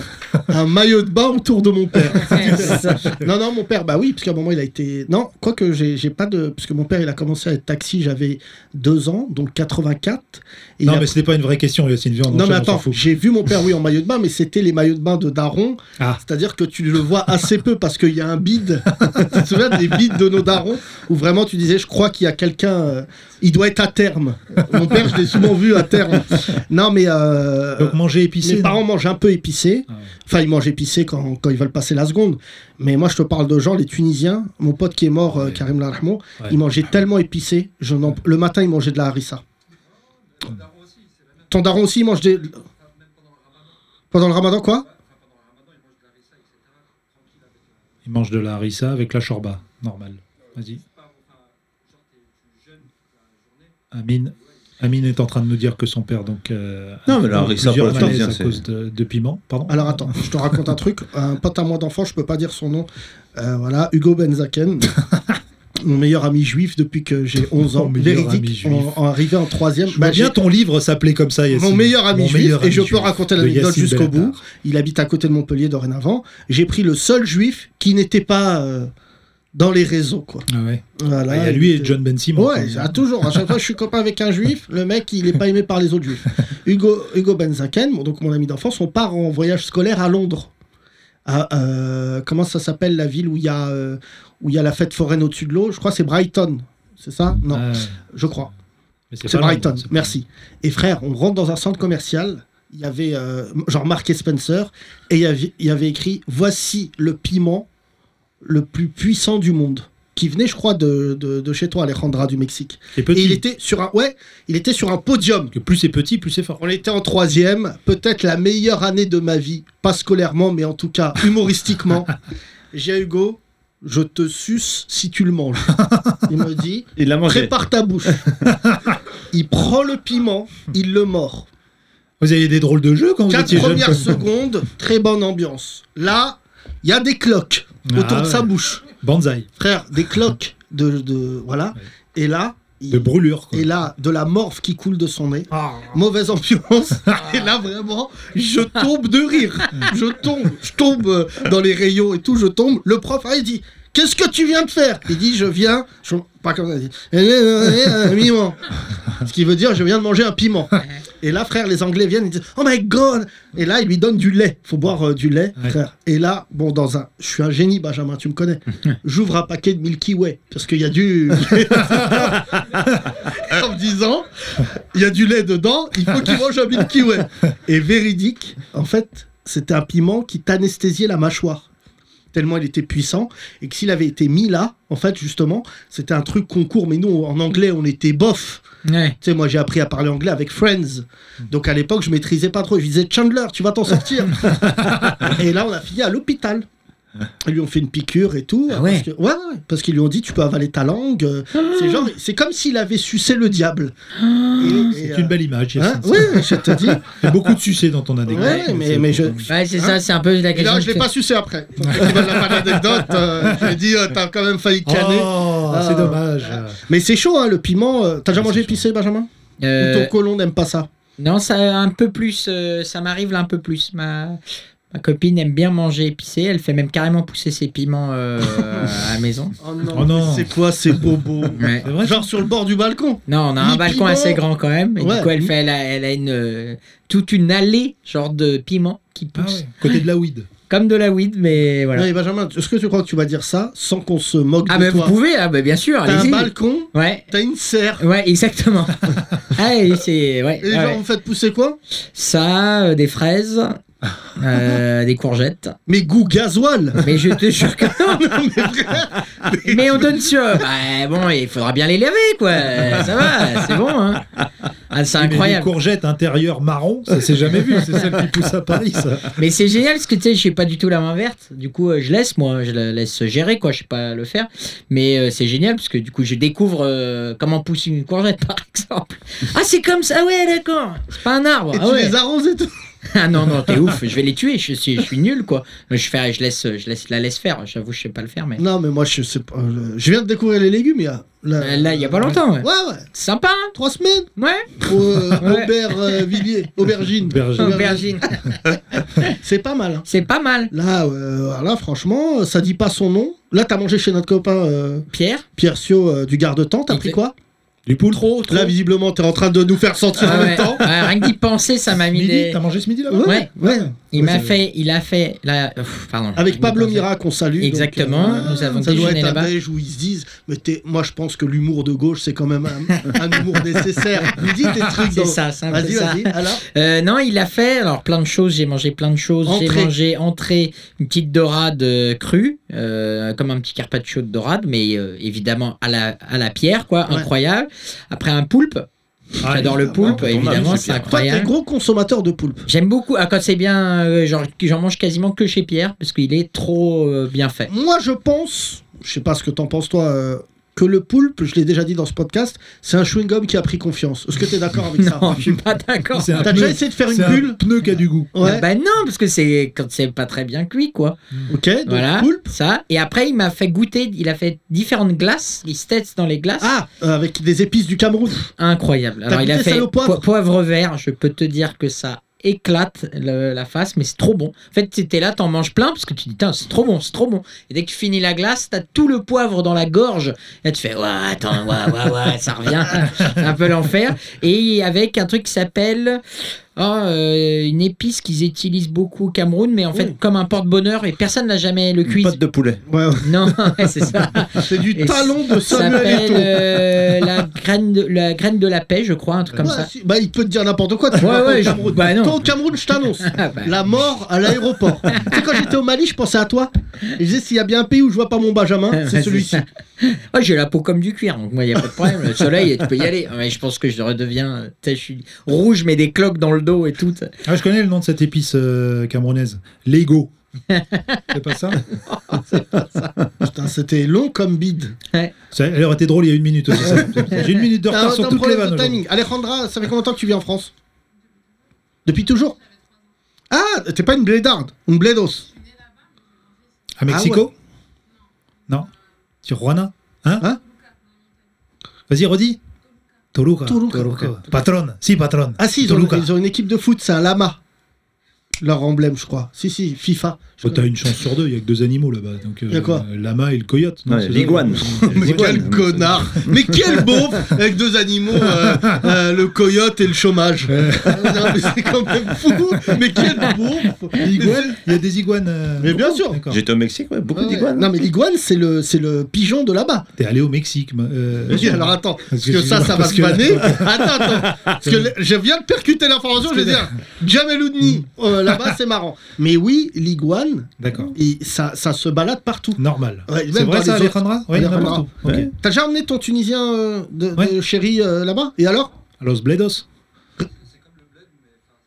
[SPEAKER 3] un maillot de bain autour de mon
[SPEAKER 5] [laughs]
[SPEAKER 3] père.
[SPEAKER 5] C'est ça.
[SPEAKER 3] non, non, mon père, bah oui, parce qu'à un moment, il a été. Non, quoique, j'ai j'ai pas de. Parce que mon père, il a commencé à être taxi, j'avais deux ans, donc 84. Et il
[SPEAKER 4] Non,
[SPEAKER 3] a-
[SPEAKER 4] mais c'était pas une vraie question, Yacine. Viens, on
[SPEAKER 3] Non
[SPEAKER 4] enchaîne,
[SPEAKER 3] mais
[SPEAKER 4] on s'en
[SPEAKER 3] attends,
[SPEAKER 4] fout.
[SPEAKER 3] j'ai vu mon père oui en maillot de bain, mais c'était les maillots de bain de Daron.
[SPEAKER 4] Ah.
[SPEAKER 3] C'est-à-dire que tu le vois assez peu parce qu'il y a un bide. [laughs] tu te souviens des bides de nos darons où vraiment tu disais je crois qu'il y a quelqu'un, euh, il doit être à terme. Mon père je l'ai souvent vu à terme. Non mais euh,
[SPEAKER 4] Donc manger
[SPEAKER 3] mes
[SPEAKER 4] épicé. non
[SPEAKER 3] parents mangent un peu épicé.
[SPEAKER 4] Ah ouais.
[SPEAKER 3] Enfin, ils mangent épicé quand, quand ils veulent passer la seconde. Mais moi, je te parle de gens, les Tunisiens. Mon pote qui est mort, euh, Karim Larhamo, il mangeait tellement épicé. Je n'en- Le matin, il mangeait de la harissa. Ton daron aussi, il mange des. Pendant le ramadan, quoi
[SPEAKER 4] Ils mangent de la harissa avec la shorba, normal. Vas-y. Amine. Amine est en train de nous dire que son père, donc. euh,
[SPEAKER 6] Non,
[SPEAKER 4] a
[SPEAKER 6] mais la
[SPEAKER 4] eu
[SPEAKER 6] harissa,
[SPEAKER 4] plusieurs
[SPEAKER 6] pour la
[SPEAKER 4] malaises
[SPEAKER 6] Tunisienne,
[SPEAKER 4] à
[SPEAKER 6] c'est-
[SPEAKER 4] cause de, de piment. Pardon
[SPEAKER 3] Alors attends, je te raconte un truc. Un pote à moi d'enfant, je peux pas dire son nom. Euh, voilà, Hugo
[SPEAKER 4] [laughs]
[SPEAKER 3] Benzaken. Mon meilleur ami juif depuis que j'ai 11 ans.
[SPEAKER 4] Mon meilleur ami
[SPEAKER 3] Véridique,
[SPEAKER 4] juif.
[SPEAKER 3] en, en arrivé en troisième.
[SPEAKER 4] Je vois
[SPEAKER 3] Bah, j'ai-
[SPEAKER 4] bien ton livre s'appelait comme ça, Yacine.
[SPEAKER 3] Mon meilleur ami juif,
[SPEAKER 4] meilleur
[SPEAKER 3] et
[SPEAKER 4] ami
[SPEAKER 3] je peux
[SPEAKER 4] juif
[SPEAKER 3] raconter
[SPEAKER 4] de
[SPEAKER 3] l'anecdote
[SPEAKER 4] Yacine
[SPEAKER 3] jusqu'au
[SPEAKER 4] Bellatar.
[SPEAKER 3] bout. il habite à côté de Montpellier dorénavant. J'ai pris le seul juif qui n'était pas euh, dans les réseaux, quoi.
[SPEAKER 4] Ah ouais.
[SPEAKER 3] Voilà,
[SPEAKER 4] Ah, il y a lui et
[SPEAKER 3] était-
[SPEAKER 4] John Ben Simon.
[SPEAKER 3] Bah, Ouais, à toujours. À chaque fois que je suis copain avec un juif, le mec, il n'est pas aimé par les
[SPEAKER 4] [laughs]
[SPEAKER 3] autres juifs. Hugo, Hugo Benzaken, mon- donc mon ami d'enfance, on part en voyage scolaire à Londres. À, euh, comment ça s'appelle la ville où il y, a, euh, où il y a la fête foraine au-dessus de l'eau Je crois que c'est Brighton. C'est ça Non,
[SPEAKER 4] Ah,
[SPEAKER 3] je crois.
[SPEAKER 4] mais
[SPEAKER 3] C'est
[SPEAKER 4] pas
[SPEAKER 3] Brighton,
[SPEAKER 4] Londres, c'est pas-
[SPEAKER 3] merci. Et frère, on rentre dans un centre commercial. Il y avait euh, genre Mark et Spencer et il y, avait, il y avait écrit Voici le piment le plus puissant du monde. Qui venait, je crois, de, de- de chez toi, Alejandra, du Mexique.
[SPEAKER 4] Et
[SPEAKER 3] Et
[SPEAKER 4] petit.
[SPEAKER 3] il était sur un, ouais, il était sur un podium.
[SPEAKER 4] Que plus c'est petit, plus c'est fort.
[SPEAKER 3] On était en troisième, peut-être la meilleure année de ma vie, pas scolairement, mais en tout cas
[SPEAKER 4] [laughs]
[SPEAKER 3] humoristiquement. J'ai Hugo, je te suce si tu le manges. Il me dit,
[SPEAKER 6] Il l'a mangé.
[SPEAKER 3] Prépare ta
[SPEAKER 4] [laughs]
[SPEAKER 3] bouche. il prend le piment, il le mord.
[SPEAKER 4] Vous aviez des drôles de jeux quand vous
[SPEAKER 3] Quatre
[SPEAKER 4] étiez jeune.
[SPEAKER 3] premières secondes, très bonne ambiance. Là, il y a des cloques autour
[SPEAKER 4] Ah
[SPEAKER 3] de sa
[SPEAKER 4] ouais.
[SPEAKER 3] bouche.
[SPEAKER 4] Banzai.
[SPEAKER 3] Frère, des cloques de, de- voilà.
[SPEAKER 4] Ouais.
[SPEAKER 3] Et là, il-
[SPEAKER 4] De brûlure. quoi.
[SPEAKER 3] et là, de la morve qui coule de son nez. Mauvaise ambiance. [laughs] et là, vraiment, je tombe de rire. Je tombe. Je tombe euh, dans les rayons et tout. Je tombe. Le prof, ah, il dit Qu'est-ce que tu viens de faire Il dit Je viens. je- pas comme ça. Il dit [laughs] Eh, eh, eh, eh, un piment. Ce qui veut dire Je viens de manger un piment. Et là, frère, les Anglais viennent. Ils disent Oh my God Et là, ils lui donnent du lait. Faut boire euh, du lait,
[SPEAKER 4] Ouais.
[SPEAKER 3] frère. Et là, bon, dans un. Je suis un génie, Benjamin, tu me connais. J'ouvre un paquet de Milky Way. Parce qu'il y a du. [laughs] en me disant, il y a du lait dedans, il faut qu'il mange un Milky Way. Et véridique, en fait, c'était un piment qui t'anesthésiait la mâchoire. Tellement il était puissant. Et que s'il avait été mis là, en fait, justement, c'était un truc concours. Mais nous, en anglais, on était bof.
[SPEAKER 5] Ouais.
[SPEAKER 3] Tu sais, moi, j'ai appris à parler anglais avec Friends. Donc, à l'époque, je maîtrisais pas trop. Je disais, Chandler, tu vas
[SPEAKER 4] [laughs]
[SPEAKER 3] t'en sortir. et là, on a fini à l'hôpital. Ils lui ont fait une piqûre et tout.
[SPEAKER 5] Ah ouais.
[SPEAKER 3] Parce que- ouais, ouais, parce qu'ils lui ont dit, tu peux avaler ta langue. Euh,
[SPEAKER 4] Ah.
[SPEAKER 3] C'est genre, c'est comme s'il avait sucé le diable. Et- et,
[SPEAKER 4] Ah. C'est
[SPEAKER 3] euh,
[SPEAKER 4] une belle image.
[SPEAKER 3] hein,
[SPEAKER 4] Yacine.
[SPEAKER 3] ouais, ouais, je te dis.
[SPEAKER 4] Il y a beaucoup de succès dans ton anecdote.
[SPEAKER 3] Ouais, mais-
[SPEAKER 4] C'est
[SPEAKER 3] mais
[SPEAKER 4] bon.
[SPEAKER 3] je-
[SPEAKER 5] Ouais, c'est
[SPEAKER 3] Hein
[SPEAKER 5] ça, c'est un peu la
[SPEAKER 3] Et
[SPEAKER 5] question.
[SPEAKER 3] là, je l'ai
[SPEAKER 5] que-
[SPEAKER 4] euh,
[SPEAKER 3] pas sucé après. Pour ceux qui veulent la bonne anecdote, euh, je lui ai dit, euh, t'as quand même failli canner.
[SPEAKER 4] Oh,
[SPEAKER 3] Ah.
[SPEAKER 4] c'est dommage.
[SPEAKER 3] Mais c'est chaud, hein, le piment. euh, T'as
[SPEAKER 4] Ah,
[SPEAKER 3] déjà mangé épicé, Benjamin
[SPEAKER 5] Euh,
[SPEAKER 3] Ou ton colon n'aime pas ça
[SPEAKER 5] Non, ça un peu plus, euh, ça m'arrive là un peu plus. Ma, ma copine aime bien manger épicé, elle fait même carrément pousser ses piments
[SPEAKER 3] [laughs]
[SPEAKER 5] euh, à la maison.
[SPEAKER 3] Oh
[SPEAKER 4] Oh non.
[SPEAKER 3] mais C'est quoi ces bobos
[SPEAKER 5] Ouais.
[SPEAKER 4] C'est vrai,
[SPEAKER 3] Genre sur le bord du balcon
[SPEAKER 5] Non, on a un
[SPEAKER 3] Les
[SPEAKER 5] balcon
[SPEAKER 3] piments-
[SPEAKER 5] assez grand quand même. Et
[SPEAKER 3] Ouais.
[SPEAKER 5] Du coup, elle fait, elle a, elle a une euh, toute une allée genre de piments qui
[SPEAKER 4] Ah
[SPEAKER 5] poussent,
[SPEAKER 4] ouais. Côté de la weed.
[SPEAKER 5] comme de la weed, mais voilà.
[SPEAKER 3] Non, mais Benjamin, est-ce que tu crois que tu vas dire ça sans qu'on se moque
[SPEAKER 5] ah
[SPEAKER 3] de
[SPEAKER 5] ben vous
[SPEAKER 3] toi
[SPEAKER 5] pouvez, ah ben bien sûr,
[SPEAKER 3] T'as un
[SPEAKER 5] allez-y.
[SPEAKER 3] balcon,
[SPEAKER 5] Ouais.
[SPEAKER 3] t'as une serre.
[SPEAKER 5] Ouais,
[SPEAKER 3] [laughs]
[SPEAKER 5] exactement. ah, et c'est ouais.
[SPEAKER 3] Et genre,
[SPEAKER 5] ouais.
[SPEAKER 3] vous faites pousser quoi
[SPEAKER 5] Ça, euh,
[SPEAKER 3] [laughs]
[SPEAKER 5] des fraises, euh, des courgettes.
[SPEAKER 3] Mais goût gasoil
[SPEAKER 5] Mais je te jure que non.
[SPEAKER 3] [laughs] Non, mais frère,
[SPEAKER 5] Mais on donne ça. Bah, bon, il faudra bien les laver, quoi. Ça va, c'est bon. Hein. Ah, c'est
[SPEAKER 4] Mais Les
[SPEAKER 5] incroyable.
[SPEAKER 4] courgettes intérieures marron, ça s'est jamais vu. C'est celle qui pousse à Paris, ça.
[SPEAKER 5] Mais c'est génial parce que tu sais, je suis pas du tout la main verte. Du coup, euh, je laisse moi, je la laisse se gérer quoi, je sais pas le faire. Mais euh, c'est génial parce que du coup, je découvre euh, comment pousse une courgette [laughs] par exemple. Ah, c'est comme ça. Ah ouais, d'accord. C'est pas un arbre.
[SPEAKER 3] Et
[SPEAKER 5] ah
[SPEAKER 3] tu
[SPEAKER 5] ouais.
[SPEAKER 3] les arroses et tout.
[SPEAKER 5] [laughs] Ah non non, t'es ouf. Je vais les tuer. Je suis je suis nul quoi. Je fais je laisse je laisse la laisse faire. J'avoue, je sais pas le faire mais
[SPEAKER 3] Non, mais moi, je sais pas. euh, Je viens de découvrir les légumes, il y a.
[SPEAKER 5] Euh, là, il y a pas longtemps. Ouais.
[SPEAKER 3] Ouais, ouais.
[SPEAKER 5] Sympa. hein
[SPEAKER 3] Trois semaines
[SPEAKER 5] ouais.
[SPEAKER 3] au euh,
[SPEAKER 5] [laughs] Ouais.
[SPEAKER 3] Aubert euh, Villiers, aubergine.
[SPEAKER 4] Aubergine.
[SPEAKER 5] Aubergine.
[SPEAKER 3] C'est pas mal. hein.
[SPEAKER 5] C'est pas mal.
[SPEAKER 3] Là, euh, là, franchement, ça dit pas son nom. Là, t'as mangé chez notre copain euh,
[SPEAKER 5] Pierre.
[SPEAKER 3] Pierre Sio euh, du garde-temps. T'as
[SPEAKER 5] Il
[SPEAKER 3] pris
[SPEAKER 5] fait-
[SPEAKER 3] quoi
[SPEAKER 4] Du poule.
[SPEAKER 5] Trop trop.
[SPEAKER 3] Là, visiblement, t'es en train de nous faire sentir
[SPEAKER 5] Ah
[SPEAKER 3] en
[SPEAKER 5] ouais.
[SPEAKER 3] même temps.
[SPEAKER 5] Ouais, rien que d'y penser, ça m'a mis
[SPEAKER 4] Midi,
[SPEAKER 5] des.
[SPEAKER 4] t'as mangé ce midi là
[SPEAKER 3] Ouais,
[SPEAKER 5] Ouais.
[SPEAKER 3] ouais.
[SPEAKER 5] Il
[SPEAKER 3] Ouais,
[SPEAKER 5] m'a
[SPEAKER 3] ça-
[SPEAKER 5] fait, il a fait la. Ouf, pardon.
[SPEAKER 3] Avec Pablo
[SPEAKER 5] Mira
[SPEAKER 3] Mira qu'on salue. donc, euh,
[SPEAKER 5] Exactement, nous avons
[SPEAKER 3] Ça doit
[SPEAKER 5] déjeuné
[SPEAKER 3] être un
[SPEAKER 5] là-bas.
[SPEAKER 3] déj où ils se disent, mais t'es- moi je pense que l'humour de gauche c'est quand même un, un
[SPEAKER 5] [laughs]
[SPEAKER 3] humour nécessaire. Vous dites des trucs.
[SPEAKER 5] Ah, C'est
[SPEAKER 3] dans-
[SPEAKER 5] ça, c'est un peu
[SPEAKER 3] Vas-y,
[SPEAKER 5] ça.
[SPEAKER 3] vas-y.
[SPEAKER 5] [laughs]
[SPEAKER 3] Alors,
[SPEAKER 5] Euh, non, il a fait alors plein de choses. J'ai mangé plein de choses. J'ai
[SPEAKER 3] Entrée.
[SPEAKER 5] mangé entrée, une petite dorade euh, crue, euh, comme un petit carpaccio de dorade, mais euh, évidemment à la, à la pierre, quoi,
[SPEAKER 3] Ouais. Ah,
[SPEAKER 5] incroyable. Après un poulpe, j'adore le poulpe,
[SPEAKER 6] ouais,
[SPEAKER 5] évidemment,
[SPEAKER 6] dommage,
[SPEAKER 5] c'est
[SPEAKER 6] c'est
[SPEAKER 3] toi t'es
[SPEAKER 5] incroyable.
[SPEAKER 3] gros consommateur de poulpe.
[SPEAKER 5] J'aime beaucoup, ah, quand c'est bien, euh, genre, j'en mange quasiment que chez Pierre, parce qu'il est trop euh, bien fait.
[SPEAKER 3] Moi je pense, je sais pas ce que t'en penses toi, euh, que le poulpe, je l'ai déjà dit dans ce podcast, c'est un chewing-gum qui a pris confiance. Est-ce que t'es d'accord avec ça
[SPEAKER 5] [laughs] Non, je suis pas d'accord.
[SPEAKER 4] C'est un
[SPEAKER 3] T'as
[SPEAKER 4] pneu-
[SPEAKER 3] déjà essayé de faire
[SPEAKER 4] c'est
[SPEAKER 3] une
[SPEAKER 4] un
[SPEAKER 3] bulle
[SPEAKER 4] pneu qui a du goût.
[SPEAKER 3] Ouais.
[SPEAKER 5] Bah non, parce que c'est quand c'est pas très bien cuit, quoi.
[SPEAKER 3] Ok, donc
[SPEAKER 5] Voilà,
[SPEAKER 3] poulpe.
[SPEAKER 5] ça. Et après, il m'a fait goûter, il a fait différentes glaces, il se teste dans les glaces.
[SPEAKER 3] Ah, euh, avec des épices du Cameroun.
[SPEAKER 5] Incroyable. Alors, il a
[SPEAKER 3] goûté
[SPEAKER 5] fait
[SPEAKER 3] celle au poivre
[SPEAKER 5] po- poivre vert, je peux te dire que ça éclate le- la face, mais c'est trop bon. En fait, t'es là, t'en manges plein, parce que tu dis, Tain, c'est trop bon, c'est trop bon. Et dès que tu finis la glace, t'as tout le poivre dans la gorge. Et tu fais, ouais, attends, ouais, ouais, ouais, ça revient. [laughs] C'est un peu l'enfer. Et avec un truc qui s'appelle. ah, euh, une épice qu'ils utilisent beaucoup au Cameroun, mais en fait,
[SPEAKER 3] Ouh.
[SPEAKER 5] comme un porte-bonheur, et personne n'a jamais le
[SPEAKER 6] Une
[SPEAKER 5] cuit.
[SPEAKER 6] pâte de poulet.
[SPEAKER 3] Ouais,
[SPEAKER 5] [laughs]
[SPEAKER 3] ouais.
[SPEAKER 5] Non, ouais,
[SPEAKER 3] [laughs]
[SPEAKER 5] c'est ça.
[SPEAKER 3] c'est du
[SPEAKER 5] Et
[SPEAKER 3] talon de
[SPEAKER 5] Ça
[SPEAKER 3] Samuel
[SPEAKER 5] s'appelle
[SPEAKER 3] Eto'o.
[SPEAKER 5] euh, la, graine de, la graine de la paix, je crois, un truc comme
[SPEAKER 3] Ouais,
[SPEAKER 5] ça.
[SPEAKER 3] si- Bah, il peut te dire n'importe quoi. tu
[SPEAKER 5] Ouais,
[SPEAKER 3] vas pas
[SPEAKER 5] ouais,
[SPEAKER 3] au
[SPEAKER 5] je-
[SPEAKER 3] Cameroun.
[SPEAKER 5] bah non.
[SPEAKER 3] Toi, au Cameroun, je t'annonce.
[SPEAKER 5] Ah bah,
[SPEAKER 3] La mort à
[SPEAKER 5] [laughs]
[SPEAKER 3] l'aéroport. tu sais, quand j'étais au Mali, je pensais à toi. Et je disais, s'il y a bien un pays où je vois pas mon Benjamin, c'est
[SPEAKER 5] ouais,
[SPEAKER 3] celui-ci.
[SPEAKER 5] ça. Ouais, j'ai la peau comme du cuir, donc moi, il n'y a pas de problème. Le soleil, tu peux y aller. Mais je pense que je redeviens. euh, tu sais, Je suis rouge, mais des cloques dans le dos et tout.
[SPEAKER 4] Ah, je connais le nom de cette épice euh, camerounaise.
[SPEAKER 5] [laughs]
[SPEAKER 4] Lego. C'est pas ça
[SPEAKER 3] Putain, c'était long comme bide.
[SPEAKER 4] Ça- Elle aurait été drôle il y a une minute aussi.
[SPEAKER 3] [laughs]
[SPEAKER 4] ça. J'ai une minute de
[SPEAKER 3] T'as un,
[SPEAKER 4] retard
[SPEAKER 3] t'as
[SPEAKER 4] sur
[SPEAKER 3] un
[SPEAKER 4] toutes les
[SPEAKER 3] problème
[SPEAKER 4] vannes.
[SPEAKER 3] de timing. Alejandra, ça fait combien de temps que tu vis en France Depuis toujours Ah, t'es pas une blédarde, une blédos.
[SPEAKER 4] aujourd'hui. À Mexico Non Tijuana Hein,
[SPEAKER 3] Ah Hein
[SPEAKER 4] Vas-y, redis. Toluca.
[SPEAKER 3] Toluca.
[SPEAKER 4] Patronne. Si, patronne.
[SPEAKER 3] Ah si, ils ont,
[SPEAKER 4] Toluca.
[SPEAKER 3] ils ont une équipe de foot, c'est un lama. Leur emblème, je crois. Si, si, FIFA. Je
[SPEAKER 4] Bah, T'as une chance sur deux, il y a que deux animaux là-bas. Donc, euh,
[SPEAKER 3] Y a quoi
[SPEAKER 4] le Lama et le coyote.
[SPEAKER 6] Ouais,
[SPEAKER 4] c'est
[SPEAKER 6] l'iguane.
[SPEAKER 4] ça
[SPEAKER 3] [laughs] Mais quel connard Mais quel beauf Avec deux animaux, euh, euh, le coyote et le chômage. Non, mais c'est quand même fou Mais quel beauf
[SPEAKER 4] L'iguane,
[SPEAKER 3] [laughs]
[SPEAKER 4] Il y a des iguanes. euh,
[SPEAKER 3] Mais bien sûr.
[SPEAKER 4] D'accord.
[SPEAKER 6] J'étais au Mexique, ouais, beaucoup
[SPEAKER 3] Ouais, ouais.
[SPEAKER 6] d'iguanes.
[SPEAKER 3] Non mais l'iguane c'est le c'est le pigeon de là-bas.
[SPEAKER 4] T'es allé au Mexique. ma- euh,
[SPEAKER 3] Ok, alors attends, parce que,
[SPEAKER 4] que
[SPEAKER 3] ça
[SPEAKER 4] tu-
[SPEAKER 3] ça va
[SPEAKER 4] parce
[SPEAKER 3] se
[SPEAKER 4] que-
[SPEAKER 3] vanner. Attends attends, parce que le- je viens de percuter l'information, je vais dire Jameloudni euh, là-bas c'est marrant. Mais oui, l'iguane,
[SPEAKER 4] [laughs] D'accord.
[SPEAKER 3] il- ça ça se balade partout.
[SPEAKER 4] Normal.
[SPEAKER 3] Ouais,
[SPEAKER 4] c'est
[SPEAKER 3] même
[SPEAKER 4] vrai
[SPEAKER 3] dans
[SPEAKER 4] ça,
[SPEAKER 3] les autres-
[SPEAKER 4] Alejandra Oui, il y en a
[SPEAKER 3] Alejandra.
[SPEAKER 4] partout. Ok.
[SPEAKER 6] Ouais.
[SPEAKER 3] T'as déjà emmené ton Tunisien euh, de, de
[SPEAKER 4] Ouais.
[SPEAKER 3] chéri euh, là-bas Et alors
[SPEAKER 4] À Los Bledos.
[SPEAKER 3] Et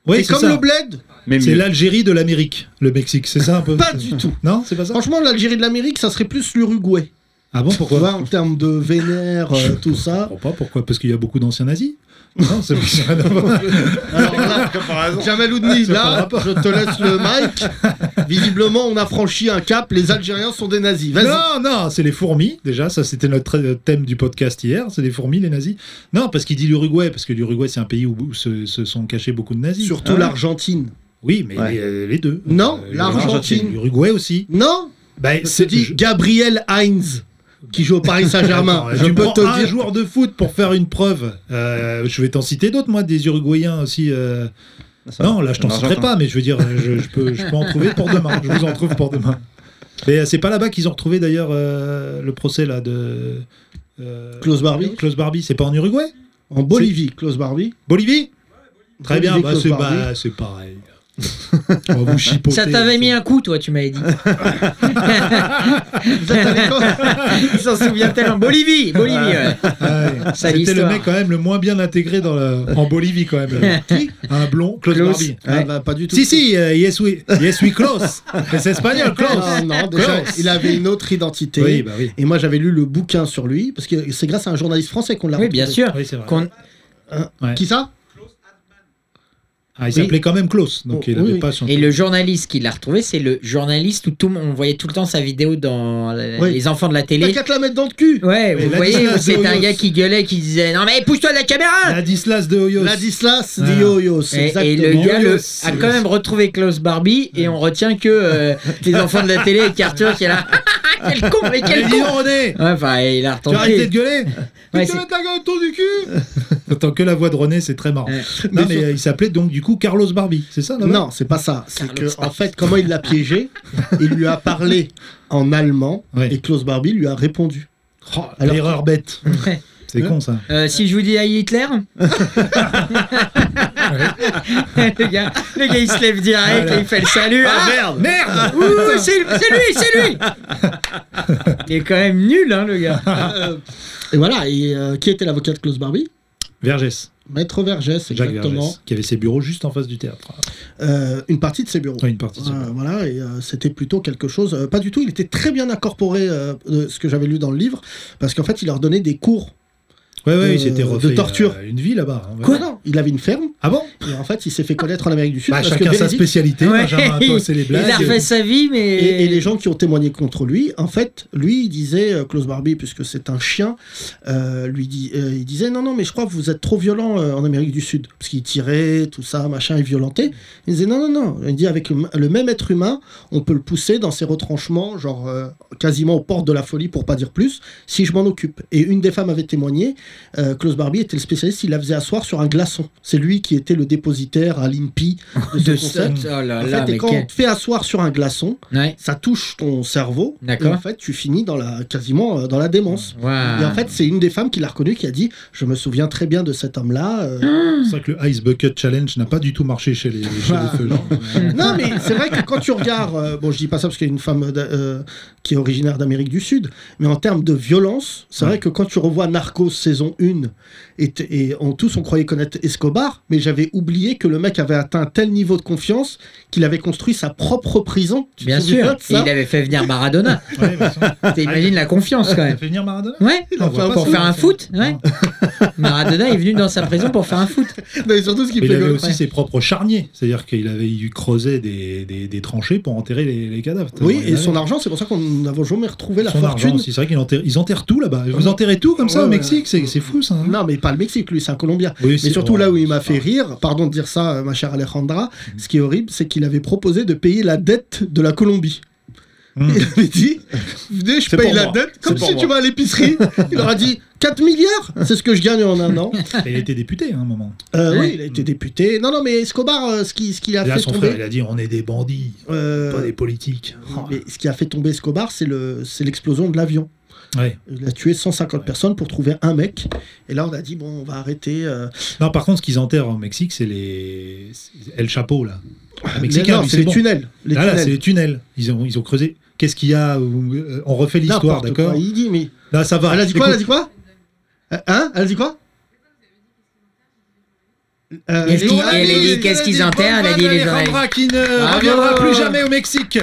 [SPEAKER 4] Oui, c'est
[SPEAKER 3] comme
[SPEAKER 4] ça.
[SPEAKER 3] le bled
[SPEAKER 6] Mais
[SPEAKER 4] C'est
[SPEAKER 6] mieux.
[SPEAKER 4] l'Algérie de l'Amérique, le Mexique, c'est ça un peu
[SPEAKER 3] Pas du tout.
[SPEAKER 4] Non, c'est pas ça
[SPEAKER 3] Franchement, l'Algérie de l'Amérique, ça serait plus l'Uruguay.
[SPEAKER 4] Ah bon,
[SPEAKER 3] Tu vois,
[SPEAKER 4] pourquoi
[SPEAKER 3] en termes de
[SPEAKER 4] [laughs]
[SPEAKER 3] vénère, euh, tout ça.
[SPEAKER 4] Je comprends pas pourquoi, parce qu'il y a beaucoup d'anciens nazis. Non, c'est ça n'a pas-
[SPEAKER 3] Alors
[SPEAKER 4] [laughs]
[SPEAKER 3] là, Jamel Oudni, là, je te laisse le mic. Visiblement, on a franchi un cap. Les Algériens sont des nazis. Vas-y.
[SPEAKER 4] Non, non, c'est les fourmis, déjà, ça c'était notre euh, thème du podcast hier, c'est les fourmis, les nazis. Non, parce qu'il dit l'Uruguay, parce que l'Uruguay c'est un pays où se, se sont cachés beaucoup de nazis. Hein
[SPEAKER 3] Surtout l'Argentine.
[SPEAKER 4] Oui, mais
[SPEAKER 6] Ouais.
[SPEAKER 4] les, euh, les deux.
[SPEAKER 3] Non,
[SPEAKER 4] Euh,
[SPEAKER 3] l'Argentine.
[SPEAKER 4] L'Uruguay aussi.
[SPEAKER 3] Non
[SPEAKER 4] Bah,
[SPEAKER 3] C'est dit
[SPEAKER 4] je-
[SPEAKER 3] Gabriel Heinz, qui joue
[SPEAKER 4] [laughs]
[SPEAKER 3] au Paris Saint-Germain.
[SPEAKER 4] Attends,
[SPEAKER 3] je
[SPEAKER 4] tu
[SPEAKER 3] peux
[SPEAKER 4] prends
[SPEAKER 3] te
[SPEAKER 4] un
[SPEAKER 3] dire.
[SPEAKER 4] joueur de foot pour faire une preuve. Euh, je vais t'en citer d'autres, moi, des Uruguayens aussi. euh.
[SPEAKER 6] Ça va.
[SPEAKER 4] Non, là, je t'en
[SPEAKER 6] Un
[SPEAKER 4] citerai
[SPEAKER 6] Argentin.
[SPEAKER 4] pas, mais je veux dire, euh, je, je peux, je peux en trouver pour demain. Je vous en trouve pour demain. Mais euh, c'est pas là-bas qu'ils ont retrouvé d'ailleurs euh, le procès là de. euh,
[SPEAKER 3] Klaus Barbie
[SPEAKER 4] Klaus Barbie, c'est pas en Uruguay
[SPEAKER 3] En Bolivie, Klaus Barbie.
[SPEAKER 4] Bolivie Très bien,
[SPEAKER 3] Bolivie,
[SPEAKER 4] bah,
[SPEAKER 3] Klaus
[SPEAKER 4] c'est
[SPEAKER 3] Barbie.
[SPEAKER 4] bah, c'est pareil. [laughs] On va vous chipoter.
[SPEAKER 5] Ça t'avait mis un coup, toi, tu m'avais dit. Il s'en souvient tellement. Bolivie, Bolivie, ouais.
[SPEAKER 4] Ouais.
[SPEAKER 5] Sale
[SPEAKER 4] C'était le
[SPEAKER 5] histoire.
[SPEAKER 4] mec quand même le moins bien intégré dans la- en Bolivie quand même.
[SPEAKER 5] [laughs]
[SPEAKER 4] le- Qui Un blond, Klaus
[SPEAKER 5] Klaus.
[SPEAKER 4] Barbie.
[SPEAKER 3] Ah, bah, pas du tout.
[SPEAKER 4] Si si, euh, yes we, yes we Klaus. Mais c'est espagnol, Klaus.
[SPEAKER 3] Non, Ah, non, déjà,
[SPEAKER 4] Klaus.
[SPEAKER 3] il avait une autre identité.
[SPEAKER 4] Oui, bah oui.
[SPEAKER 3] Et moi, j'avais lu le bouquin sur lui, parce que c'est grâce à un journaliste français qu'on l'a
[SPEAKER 5] Oui,
[SPEAKER 3] retrouvé.
[SPEAKER 5] bien sûr.
[SPEAKER 4] Oui, c'est vrai.
[SPEAKER 5] Qu'on-
[SPEAKER 3] Qui ça
[SPEAKER 4] Ah, il
[SPEAKER 3] Oui.
[SPEAKER 4] s'appelait quand même Klaus, donc
[SPEAKER 3] Oh,
[SPEAKER 4] il n'avait
[SPEAKER 3] oui,
[SPEAKER 4] pas son.
[SPEAKER 5] Et le journaliste qui l'a retrouvé, c'est le journaliste où tout, le monde- on voyait tout le temps sa vidéo dans la-
[SPEAKER 3] Oui.
[SPEAKER 5] les enfants de la
[SPEAKER 3] T'as
[SPEAKER 5] télé.
[SPEAKER 3] qu'à te la mettre dans le cul
[SPEAKER 5] Ouais,
[SPEAKER 4] Mais
[SPEAKER 5] vous
[SPEAKER 4] la
[SPEAKER 5] voyez,
[SPEAKER 4] Disney,
[SPEAKER 5] c'est un
[SPEAKER 4] Hoyos.
[SPEAKER 5] gars qui gueulait, qui disait Non, mais pousse-toi de la caméra
[SPEAKER 4] Ladislas de Hoyos.
[SPEAKER 3] Ladislas
[SPEAKER 4] Ah.
[SPEAKER 3] Dioyos,
[SPEAKER 5] et,
[SPEAKER 3] exactement.
[SPEAKER 5] et le gars le-
[SPEAKER 4] Hoyos.
[SPEAKER 5] a quand même retrouvé Klaus Barbie, et on retient que euh, les enfants de la télé et Arthur qui est là. quel con, mais
[SPEAKER 4] Mais
[SPEAKER 5] quel
[SPEAKER 4] dis
[SPEAKER 5] con
[SPEAKER 4] donc, René,
[SPEAKER 5] Ouais, enfin, il a
[SPEAKER 4] tu as arrêté de gueuler
[SPEAKER 5] retenté. Ouais,
[SPEAKER 4] Tu te
[SPEAKER 5] c'est-
[SPEAKER 4] mets ta gueule autour du cul Tant que la voix de René, c'est très marrant.
[SPEAKER 5] Ouais.
[SPEAKER 4] Non, mais
[SPEAKER 3] Mais
[SPEAKER 4] euh, il s'appelait donc du coup Carlos Barbie, c'est ça là-bas
[SPEAKER 3] Non, c'est pas ça. C'est
[SPEAKER 5] Carlos
[SPEAKER 3] que, en fait, comment il l'a piégé Il lui a parlé en allemand
[SPEAKER 4] Ouais.
[SPEAKER 3] et Klaus Barbie lui a répondu.
[SPEAKER 4] Oh,
[SPEAKER 3] Alors-
[SPEAKER 4] L'erreur bête. C'est con ça.
[SPEAKER 5] Euh, si je vous dis Heil Hitler [laughs] le, gars, le gars, il se lève direct
[SPEAKER 4] Voilà.
[SPEAKER 5] et il fait le salut. Ah,
[SPEAKER 4] merde Merde
[SPEAKER 5] ouh, c'est c'est lui, c'est lui [laughs] Il est quand même nul, hein, le gars.
[SPEAKER 3] Euh, et voilà, et euh, qui était l'avocat de Klaus Barbie
[SPEAKER 4] Vergès,
[SPEAKER 3] Maître Vergès,
[SPEAKER 4] Jacques
[SPEAKER 3] exactement.
[SPEAKER 4] Vergès, qui avait ses bureaux juste en face du théâtre.
[SPEAKER 3] Euh, une partie de ses bureaux.
[SPEAKER 4] Enfin, une partie de ses
[SPEAKER 3] Euh,
[SPEAKER 4] bureaux.
[SPEAKER 3] voilà, et euh, c'était plutôt quelque chose. euh, pas du tout, il était très bien incorporé, euh, de ce que j'avais lu dans le livre, parce qu'en fait, il leur donnait des cours.
[SPEAKER 4] Ouais, ouais,
[SPEAKER 3] de-
[SPEAKER 4] il s'était
[SPEAKER 3] de
[SPEAKER 4] refait
[SPEAKER 3] torture.
[SPEAKER 4] euh, une vie là-bas. hein, ouais.
[SPEAKER 3] Quoi non, Il avait une ferme,
[SPEAKER 4] Ah bon
[SPEAKER 3] et en fait, il s'est fait connaître en Amérique du Sud.
[SPEAKER 4] bah,
[SPEAKER 3] parce
[SPEAKER 4] Chacun
[SPEAKER 3] que
[SPEAKER 4] sa
[SPEAKER 3] Benedict-
[SPEAKER 4] spécialité.
[SPEAKER 5] Ouais.
[SPEAKER 4] Benjamin, toi, c'est les
[SPEAKER 5] Il a
[SPEAKER 4] blagues.
[SPEAKER 5] refait sa vie, mais.
[SPEAKER 3] Et, et les gens qui ont témoigné contre lui, en fait, lui, il disait, euh, Klaus Barbie, puisque c'est un chien, euh, lui dit, euh, il disait Non, non, mais je crois que vous êtes trop violent euh, en Amérique du Sud. Parce qu'il tirait, tout ça, machin, il violentait. Il disait Non, non, non. Il dit Avec le, m- le même être humain, on peut le pousser dans ses retranchements, genre euh, quasiment aux portes de la folie, pour pas dire plus, si je m'en occupe. Et une des femmes avait témoigné euh, Klaus Barbie était le spécialiste, il la faisait asseoir sur un glaçon. C'est lui qui était le dépositaire à l'INPI [laughs] de ce
[SPEAKER 5] de ça.
[SPEAKER 3] concept.
[SPEAKER 5] Oh là
[SPEAKER 3] En
[SPEAKER 5] là,
[SPEAKER 3] fait, et
[SPEAKER 5] mais
[SPEAKER 3] quand
[SPEAKER 5] quel-
[SPEAKER 3] on te fait asseoir sur un glaçon,
[SPEAKER 5] Ouais.
[SPEAKER 3] ça touche ton cerveau. Et
[SPEAKER 5] D'accord. Ah.
[SPEAKER 3] en fait, tu finis dans la, quasiment euh, dans la démence.
[SPEAKER 5] Waouh.
[SPEAKER 3] Et en fait, c'est une des femmes qui l'a reconnu qui a dit Je me souviens très bien de cet homme-là. euh.
[SPEAKER 4] C'est vrai que le Ice Bucket Challenge n'a pas du tout marché chez les, chez
[SPEAKER 3] Bah,
[SPEAKER 4] les feux.
[SPEAKER 3] non. non, mais c'est vrai que quand tu regardes, euh, bon, je dis pas ça parce qu'il y a une femme d'a- euh, qui est originaire d'Amérique du Sud, mais en termes de violence, c'est
[SPEAKER 4] Ouais.
[SPEAKER 3] vrai que quand tu revois Narcos saison 1, et, t- et on, tous on croyait connaître Escobar, mais j'avais oublié que le mec avait atteint un tel niveau de confiance qu'il avait construit sa propre prison. Tu te
[SPEAKER 5] Bien
[SPEAKER 3] souviens
[SPEAKER 5] sûr.
[SPEAKER 3] de
[SPEAKER 5] Et
[SPEAKER 3] ça
[SPEAKER 5] il avait fait venir
[SPEAKER 4] [laughs]
[SPEAKER 5] Maradona.
[SPEAKER 4] Ouais, mais ça,
[SPEAKER 5] T'imagines la confiance, quand
[SPEAKER 4] ça [laughs]
[SPEAKER 5] même.
[SPEAKER 4] fait venir Maradona
[SPEAKER 5] Ouais,
[SPEAKER 4] en voit Ah, pas
[SPEAKER 5] pour
[SPEAKER 4] ça.
[SPEAKER 5] faire un foot.
[SPEAKER 4] [laughs]
[SPEAKER 5] Ouais. Maradona est venu dans sa prison pour faire un foot.
[SPEAKER 3] Mais surtout ce qui
[SPEAKER 4] Mais il
[SPEAKER 3] fait
[SPEAKER 4] avait
[SPEAKER 3] le-
[SPEAKER 4] aussi ses propres charniers, c'est-à-dire qu'il avait il creusait des, des, des tranchées pour enterrer les, les cadavres.
[SPEAKER 3] Oui,
[SPEAKER 4] Il
[SPEAKER 3] et
[SPEAKER 4] avait
[SPEAKER 3] son argent, c'est pour ça qu'on n'avons jamais retrouvé la
[SPEAKER 4] son argent
[SPEAKER 3] fortune.
[SPEAKER 4] aussi. C'est vrai qu'ils enterrent, ils enterrent tout là-bas. Vous enterrez tout comme ça
[SPEAKER 3] Ouais,
[SPEAKER 4] au
[SPEAKER 3] ouais.
[SPEAKER 4] Mexique, c'est c'est fou ça. hein.
[SPEAKER 3] Non, mais pas le Mexique, lui, c'est un Colombien.
[SPEAKER 4] Oui,
[SPEAKER 3] Mais
[SPEAKER 4] c'est-
[SPEAKER 3] surtout
[SPEAKER 4] bon,
[SPEAKER 3] là où il m'a
[SPEAKER 4] c'est Mm.
[SPEAKER 3] fait
[SPEAKER 4] pas-
[SPEAKER 3] rire, pardon de dire ça, euh, ma chère Alejandra, ce qui est horrible, c'est qu'il avait proposé de payer la dette de la Colombie.
[SPEAKER 4] Mm.
[SPEAKER 3] Il
[SPEAKER 4] [laughs]
[SPEAKER 3] avait dit, venez, je
[SPEAKER 6] C'est
[SPEAKER 3] paye
[SPEAKER 6] pour
[SPEAKER 3] la
[SPEAKER 6] moi.
[SPEAKER 3] dette, comme
[SPEAKER 6] C'est
[SPEAKER 3] si
[SPEAKER 6] pour
[SPEAKER 3] tu vas à l'épicerie. Il leur a dit 4 milliards, c'est ce que je gagne en un an.
[SPEAKER 4] Et Ah, Il était député hein, à un moment.
[SPEAKER 3] Euh,
[SPEAKER 5] Ouais.
[SPEAKER 3] Oui, il a été député. Non, non, mais Escobar, euh, ce qui- ce qu'il a
[SPEAKER 4] Et là,
[SPEAKER 3] fait
[SPEAKER 4] son frère,
[SPEAKER 3] tomber.
[SPEAKER 4] il a dit on est des bandits,
[SPEAKER 3] euh,
[SPEAKER 4] pas des politiques. Oh,
[SPEAKER 3] mais ce qui a fait tomber Escobar, c'est le- c'est l'explosion de l'avion.
[SPEAKER 4] ouais.
[SPEAKER 3] Il a tué 150
[SPEAKER 4] Ouais.
[SPEAKER 3] personnes pour trouver un mec. Et là, on a dit, bon, on va arrêter. euh,
[SPEAKER 4] Oh. Non, par contre, ce qu'ils enterrent au Mexique, c'est les c'est El Chapo là. Les
[SPEAKER 3] les-
[SPEAKER 4] Mexicains,
[SPEAKER 3] Ah, non,
[SPEAKER 4] lui,
[SPEAKER 3] c'est
[SPEAKER 4] Ah, c'est
[SPEAKER 3] les
[SPEAKER 4] bon. Ah,
[SPEAKER 3] tunnels. Les
[SPEAKER 4] Là, là,
[SPEAKER 3] tunnels.
[SPEAKER 4] c'est les tunnels. Ils ont ils ont creusé. Qu'est-ce qu'il y a où- euh, On refait l'histoire,
[SPEAKER 3] N'importe
[SPEAKER 4] d'accord Ah,
[SPEAKER 3] quoi. Il dit, mais.
[SPEAKER 4] Là, ça va.
[SPEAKER 3] elle a dit quoi Elle a
[SPEAKER 4] Écoute,
[SPEAKER 3] dit quoi Euh, Hein Elle a dit quoi Euh,
[SPEAKER 5] Qu'est-ce
[SPEAKER 3] les-
[SPEAKER 5] qu'il-
[SPEAKER 3] Ah,
[SPEAKER 5] elle a
[SPEAKER 3] les-
[SPEAKER 5] dit qu'est-ce qu'ils enterrent, elle a dit
[SPEAKER 4] Bonne
[SPEAKER 5] les
[SPEAKER 4] vanne,
[SPEAKER 5] oreilles.
[SPEAKER 4] Alejandra qui ne
[SPEAKER 5] Bravo.
[SPEAKER 4] reviendra plus jamais au Mexique.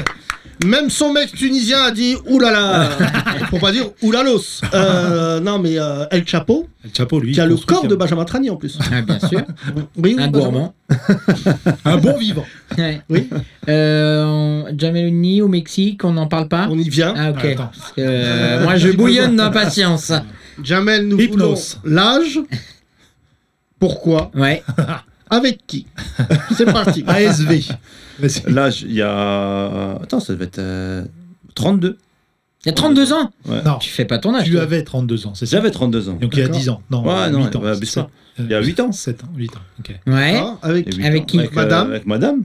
[SPEAKER 3] Même son mec tunisien a dit
[SPEAKER 4] [laughs]
[SPEAKER 3] oulala Pour pas dire oulalos Euh, Non, mais euh, El Chapo,
[SPEAKER 4] El Chapo, lui,
[SPEAKER 3] qui a
[SPEAKER 4] il
[SPEAKER 3] le
[SPEAKER 4] construit
[SPEAKER 3] corps de Benjamin Trani en plus.
[SPEAKER 5] Ah, bien sûr.
[SPEAKER 3] Oui, oui,
[SPEAKER 5] Un
[SPEAKER 3] Benjamin.
[SPEAKER 5] gourmand.
[SPEAKER 4] un bon vivant.
[SPEAKER 5] Ouais.
[SPEAKER 3] Oui.
[SPEAKER 5] Euh, on- Jamel Uni au Mexique, on n'en parle pas
[SPEAKER 3] On y vient.
[SPEAKER 5] Ah, ok.
[SPEAKER 4] Attends. [laughs]
[SPEAKER 5] Euh, moi, je bouillonne d'impatience.
[SPEAKER 3] Jamel, nous voulons
[SPEAKER 4] Hypnose.
[SPEAKER 3] l'âge. Pourquoi
[SPEAKER 5] Ouais.
[SPEAKER 3] Avec qui C'est parti.
[SPEAKER 4] ASV. [laughs] Vas-y.
[SPEAKER 6] L'âge, il y a. Attends, ça devait être. euh, 32.
[SPEAKER 5] Il y a 32 ans
[SPEAKER 4] Non,
[SPEAKER 5] Tu fais pas ton âge.
[SPEAKER 4] tu
[SPEAKER 5] toi.
[SPEAKER 4] avais 32 ans, c'est ça
[SPEAKER 6] J'avais 32 ans.
[SPEAKER 4] Donc il y a
[SPEAKER 3] D'accord.
[SPEAKER 4] 10 ans. Non,
[SPEAKER 6] Ouais,
[SPEAKER 4] 8
[SPEAKER 6] non,
[SPEAKER 4] ans.
[SPEAKER 6] bah,
[SPEAKER 4] c'est
[SPEAKER 6] bah,
[SPEAKER 4] ça.
[SPEAKER 6] Il y a 8 ans.
[SPEAKER 4] 7 ans, 8 ans. Ok.
[SPEAKER 5] Ouais.
[SPEAKER 3] Ah, avec
[SPEAKER 6] Il y a huit
[SPEAKER 5] Avec
[SPEAKER 6] ans.
[SPEAKER 5] qui
[SPEAKER 3] Madame
[SPEAKER 6] Avec madame.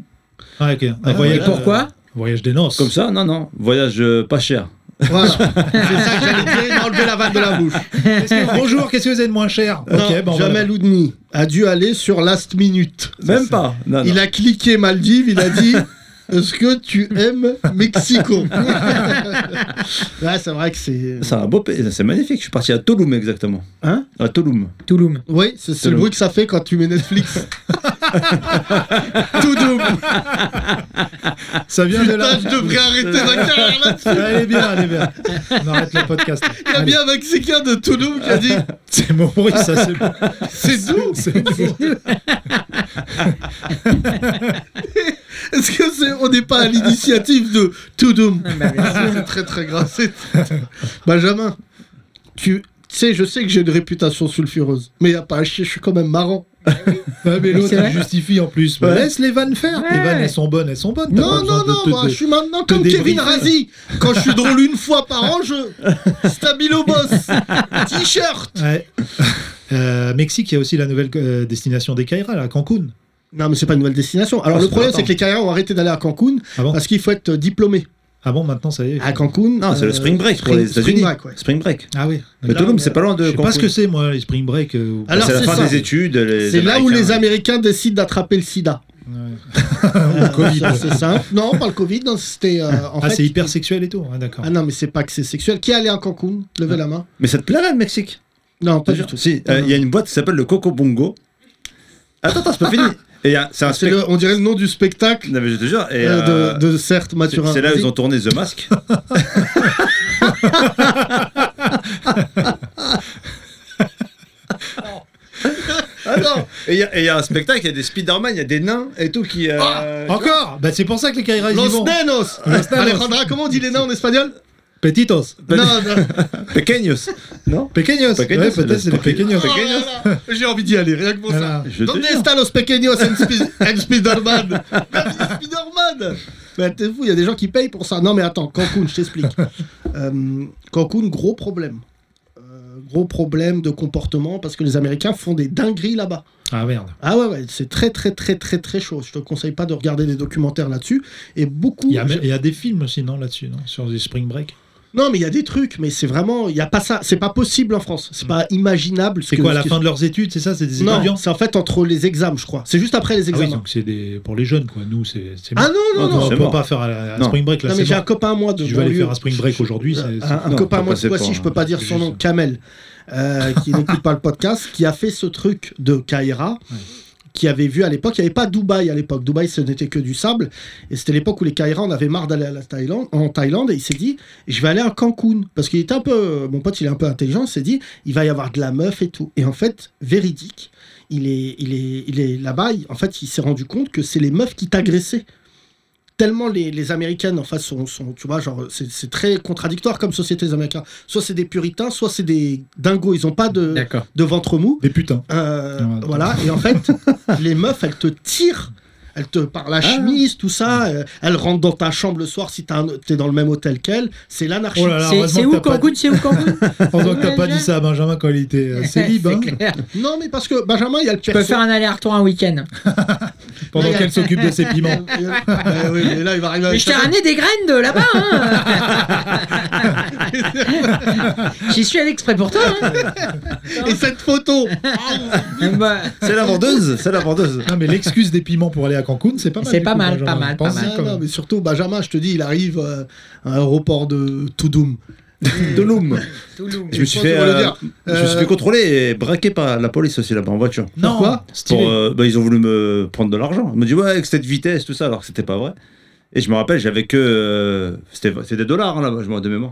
[SPEAKER 4] Ah, ok. Un
[SPEAKER 3] Ah,
[SPEAKER 4] voyage,
[SPEAKER 5] Et pourquoi
[SPEAKER 4] euh, Voyage des noces.
[SPEAKER 6] Comme ça, non, non. Voyage euh, pas cher.
[SPEAKER 3] Voilà. C'est ça que j'allais dire, il m'a enlevé la vanne de la bouche.
[SPEAKER 4] Qu'est-ce que- [laughs] Bonjour, qu'est-ce que vous avez de moins cher
[SPEAKER 3] Non,
[SPEAKER 4] bon,
[SPEAKER 3] Jamel Oudni a dû aller sur Last Minute.
[SPEAKER 6] Même pas. Ah, Non, non.
[SPEAKER 3] Il a cliqué Maldives, il a dit Est-ce que tu aimes Mexico Ouais, c'est vrai que c'est. euh,
[SPEAKER 6] C'est un beau pays, c'est magnifique. Je suis parti à Tulum exactement.
[SPEAKER 3] Hein
[SPEAKER 6] À Tulum.
[SPEAKER 5] Touloum.
[SPEAKER 3] Oui, c'est c'est le
[SPEAKER 6] Touloum.
[SPEAKER 3] bruit que ça fait quand tu mets Netflix. Tout double.
[SPEAKER 4] voilà. [laughs] Ça vient de là.
[SPEAKER 3] Putain, je devrais arrêter ma carrière là.
[SPEAKER 4] Allez bien, allez bien. On arrête le podcast.
[SPEAKER 3] Il y a
[SPEAKER 4] Allez.
[SPEAKER 3] bien un Mexicain de Toulouse qui a dit
[SPEAKER 4] C'est mon bruit, ça c'est bon.
[SPEAKER 3] C'est doux
[SPEAKER 4] [laughs] C'est bon.
[SPEAKER 3] Est-ce que c'est, on n'est pas à l'initiative de Toudoum C'est très très grave. c'est- Benjamin, tu tu sais, je sais que j'ai une réputation sulfureuse, mais y a pas à chier, je suis quand même marrant.
[SPEAKER 4] Ouais, mais l'autre
[SPEAKER 5] C'est vrai
[SPEAKER 4] il justifie en plus. Mais
[SPEAKER 6] Ouais.
[SPEAKER 4] Laisse les vannes faire. Les
[SPEAKER 5] Ouais.
[SPEAKER 4] vannes elles sont bonnes, elles sont bonnes. T'as pas
[SPEAKER 3] Non,
[SPEAKER 4] besoin
[SPEAKER 3] non,
[SPEAKER 4] de
[SPEAKER 3] non,
[SPEAKER 4] te-
[SPEAKER 3] moi,
[SPEAKER 4] de-
[SPEAKER 3] je suis maintenant
[SPEAKER 4] te
[SPEAKER 3] comme Kevin
[SPEAKER 4] débriefer.
[SPEAKER 3] Razi. Quand je suis drôle une fois par an, [laughs] je. Stabilo boss T-shirt
[SPEAKER 4] Ouais. Euh, Mexique, il y a aussi la nouvelle euh, destination des Caïras, là, Cancun.
[SPEAKER 3] Non, mais c'est pas une nouvelle destination. Alors,
[SPEAKER 4] Ah,
[SPEAKER 3] le
[SPEAKER 4] c'est
[SPEAKER 3] problème,
[SPEAKER 4] pas
[SPEAKER 3] c'est que les carrières ont arrêté d'aller à Cancun
[SPEAKER 4] Ah bon,
[SPEAKER 3] parce qu'il faut être euh, diplômé.
[SPEAKER 4] ah bon maintenant ça y est.
[SPEAKER 3] À Cancun.
[SPEAKER 6] Non, Ah, c'est
[SPEAKER 3] euh,
[SPEAKER 6] le spring break pour
[SPEAKER 3] spring-
[SPEAKER 6] les
[SPEAKER 3] spring
[SPEAKER 6] États-Unis.
[SPEAKER 3] break, ouais.
[SPEAKER 6] Spring break.
[SPEAKER 4] Ah oui.
[SPEAKER 6] Mais
[SPEAKER 4] D'accord.
[SPEAKER 6] Tulum, c'est pas loin de.
[SPEAKER 4] Je sais pas ce que c'est, moi, les spring break. euh,
[SPEAKER 3] Alors,
[SPEAKER 6] c'est la
[SPEAKER 3] c'est
[SPEAKER 6] fin
[SPEAKER 3] ça.
[SPEAKER 6] des études. les
[SPEAKER 3] C'est là où les
[SPEAKER 6] Américains.
[SPEAKER 3] Américains décident d'attraper le sida. [laughs]
[SPEAKER 4] ouais.
[SPEAKER 3] Euh, ça, C'est simple. Non, pas le Covid. non, C'était euh, en
[SPEAKER 4] Ah,
[SPEAKER 3] fait.
[SPEAKER 4] c'est hyper sexuel et tout. Ah, D'accord.
[SPEAKER 3] Ah non, mais c'est pas que c'est sexuel. Qui est allé à Cancun Levez la main.
[SPEAKER 6] Mais ça te plairait le Mexique
[SPEAKER 3] Non, Ah. pas du tout.
[SPEAKER 6] Si, euh, il y a une boîte qui s'appelle le Coco Bongo. Attends, attends, c'est pas fini. Et il y a- c'est un
[SPEAKER 3] C'est
[SPEAKER 6] spectacle.
[SPEAKER 3] le- on dirait le nom du spectacle
[SPEAKER 6] Non, mais je te jure. Et,
[SPEAKER 3] euh,
[SPEAKER 6] euh,
[SPEAKER 3] de, de Certes
[SPEAKER 6] c'est
[SPEAKER 3] Mathurin.
[SPEAKER 6] c'est là où
[SPEAKER 3] Vas-y.
[SPEAKER 6] ils ont tourné The Mask. [laughs]
[SPEAKER 3] Attends,
[SPEAKER 6] Ah Et il y, a- et il y a un spectacle, il y a des Spider-Man, il y a des nains et tout qui. euh,
[SPEAKER 4] Encore Bah, c'est pour ça que les Caïras ils y
[SPEAKER 3] Los
[SPEAKER 4] vont.
[SPEAKER 3] Nenos
[SPEAKER 4] Nenos.
[SPEAKER 3] Alejandra, comment on dit les nains en espagnol
[SPEAKER 4] Petitos.
[SPEAKER 3] Non,
[SPEAKER 6] [laughs]
[SPEAKER 3] non.
[SPEAKER 6] Pequeños. Non
[SPEAKER 4] [laughs] Pequeños.
[SPEAKER 6] Pequeños,
[SPEAKER 4] Ouais, peut-être
[SPEAKER 6] le
[SPEAKER 4] c'est les
[SPEAKER 6] sport-
[SPEAKER 4] Pequeños.
[SPEAKER 3] Oh là là, J'ai envie d'y aller, rien que pour ça.
[SPEAKER 4] Voilà.
[SPEAKER 6] Je te
[SPEAKER 3] Donde
[SPEAKER 6] jure.
[SPEAKER 3] están los pequeños en, Spi- en Spider-Man Merci, Spider-Man Mais t'es fou, il y a des gens qui payent pour ça. Non mais attends, Cancun,
[SPEAKER 4] [laughs]
[SPEAKER 3] je t'explique. Euh, Cancun, gros problème. Euh, Gros problème de comportement parce que les Américains font des dingueries là-bas.
[SPEAKER 4] Ah merde.
[SPEAKER 3] Ah ouais, ouais, c'est très très très très très chaud. Je te conseille pas de regarder des documentaires là-dessus. Et beaucoup.
[SPEAKER 4] Il y, a, il y a des films aussi, non, là-dessus, non Sur des spring break.
[SPEAKER 3] Non mais il y a des trucs, mais c'est vraiment, il y a pas ça. C'est pas possible en France. C'est pas imaginable. ce
[SPEAKER 4] Mm. C'est
[SPEAKER 3] que-
[SPEAKER 4] quoi, à
[SPEAKER 3] ce
[SPEAKER 4] la
[SPEAKER 3] que-
[SPEAKER 4] fin de leurs études, c'est ça C'est des étudiants
[SPEAKER 3] Non, c'est en fait entre les examens, je crois. C'est juste après les
[SPEAKER 4] Ah oui, Oh,
[SPEAKER 3] examens.
[SPEAKER 4] donc c'est des... pour les jeunes, quoi. Nous, c'est. c'est
[SPEAKER 3] Ah
[SPEAKER 4] mort.
[SPEAKER 3] non, non,
[SPEAKER 6] Ah,
[SPEAKER 3] non.
[SPEAKER 6] non,
[SPEAKER 4] on
[SPEAKER 6] c'est
[SPEAKER 4] peut
[SPEAKER 6] mort.
[SPEAKER 4] pas faire à, à
[SPEAKER 6] Non.
[SPEAKER 4] spring break, là,
[SPEAKER 3] Non,
[SPEAKER 4] c'est
[SPEAKER 3] mais j'ai
[SPEAKER 4] mort.
[SPEAKER 3] un copain à moi de
[SPEAKER 4] Je vais aller
[SPEAKER 3] banlieue.
[SPEAKER 4] faire un spring break aujourd'hui.
[SPEAKER 3] Un-
[SPEAKER 4] c'est- c'est-
[SPEAKER 3] Un,
[SPEAKER 6] Non,
[SPEAKER 3] copain à
[SPEAKER 6] faut
[SPEAKER 3] moi de
[SPEAKER 6] passer
[SPEAKER 3] Poissy,
[SPEAKER 6] par-
[SPEAKER 3] je peux pas dire son nom,
[SPEAKER 4] Juste.
[SPEAKER 3] Kamel, euh, qui n'écoute pas le podcast, qui a fait ce truc de Kaira, qui avait vu à l'époque, il n'y avait pas Dubaï à l'époque. Dubaï, ce n'était que du sable. Et c'était l'époque où les Kaira en avaient marre d'aller à la Thaïlande, en Thaïlande, et il s'est dit, je vais aller à Cancun. Parce qu'il était un peu, mon pote, il est un peu intelligent, il s'est dit, il va y avoir de la meuf et tout. Et en fait, véridique, il est, il est, il est là-bas, il- en fait, il s'est rendu compte que c'est les meufs qui t'agressaient. Tellement les, les Américaines, en face, sont, sont- tu vois, genre, c'est c'est très contradictoire comme société, les Américains. Soit c'est des puritains, soit c'est des dingos, ils ont pas
[SPEAKER 4] euh,
[SPEAKER 3] de,
[SPEAKER 5] D'accord.
[SPEAKER 3] de ventre mou.
[SPEAKER 4] Des putains.
[SPEAKER 3] Euh,
[SPEAKER 4] Ouais,
[SPEAKER 3] voilà, et
[SPEAKER 4] [laughs]
[SPEAKER 3] en fait, les meufs, elles te tirent. Elles te par
[SPEAKER 4] Ah.
[SPEAKER 3] la chemise, tout ça. euh, Elles rentrent dans ta chambre le soir si t'as un- t'es dans le même hôtel qu'elles. C'est l'anarchie.
[SPEAKER 4] Oh là là,
[SPEAKER 5] C'est-
[SPEAKER 4] heureusement
[SPEAKER 5] C'est
[SPEAKER 4] que
[SPEAKER 5] où
[SPEAKER 4] t'as pas
[SPEAKER 5] Cancun C'est où Cancun
[SPEAKER 4] dit- [laughs] heureusement que t'as pas
[SPEAKER 5] Déjà.
[SPEAKER 4] dit ça à Benjamin quand il était euh,
[SPEAKER 5] [laughs]
[SPEAKER 4] célib. hein.
[SPEAKER 5] C'est clair.
[SPEAKER 3] Non, mais parce que Benjamin, il y a le
[SPEAKER 5] Tu peux faire un aller-retour un week-end.
[SPEAKER 4] Pendant qu'elle s'occupe de ses
[SPEAKER 3] [laughs]
[SPEAKER 4] piments.
[SPEAKER 3] Euh, oui, mais là, il va arriver
[SPEAKER 5] Mais
[SPEAKER 3] avec
[SPEAKER 5] je t'ai
[SPEAKER 3] ça.
[SPEAKER 5] ramené des graines de là-bas. Hein. [laughs] J'y suis allé exprès pour toi. Hein.
[SPEAKER 3] Et cette photo
[SPEAKER 5] Bah,
[SPEAKER 6] C'est la vendeuse, c'est la vendeuse.
[SPEAKER 4] Non, mais l'excuse des piments pour aller à Cancun, c'est pas mal.
[SPEAKER 5] C'est
[SPEAKER 4] du
[SPEAKER 5] pas
[SPEAKER 4] coup,
[SPEAKER 5] mal,
[SPEAKER 4] Benjamin.
[SPEAKER 5] pas mal, pas
[SPEAKER 4] Pense-y
[SPEAKER 5] mal.
[SPEAKER 3] Ah,
[SPEAKER 4] quand
[SPEAKER 3] non,
[SPEAKER 4] même.
[SPEAKER 3] mais surtout, Benjamin, je te dis, il arrive euh, à l'aéroport de
[SPEAKER 4] [laughs]
[SPEAKER 3] Toudoum.
[SPEAKER 6] Tulum.
[SPEAKER 5] Toulouse.
[SPEAKER 6] Je me suis
[SPEAKER 3] pense
[SPEAKER 6] fait,
[SPEAKER 3] qu'on va le
[SPEAKER 6] euh,
[SPEAKER 3] dire.
[SPEAKER 6] je me suis
[SPEAKER 3] Euh,
[SPEAKER 6] fait contrôler et braquer par la police aussi là-bas en voiture.
[SPEAKER 4] Non,
[SPEAKER 3] Pourquoi
[SPEAKER 4] stylé.
[SPEAKER 6] Pour, euh, bah, ils ont voulu me prendre de l'argent. Ils m'ont dit ouais avec cette vitesse tout ça alors que c'était pas vrai. Et je me rappelle j'avais que euh, c'était c'était des dollars hein, là-bas je me de mémoire.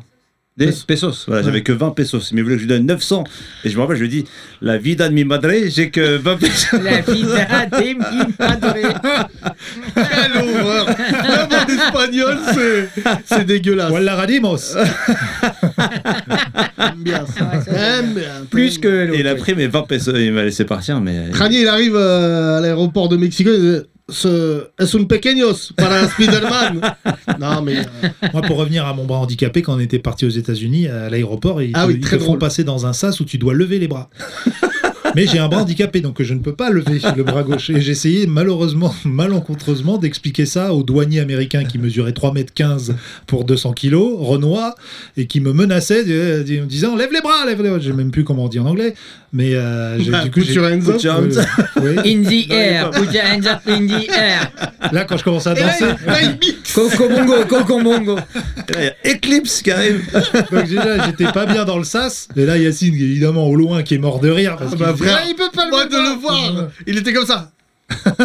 [SPEAKER 6] Des
[SPEAKER 3] Pesos.
[SPEAKER 6] pesos, voilà, j'avais que 20 pesos, mais ils voulaient que je lui donne 900. Et je me rappelle, je lui ai dit, la vida de mi madre, j'ai que 20 pesos.
[SPEAKER 5] La vida de mi padre.
[SPEAKER 3] Quelle horreur Même en espagnol, c'est- c'est dégueulasse.
[SPEAKER 4] Voilà Radimos.
[SPEAKER 3] J'aime bien ça. J'aime bien.
[SPEAKER 5] [laughs] Plus que
[SPEAKER 6] Et il a
[SPEAKER 5] l'autre.
[SPEAKER 6] pris mes 20 pesos, et il m'a laissé partir, mais.
[SPEAKER 3] Ranier, il arrive euh, à l'aéroport de Mexico. il dit, Ce... Es un pequeños para
[SPEAKER 5] [laughs]
[SPEAKER 3] Spider-Man. non, mais. euh,
[SPEAKER 4] Moi, pour revenir à mon bras handicapé, quand on était parti aux États-Unis, à l'aéroport, ils,
[SPEAKER 3] Ah
[SPEAKER 4] te,
[SPEAKER 3] oui,
[SPEAKER 4] ils
[SPEAKER 3] très
[SPEAKER 4] te font
[SPEAKER 3] drôle. [laughs]
[SPEAKER 4] passer dans un sas où tu dois lever les bras. Mais j'ai un bras handicapé, donc je ne peux pas lever le bras gauche. Et j'ai essayé, malheureusement, malencontreusement, d'expliquer ça au douanier américain qui mesurait 3,15 m pour 200 kg, Renoir, et qui me menaçait de- de- en disant Lève les bras, lève les bras. Je sais même plus comment on dit en anglais. Mais euh, j'ai-
[SPEAKER 3] Bah,
[SPEAKER 4] du coup,
[SPEAKER 3] put
[SPEAKER 4] j'ai.
[SPEAKER 3] your hands up.
[SPEAKER 4] Put your hands up. Oui.
[SPEAKER 5] In the air, put your hands up in the air.
[SPEAKER 4] Là, quand je commençais à
[SPEAKER 3] Et là,
[SPEAKER 4] danser.
[SPEAKER 3] il- là, il mixe.
[SPEAKER 5] Coco bongo, coco bongo.
[SPEAKER 6] Et là, il y a Eclipse qui arrive.
[SPEAKER 4] Donc déjà, j'étais pas bien dans le sas. Et là, Yacine, évidemment, au loin, qui est mort de rire. Parce
[SPEAKER 3] Ah
[SPEAKER 4] qu'il
[SPEAKER 3] bah,
[SPEAKER 4] dit,
[SPEAKER 3] frère,
[SPEAKER 4] Ah, il peut pas le
[SPEAKER 3] Moi
[SPEAKER 4] mettre
[SPEAKER 3] de le
[SPEAKER 4] là.
[SPEAKER 3] voir, il était comme [laughs] ça.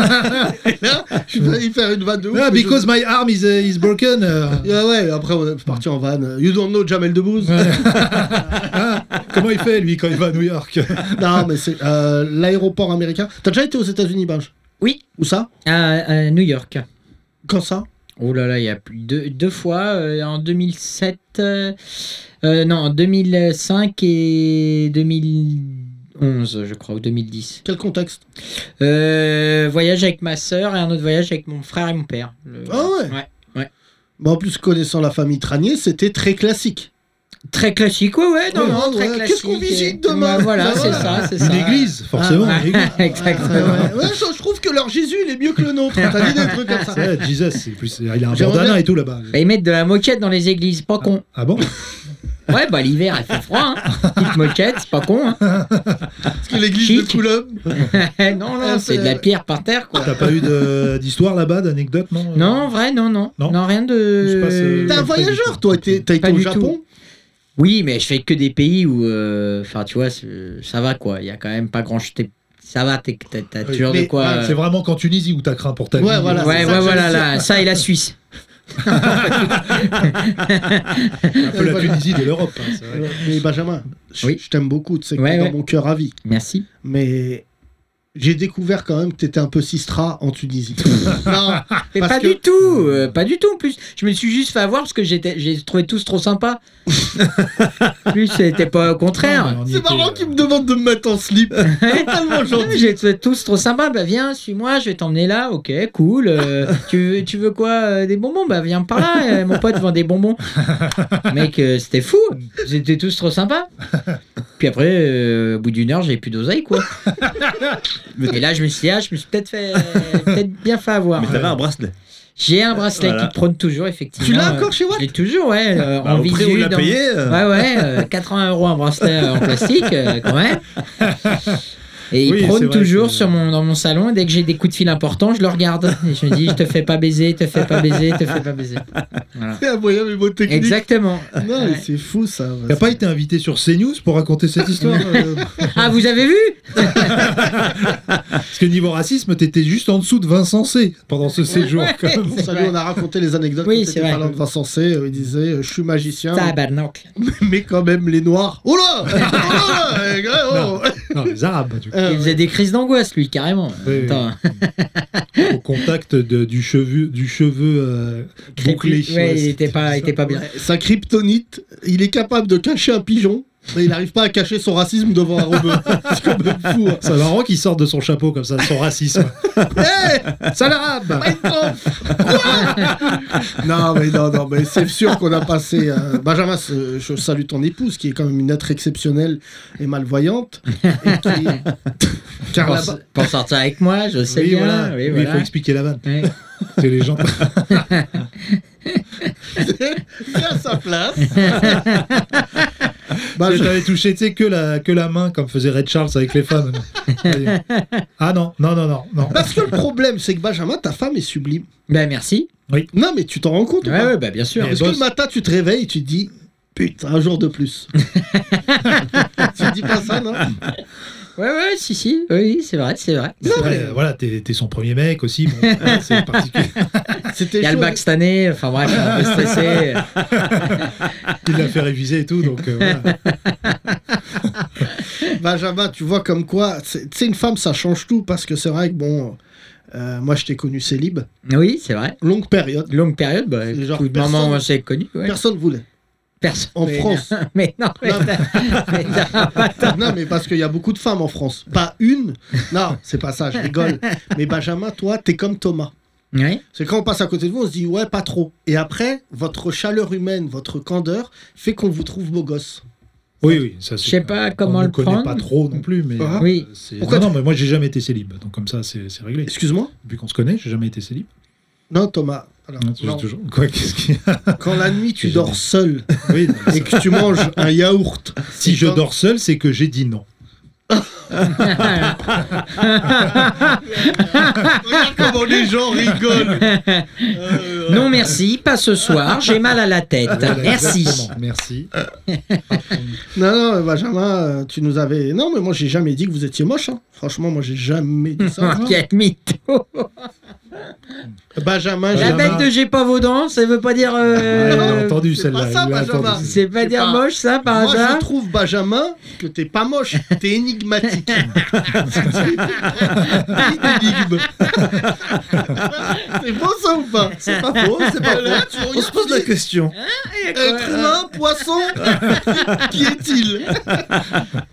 [SPEAKER 3] Là, je vais y faire une vanne de ouf.
[SPEAKER 4] Ah,
[SPEAKER 3] mais je-
[SPEAKER 4] because my arm is, uh, is [laughs] broken. euh.
[SPEAKER 3] Ah ouais, après on est parti en vanne. You don't know Jamel Debbouze
[SPEAKER 4] Ah, comment il fait, lui, quand il va à New York
[SPEAKER 3] Non, mais c'est euh, l'aéroport américain. T'as déjà été aux États-Unis, Benj
[SPEAKER 5] Oui.
[SPEAKER 3] Où ça
[SPEAKER 5] À, à New York.
[SPEAKER 3] Quand ça
[SPEAKER 5] Oh là là, il y a plus deux, deux fois, euh, en 2007, euh, euh, non, en 2005 et 2011, je crois, ou 2010.
[SPEAKER 3] Quel contexte
[SPEAKER 5] Euh, voyage avec ma sœur et un autre voyage avec mon frère et mon père. Le-
[SPEAKER 3] Ah ouais bah, En plus, connaissant la famille Tranier, c'était
[SPEAKER 4] [laughs]
[SPEAKER 3] très classique.
[SPEAKER 5] Très classique, ouais, ouais, non,
[SPEAKER 3] Ouais,
[SPEAKER 5] non,
[SPEAKER 3] ouais,
[SPEAKER 5] très
[SPEAKER 3] ouais.
[SPEAKER 5] classique.
[SPEAKER 3] Qu'est-ce qu'on visite
[SPEAKER 5] Et-
[SPEAKER 3] demain
[SPEAKER 5] Ouais, Voilà,
[SPEAKER 3] Bah,
[SPEAKER 5] c'est
[SPEAKER 3] voilà.
[SPEAKER 5] ça, c'est
[SPEAKER 4] Une
[SPEAKER 5] ça.
[SPEAKER 4] église, forcément.
[SPEAKER 5] Ah,
[SPEAKER 4] une église.
[SPEAKER 5] [laughs] Exactement.
[SPEAKER 3] Ouais, ouais, ouais, ça, je trouve que leur Jésus, il est mieux que le nôtre. T'as dit des trucs
[SPEAKER 4] [laughs]
[SPEAKER 3] comme ça.
[SPEAKER 4] Ouais, Jesus, c'est plus- il a un
[SPEAKER 3] J'aimerais
[SPEAKER 4] bandana
[SPEAKER 3] bien-
[SPEAKER 4] et tout là-bas.
[SPEAKER 5] Bah, ils mettent de la moquette dans les églises, pas con.
[SPEAKER 4] Ah bon
[SPEAKER 5] Ouais, bah l'hiver, il fait froid, hein. Petite moquette, c'est pas con, hein.
[SPEAKER 3] Parce que l'église de
[SPEAKER 5] Chic.
[SPEAKER 3] Coulomb.
[SPEAKER 5] [laughs] non, non, c'est de la pierre par terre, quoi.
[SPEAKER 4] T'as pas eu de- d'histoire là-bas, d'anecdote, non
[SPEAKER 5] Non, en vrai, non, non. Non,
[SPEAKER 4] Non.
[SPEAKER 5] rien
[SPEAKER 4] Il se passe,
[SPEAKER 5] de.
[SPEAKER 4] euh,
[SPEAKER 3] T'es un
[SPEAKER 4] Pas du
[SPEAKER 3] voyageur,
[SPEAKER 4] tout.
[SPEAKER 3] toi. t'es- T'as
[SPEAKER 5] Pas
[SPEAKER 3] été au
[SPEAKER 5] du
[SPEAKER 3] Japon
[SPEAKER 5] Oui, mais je fais que des pays où. euh, Enfin, tu vois, c'est- ça va, quoi. Il y a quand même pas grand. t'es- Ça va, t'es- t'as t'as
[SPEAKER 4] Oui,
[SPEAKER 5] toujours de
[SPEAKER 4] mais-
[SPEAKER 5] quoi.
[SPEAKER 4] ah,
[SPEAKER 5] euh,
[SPEAKER 4] C'est vraiment qu'en Tunisie où t'as craint pour ta
[SPEAKER 3] Ouais,
[SPEAKER 4] vie.
[SPEAKER 3] voilà,
[SPEAKER 5] Ouais,
[SPEAKER 3] c'est ça
[SPEAKER 5] ouais,
[SPEAKER 3] que
[SPEAKER 5] voilà,
[SPEAKER 3] j'allais
[SPEAKER 5] là, ça et la Suisse.
[SPEAKER 4] euh, Un peu la Tunisie de l'Europe. hein, c'est vrai.
[SPEAKER 3] Mais Benjamin, je,
[SPEAKER 5] Oui.
[SPEAKER 3] je t'aime beaucoup. Tu sais que
[SPEAKER 5] Ouais,
[SPEAKER 3] t'es dans
[SPEAKER 5] ouais.
[SPEAKER 3] mon cœur à vie.
[SPEAKER 5] Merci.
[SPEAKER 3] Mais j'ai découvert quand même que t'étais un peu Sistra en
[SPEAKER 5] [laughs]
[SPEAKER 3] Tunisie. non,
[SPEAKER 5] Mais
[SPEAKER 3] Parce
[SPEAKER 5] pas
[SPEAKER 3] que-
[SPEAKER 5] du tout, euh, pas du tout en plus. Je me suis juste fait avoir parce que j'étais, j'ai trouvé tous
[SPEAKER 3] [laughs]
[SPEAKER 5] trop sympas. En plus, c'était pas au contraire.
[SPEAKER 4] Non, mais on y
[SPEAKER 3] c'est
[SPEAKER 4] était,
[SPEAKER 3] marrant
[SPEAKER 4] euh,
[SPEAKER 3] qu'il me demande de me mettre en
[SPEAKER 5] [laughs]
[SPEAKER 3] slip. Totalement gentil.
[SPEAKER 5] J'ai trouvé tous trop sympas. Bah viens, suis-moi, je vais t'emmener là. Ok, cool.
[SPEAKER 3] [laughs]
[SPEAKER 5] Euh, tu veux, tu veux quoi euh, Des bonbons Bah viens par là. euh, mon pote vend des bonbons. Mec, euh, c'était fou. J'étais tous trop sympas. Puis après, euh, au bout d'une heure, j'avais plus
[SPEAKER 3] [laughs]
[SPEAKER 5] d'oseille quoi. Et là, je me suis dit, ah, je me suis peut-être fait, peut-être bien fait avoir.
[SPEAKER 6] Ah, Mais t'avais un bracelet.
[SPEAKER 5] J'ai un bracelet
[SPEAKER 6] Voilà.
[SPEAKER 5] qui prône toujours, effectivement.
[SPEAKER 3] Tu l'as
[SPEAKER 5] Euh,
[SPEAKER 3] encore chez Watt
[SPEAKER 5] Je l'ai toujours, ouais. euh,
[SPEAKER 6] Bah,
[SPEAKER 5] en
[SPEAKER 6] au prix où
[SPEAKER 5] visu,
[SPEAKER 6] il l'a
[SPEAKER 5] dans-
[SPEAKER 6] payé. euh,
[SPEAKER 5] Ouais, ouais, euh, 80 euros un bracelet euh, en plastique, euh, quand même. Et il
[SPEAKER 4] Oui, c'est
[SPEAKER 5] prône
[SPEAKER 4] vrai
[SPEAKER 5] toujours
[SPEAKER 4] que-
[SPEAKER 5] sur mon, dans mon salon. et Dès que j'ai des coups de fil importants, je le regarde. Et je me dis, je te fais pas baiser, te fais pas baiser, te fais pas baiser. Voilà.
[SPEAKER 3] C'est un moyen mnémotechnique.
[SPEAKER 5] Exactement.
[SPEAKER 3] Non, mais
[SPEAKER 5] Ouais.
[SPEAKER 3] c'est fou ça.
[SPEAKER 4] T'as pas été invité sur CNews pour raconter cette [laughs] histoire euh,
[SPEAKER 5] Ah, vous avez vu
[SPEAKER 4] Parce que niveau racisme, t'étais juste en dessous de Vincent C pendant ce séjour.
[SPEAKER 5] Ouais,
[SPEAKER 4] quand
[SPEAKER 5] [laughs]
[SPEAKER 4] même.
[SPEAKER 5] c'est
[SPEAKER 3] Salut, on
[SPEAKER 5] vrai.
[SPEAKER 3] a raconté les anecdotes
[SPEAKER 5] Oui,
[SPEAKER 3] quand
[SPEAKER 5] c'est
[SPEAKER 3] t'étais
[SPEAKER 5] vrai. bah.
[SPEAKER 3] parlant de Vincent C. euh, il disait euh, Je suis magicien,
[SPEAKER 5] Tabernacle.
[SPEAKER 3] [laughs] mais quand même les noirs. Oh là Oh là
[SPEAKER 5] [laughs]
[SPEAKER 3] là, les gars, oh
[SPEAKER 4] Non, les Arabes, du coup.
[SPEAKER 3] Euh,
[SPEAKER 5] Il faisait des crises d'angoisse, lui, carrément.
[SPEAKER 4] Oui,
[SPEAKER 5] Attends.
[SPEAKER 4] Au contact de- du cheveu, du cheveu euh, bouclé.
[SPEAKER 5] Ouais, il était pas, il était pas bien.
[SPEAKER 3] ouais, Sa kryptonite, il est capable de cacher un pigeon, mais il n'arrive pas à cacher son racisme devant un
[SPEAKER 5] [laughs]
[SPEAKER 3] robot. c'est quand même fou. hein.
[SPEAKER 4] C'est marrant qu'il sorte de son chapeau comme ça, son
[SPEAKER 5] [laughs]
[SPEAKER 4] racisme.
[SPEAKER 3] Eh, sale arabe Mein Kampf Quoi Non, mais non, non, mais c'est sûr qu'on a passé. euh, Benjamin, ce- je salue ton épouse, qui est quand même une être exceptionnelle et malvoyante. Et qui...
[SPEAKER 5] [laughs]
[SPEAKER 3] Car
[SPEAKER 5] Pour,
[SPEAKER 3] là-bas-
[SPEAKER 5] pour sortir avec moi, je sais
[SPEAKER 4] Oui,
[SPEAKER 5] bien.
[SPEAKER 4] voilà.
[SPEAKER 5] oui,
[SPEAKER 4] Oui,
[SPEAKER 5] voilà.
[SPEAKER 4] Il faut expliquer la vanne.
[SPEAKER 5] Ouais.
[SPEAKER 4] C'est les gens.
[SPEAKER 5] [laughs]
[SPEAKER 3] c'est à sa place.
[SPEAKER 4] Bah, Je
[SPEAKER 3] Benjamin,
[SPEAKER 4] t'avais touché, tu sais, que la, que la main, comme faisait Red Charles avec les
[SPEAKER 5] [laughs]
[SPEAKER 4] femmes. ah non, non, non, non, non.
[SPEAKER 3] parce que le problème, c'est que Benjamin, ta femme est sublime.
[SPEAKER 5] Ben merci.
[SPEAKER 3] Non, mais tu t'en rends compte ou
[SPEAKER 5] Ouais,
[SPEAKER 3] pas
[SPEAKER 5] ouais, bah bien sûr.
[SPEAKER 4] Mais-
[SPEAKER 3] Parce que
[SPEAKER 4] boss.
[SPEAKER 3] le matin, tu te réveilles et tu te dis Putain, un jour de
[SPEAKER 5] [laughs]
[SPEAKER 3] plus. tu te dis pas ça, non
[SPEAKER 5] Ouais, ouais, si, si. Oui, c'est vrai, c'est vrai.
[SPEAKER 4] C'est vrai, euh, voilà, t'es t'es son premier mec aussi. bon, ouais, c'est particulier.
[SPEAKER 3] C'était
[SPEAKER 5] Il y a le
[SPEAKER 3] chaud. hein.
[SPEAKER 5] bac cette année, enfin bref, je suis un peu stressé.
[SPEAKER 4] Il l'a fait réviser et tout, donc euh, voilà.
[SPEAKER 3] Benjamin, tu vois comme quoi, c'est tu sais, une femme, ça change tout parce que c'est vrai que bon, euh, moi je t'ai connu célib,
[SPEAKER 5] Oui, c'est vrai.
[SPEAKER 3] longue période,
[SPEAKER 5] Longue période, bah,
[SPEAKER 3] C'est genre
[SPEAKER 5] tout le moment
[SPEAKER 3] personne-
[SPEAKER 5] où on s'est connu, ouais.
[SPEAKER 3] personne voulait.
[SPEAKER 5] Personne.
[SPEAKER 3] En
[SPEAKER 5] Mais-
[SPEAKER 3] France.
[SPEAKER 5] [laughs] Mais non, mais,
[SPEAKER 3] Non.
[SPEAKER 5] [laughs] mais non.
[SPEAKER 3] non, mais parce qu'il y a beaucoup de femmes en France, pas une. Non, c'est pas ça, je rigole. Mais Benjamin, toi, t'es comme Thomas.
[SPEAKER 5] Oui,
[SPEAKER 3] C'est quand on passe à côté de vous, on se dit ouais, pas trop. Et après, votre chaleur humaine, votre candeur fait qu'on vous trouve beau gosse.
[SPEAKER 4] Oui, oui, ça c'est.
[SPEAKER 5] Je sais pas comment
[SPEAKER 4] on
[SPEAKER 5] le
[SPEAKER 4] ne connaît
[SPEAKER 5] prendre.
[SPEAKER 4] pas trop non plus, mais.
[SPEAKER 3] Ah.
[SPEAKER 4] [laughs]
[SPEAKER 5] Oui. [laughs]
[SPEAKER 4] c'est-
[SPEAKER 3] Pourquoi
[SPEAKER 4] non, non, mais moi j'ai jamais été célib, donc comme ça c'est c'est réglé.
[SPEAKER 3] Excuse-moi
[SPEAKER 4] Depuis qu'on se connaît, j'ai jamais été célib.
[SPEAKER 3] Non, Thomas. Alors,
[SPEAKER 4] Hein, c'est
[SPEAKER 3] genre,
[SPEAKER 4] toujours- Quoi, qu'est-ce
[SPEAKER 3] [laughs]
[SPEAKER 4] qu'il y a
[SPEAKER 3] quand la nuit tu dors seul
[SPEAKER 4] Oui, non, mais
[SPEAKER 3] et que tu manges un yaourt,
[SPEAKER 4] Si je dors seul, c'est que j'ai dit non.
[SPEAKER 3] Regarde comment les gens rigolent. Euh,
[SPEAKER 5] [laughs] Non merci, pas ce soir, j'ai mal à la
[SPEAKER 3] Ah,
[SPEAKER 5] tête.
[SPEAKER 4] Voilà,
[SPEAKER 5] Merci.
[SPEAKER 4] exactement, Merci.
[SPEAKER 3] Euh, Non, non, Benjamin, euh, tu nous avais. Non, mais moi, j'ai jamais dit que vous étiez moche. hein. Franchement, moi, j'ai jamais dit
[SPEAKER 5] [laughs]
[SPEAKER 3] ça.
[SPEAKER 5] Enquête mytho.
[SPEAKER 3] Benjamin,
[SPEAKER 5] La
[SPEAKER 3] j'ai-
[SPEAKER 5] bête de j'ai pas vos dents, ça veut pas dire. euh,
[SPEAKER 4] Ouais, Ah, il a entendu
[SPEAKER 3] c'est
[SPEAKER 4] celle-là.
[SPEAKER 3] pas ça,
[SPEAKER 4] il a
[SPEAKER 3] Benjamin.
[SPEAKER 4] entendu.
[SPEAKER 5] C'est pas
[SPEAKER 3] C'est
[SPEAKER 5] dire
[SPEAKER 3] pas-
[SPEAKER 5] moche ça par
[SPEAKER 3] Moi, je
[SPEAKER 5] hasard
[SPEAKER 3] trouve, Benjamin, que t'es pas moche, t'es énigmatique. [laughs] Énigme. c'est beau ça ou pas C'est pas faux, c'est pas faux.
[SPEAKER 6] On se pose la question.
[SPEAKER 3] Hein Être humain,
[SPEAKER 4] [laughs]
[SPEAKER 3] poisson, qui est-il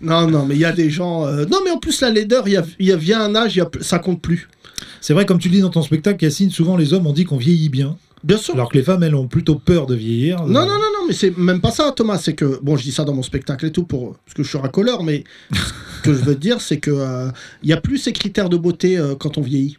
[SPEAKER 3] Non, non, mais il y a des gens. euh, Non, mais en plus, la laideur, il y a, il y a via un âge, il y a... ça compte plus.
[SPEAKER 4] C'est vrai, comme tu le dis dans ton spectacle, Yacine, souvent les hommes ont dit qu'on vieillit bien,
[SPEAKER 3] Bien sûr.
[SPEAKER 4] alors que les femmes, elles ont plutôt peur de vieillir.
[SPEAKER 3] Non, non, non, non, mais c'est même pas ça, Thomas. C'est que, bon, je dis ça dans mon spectacle et tout, pour, parce que je suis racoleur, mais ce que je veux dire, c'est que euh, il y a plus ces critères de beauté euh, quand on vieillit.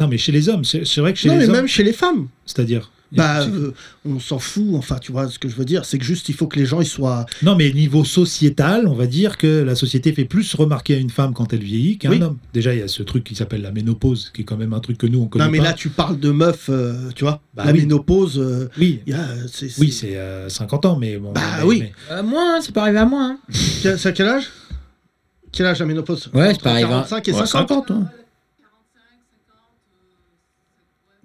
[SPEAKER 4] Non, mais chez les hommes, c'est c'est vrai que chez
[SPEAKER 3] non,
[SPEAKER 4] les
[SPEAKER 3] mais
[SPEAKER 4] hommes,
[SPEAKER 3] même chez les femmes.
[SPEAKER 4] c'est-à-dire.
[SPEAKER 3] Bah, euh, on s'en fout, enfin, tu vois ce que je veux dire. C'est que juste, il faut que les gens, ils soient.
[SPEAKER 4] Non, mais niveau sociétal, on va dire que la société fait plus remarquer à une femme quand elle vieillit qu'à
[SPEAKER 3] Oui.
[SPEAKER 4] un homme. Déjà, il y a ce truc qui s'appelle la ménopause, qui est quand même un truc que nous, on connaît
[SPEAKER 3] Non, mais
[SPEAKER 4] pas.
[SPEAKER 3] là, tu parles de meufs, euh, tu vois.
[SPEAKER 4] Bah
[SPEAKER 3] la
[SPEAKER 4] oui.
[SPEAKER 3] ménopause, euh,
[SPEAKER 4] oui,
[SPEAKER 3] il y a, euh, c'est.
[SPEAKER 4] oui c'est euh, 50 ans, mais bon.
[SPEAKER 3] Bah
[SPEAKER 4] mais-
[SPEAKER 3] oui.
[SPEAKER 4] mais-
[SPEAKER 5] Euh, Moi, hein, c'est pas arrivé à moi. hein.
[SPEAKER 3] Quel- C'est à quel âge Quel âge la ménopause
[SPEAKER 5] Ouais, c'est
[SPEAKER 3] Entre
[SPEAKER 5] pareil,
[SPEAKER 3] 45 et
[SPEAKER 6] Ouais,
[SPEAKER 3] 50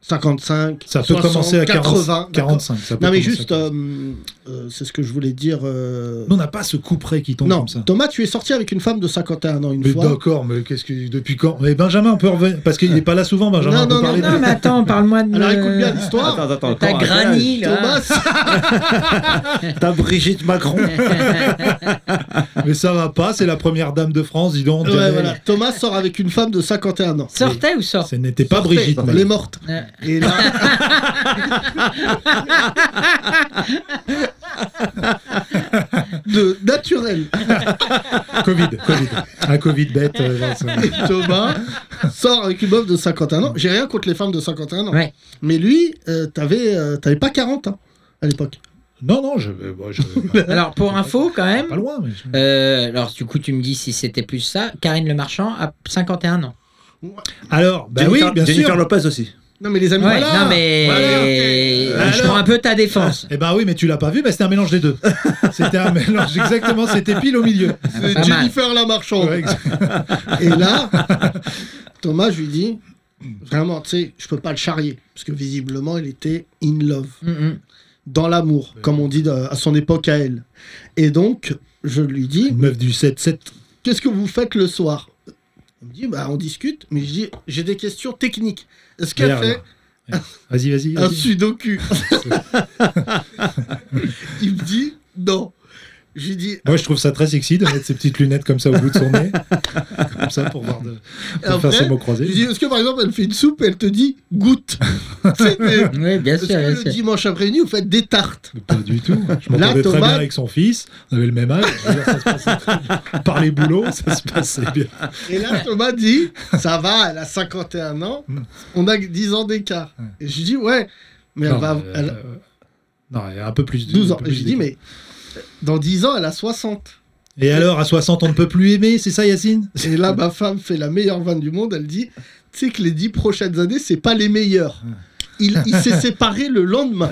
[SPEAKER 3] 55.
[SPEAKER 4] Ça peut
[SPEAKER 3] 60,
[SPEAKER 4] commencer à 40,
[SPEAKER 3] 80.
[SPEAKER 4] 45. ça peut
[SPEAKER 3] Non, mais
[SPEAKER 4] commencer à
[SPEAKER 3] juste,
[SPEAKER 4] 40.
[SPEAKER 3] euh, euh, c'est ce que je voulais dire. euh,
[SPEAKER 4] Nous, on n'a pas ce coup près qui tombe
[SPEAKER 3] Non,
[SPEAKER 4] comme ça.
[SPEAKER 3] Thomas, tu es sorti avec une femme de 51 ans une
[SPEAKER 4] Mais
[SPEAKER 3] fois.
[SPEAKER 4] d'accord, mais qu'est-ce que depuis quand Mais Benjamin, on peut revenir parce qu'il n'est pas là souvent, Benjamin.
[SPEAKER 3] Non,
[SPEAKER 4] on peut
[SPEAKER 3] non,
[SPEAKER 4] parler
[SPEAKER 5] Non,
[SPEAKER 4] de-
[SPEAKER 5] mais attends, parle-moi de. Euh,
[SPEAKER 3] Alors écoute bien l'histoire.
[SPEAKER 6] Attends, attends,
[SPEAKER 5] T'as
[SPEAKER 6] encore un
[SPEAKER 5] grani là.
[SPEAKER 4] [laughs]
[SPEAKER 3] Thomas, c'est-
[SPEAKER 6] gage. T'as Brigitte Macron.
[SPEAKER 4] Mais ça va pas, c'est la première dame de France, dis donc.
[SPEAKER 3] Ouais,
[SPEAKER 4] Janelle.
[SPEAKER 3] voilà. Thomas sort avec une femme de 51 ans.
[SPEAKER 5] Sortait ou sort
[SPEAKER 4] Ce n'était pas
[SPEAKER 3] Sortez,
[SPEAKER 4] Brigitte.
[SPEAKER 3] Elle est
[SPEAKER 4] madame.
[SPEAKER 3] morte.
[SPEAKER 5] Ouais.
[SPEAKER 3] Et
[SPEAKER 5] [laughs]
[SPEAKER 3] là, de naturel.
[SPEAKER 4] Covid, Covid. Un Covid bête. euh, là, ça-
[SPEAKER 3] [laughs] Thomas sort avec une meuf de 51 ans. J'ai rien contre les femmes de 51 ans.
[SPEAKER 5] Ouais.
[SPEAKER 3] Mais lui, euh, t'avais euh, t'avais pas 40 hein, à l'époque.
[SPEAKER 4] Non, non, je, euh, bon, je-
[SPEAKER 5] Alors pour info quand
[SPEAKER 4] pas
[SPEAKER 5] même.
[SPEAKER 4] loin. Mais je-
[SPEAKER 5] euh, alors du coup tu me dis si c'était plus ça. Karine Le Marchand a 51 ans.
[SPEAKER 4] Alors, bah oui,
[SPEAKER 6] Jennifer-
[SPEAKER 4] bien
[SPEAKER 6] Jennifer
[SPEAKER 4] sûr.
[SPEAKER 6] Lopez aussi.
[SPEAKER 3] Non mais les amis,
[SPEAKER 5] Ouais,
[SPEAKER 3] voilà.
[SPEAKER 5] non mais
[SPEAKER 4] voilà.
[SPEAKER 5] je
[SPEAKER 4] Alors-
[SPEAKER 5] prends un peu ta défense.
[SPEAKER 4] Eh ben oui, mais tu l'as pas vu, bah, c'était un mélange des deux. c'était un mélange exactement, c'était pile au milieu.
[SPEAKER 3] C'est
[SPEAKER 5] Pas mal.
[SPEAKER 3] Jennifer la marchande.
[SPEAKER 4] Ouais, ex-
[SPEAKER 3] Et là, Thomas, je lui dis, vraiment, tu sais, je peux pas le charrier. Parce que visiblement, il était in love,
[SPEAKER 5] [laughs] Mm, mm.
[SPEAKER 3] dans l'amour, comme on dit de- à son époque à elle. Et donc, je lui dis,
[SPEAKER 4] Une meuf du 7-7.
[SPEAKER 3] qu'est-ce que vous faites le soir Il me dit, bah, on discute, mais je dis, j'ai des questions techniques. Est-ce qu'elle
[SPEAKER 4] Regarde,
[SPEAKER 3] fait
[SPEAKER 4] regarde. Vas-y, vas-y.
[SPEAKER 3] un
[SPEAKER 4] vas-y.
[SPEAKER 3] sudoku [laughs] Il me dit, non. Je lui dis,
[SPEAKER 4] Moi, je trouve ça très sexy de mettre ses petites lunettes comme ça au bout de son nez. comme ça, pour, voir de, pour
[SPEAKER 3] Après,
[SPEAKER 4] faire ses mots
[SPEAKER 3] je
[SPEAKER 4] croisés.
[SPEAKER 3] lui dis, est-ce que par exemple, elle fait une soupe et elle te dit, goûte Tu sais, mais-
[SPEAKER 5] Oui bien
[SPEAKER 3] Est-ce que
[SPEAKER 5] sûr. bien
[SPEAKER 3] le
[SPEAKER 5] sûr.
[SPEAKER 3] dimanche après-midi, vous faites des tartes
[SPEAKER 4] Pas du tout. Je
[SPEAKER 3] Là,
[SPEAKER 4] m'entendais très
[SPEAKER 3] Thomas-
[SPEAKER 4] bien avec son fils. On avait le même âge. Je veux dire, ça se passait très bien. Par les boulots, ça se passait bien.
[SPEAKER 3] Et là, Thomas dit Ça va, elle a 51 ans, on a 10 ans d'écart. Et je lui dis Ouais, mais elle
[SPEAKER 4] Non,
[SPEAKER 3] va.
[SPEAKER 4] euh,
[SPEAKER 3] elle a
[SPEAKER 4] euh, non, il y a un peu plus de
[SPEAKER 3] 12
[SPEAKER 4] un
[SPEAKER 3] ans.
[SPEAKER 4] peu
[SPEAKER 3] Et
[SPEAKER 4] plus
[SPEAKER 3] je lui dis
[SPEAKER 4] d'écart.
[SPEAKER 3] Mais euh, dans 10 ans, elle a 60.
[SPEAKER 4] Et alors, à 60, on ne peut plus aimer, c'est ça, Yacine
[SPEAKER 3] Et là, ma femme fait la meilleure vanne du monde. Elle dit Tu sais que les 10 prochaines années, c'est pas les meilleures. Il,
[SPEAKER 4] [laughs]
[SPEAKER 3] il s'est séparé le lendemain,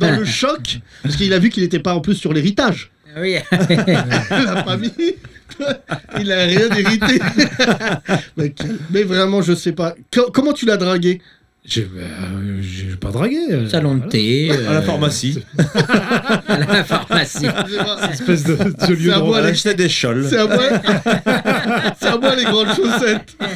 [SPEAKER 3] dans le choc, parce qu'il a vu qu'il n'était pas en plus sur l'héritage. [laughs]
[SPEAKER 5] Ah Oui.
[SPEAKER 3] la famille. [laughs] Il a rien hérité. [laughs] mais, quel- mais vraiment, je sais pas. Co- comment tu l'as dragué
[SPEAKER 4] Je n'ai pas dragué. euh,
[SPEAKER 5] Salon de
[SPEAKER 4] voilà.
[SPEAKER 5] thé. [laughs]
[SPEAKER 6] À la
[SPEAKER 5] euh,
[SPEAKER 6] pharmacie.
[SPEAKER 5] à la pharmacie.
[SPEAKER 4] Espèce de, de lieu
[SPEAKER 3] à
[SPEAKER 4] de
[SPEAKER 3] moi,
[SPEAKER 6] Elle
[SPEAKER 3] les-
[SPEAKER 6] achetait des choles.
[SPEAKER 3] Bah C'est à moi. [laughs] C'est à moi les grandes chaussettes. Ah,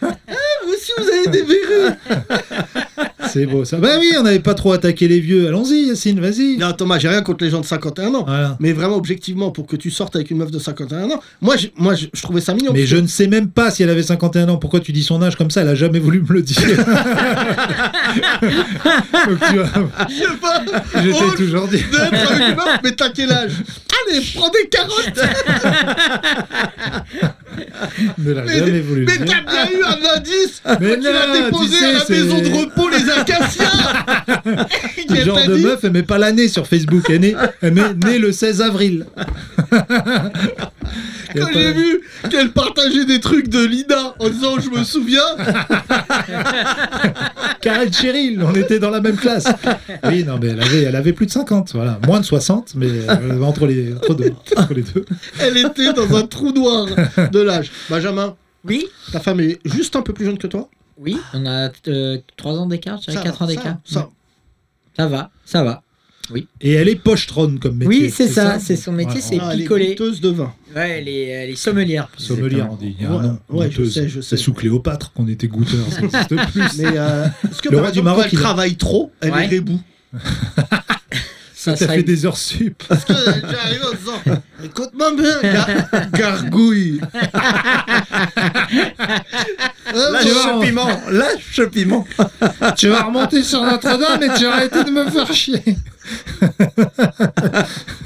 [SPEAKER 3] vous aussi, vous avez des verrues.
[SPEAKER 4] C'est- c'est beau ça. Bah oui, on n'avait pas trop attaqué les vieux. Allons-y, Yacine, vas-y.
[SPEAKER 3] Non, Thomas, j'ai rien contre les gens de 51 ans.
[SPEAKER 4] Voilà.
[SPEAKER 3] Mais vraiment, objectivement, pour que tu sortes avec une meuf de 51 ans, moi, je, moi, je, je trouvais ça mignon.
[SPEAKER 4] Mais je ne sais même pas si elle avait 51 ans. Pourquoi tu dis son âge comme ça Elle a jamais voulu me le [laughs] dire. Donc, tu vois,
[SPEAKER 3] Je sais
[SPEAKER 4] [laughs]
[SPEAKER 3] pas
[SPEAKER 4] je
[SPEAKER 3] Oh,
[SPEAKER 4] t'ai toujours dit. [laughs]
[SPEAKER 3] d'être avec une meuf, mais t'as quel âge Allez, prends des carottes
[SPEAKER 4] Ne l'a
[SPEAKER 3] [laughs] Mais-
[SPEAKER 4] jamais voulu.
[SPEAKER 3] Mais
[SPEAKER 4] me dire.
[SPEAKER 3] t'as bien eu un indice
[SPEAKER 4] Mais
[SPEAKER 3] Tu l'as
[SPEAKER 4] non,
[SPEAKER 3] déposé
[SPEAKER 4] tu sais,
[SPEAKER 3] à la
[SPEAKER 4] c'est-
[SPEAKER 3] maison de repos Les Acacias
[SPEAKER 4] [laughs]
[SPEAKER 3] Et
[SPEAKER 4] Le
[SPEAKER 3] qu'elle
[SPEAKER 4] genre
[SPEAKER 3] t'a
[SPEAKER 4] de
[SPEAKER 3] dit,
[SPEAKER 4] meuf, elle met pas l'année sur Facebook. Elle est née, elle est née le 16 avril. Y a
[SPEAKER 3] Quand
[SPEAKER 4] pas-
[SPEAKER 3] j'ai vu qu'elle partageait des trucs de Lina en disant je me souviens,
[SPEAKER 4] Karen Cheryl, on était dans la même classe. Oui, non, mais elle avait, elle avait plus de 50, voilà. Moins de 60, mais euh, entre, les, entre deux, entre les deux.
[SPEAKER 3] elle était dans un trou noir de l'âge. Benjamin,
[SPEAKER 5] Oui
[SPEAKER 3] ta femme est juste un peu plus jeune que toi
[SPEAKER 5] Oui, on a 3 ans d'écart, je dirais
[SPEAKER 3] Ça va,
[SPEAKER 5] 4 ans
[SPEAKER 3] ça
[SPEAKER 5] d'écart.
[SPEAKER 3] va, ça.
[SPEAKER 5] Ça va, ça va.
[SPEAKER 4] Et elle est pochetronne comme métier.
[SPEAKER 5] Oui, c'est ça, c'est son métier,
[SPEAKER 4] Voilà.
[SPEAKER 5] c'est-
[SPEAKER 3] Ah, elle est
[SPEAKER 5] picolée.
[SPEAKER 3] goûteuse de vin.
[SPEAKER 5] Ouais, elle est, elle est sommelière.
[SPEAKER 4] Sommelière, on dit. Il y a un
[SPEAKER 3] Ouais,
[SPEAKER 4] nom,
[SPEAKER 3] ouais, je
[SPEAKER 4] goûteuse.
[SPEAKER 3] sais, je sais.
[SPEAKER 4] C'est sous Cléopâtre qu'on était goûteur, ça n'existe plus.
[SPEAKER 3] Mais euh, est-ce que
[SPEAKER 4] Le
[SPEAKER 3] par
[SPEAKER 4] roi du
[SPEAKER 3] exemple,
[SPEAKER 4] Maroc,
[SPEAKER 3] quand elle
[SPEAKER 4] il a-
[SPEAKER 3] travaille trop, elle
[SPEAKER 5] Ouais.
[SPEAKER 3] est rébou
[SPEAKER 5] Ça
[SPEAKER 4] T'as
[SPEAKER 5] serait-
[SPEAKER 4] fait des heures sup.
[SPEAKER 3] Parce que j'arrive en disant écoute-moi bien, gar- gargouille [laughs] Ah,
[SPEAKER 4] Là,
[SPEAKER 3] bon,
[SPEAKER 4] tu vois,
[SPEAKER 6] piment, lâche le piment.
[SPEAKER 4] [laughs] tu vas remonter sur Notre-Dame et tu vas arrêter de me faire chier.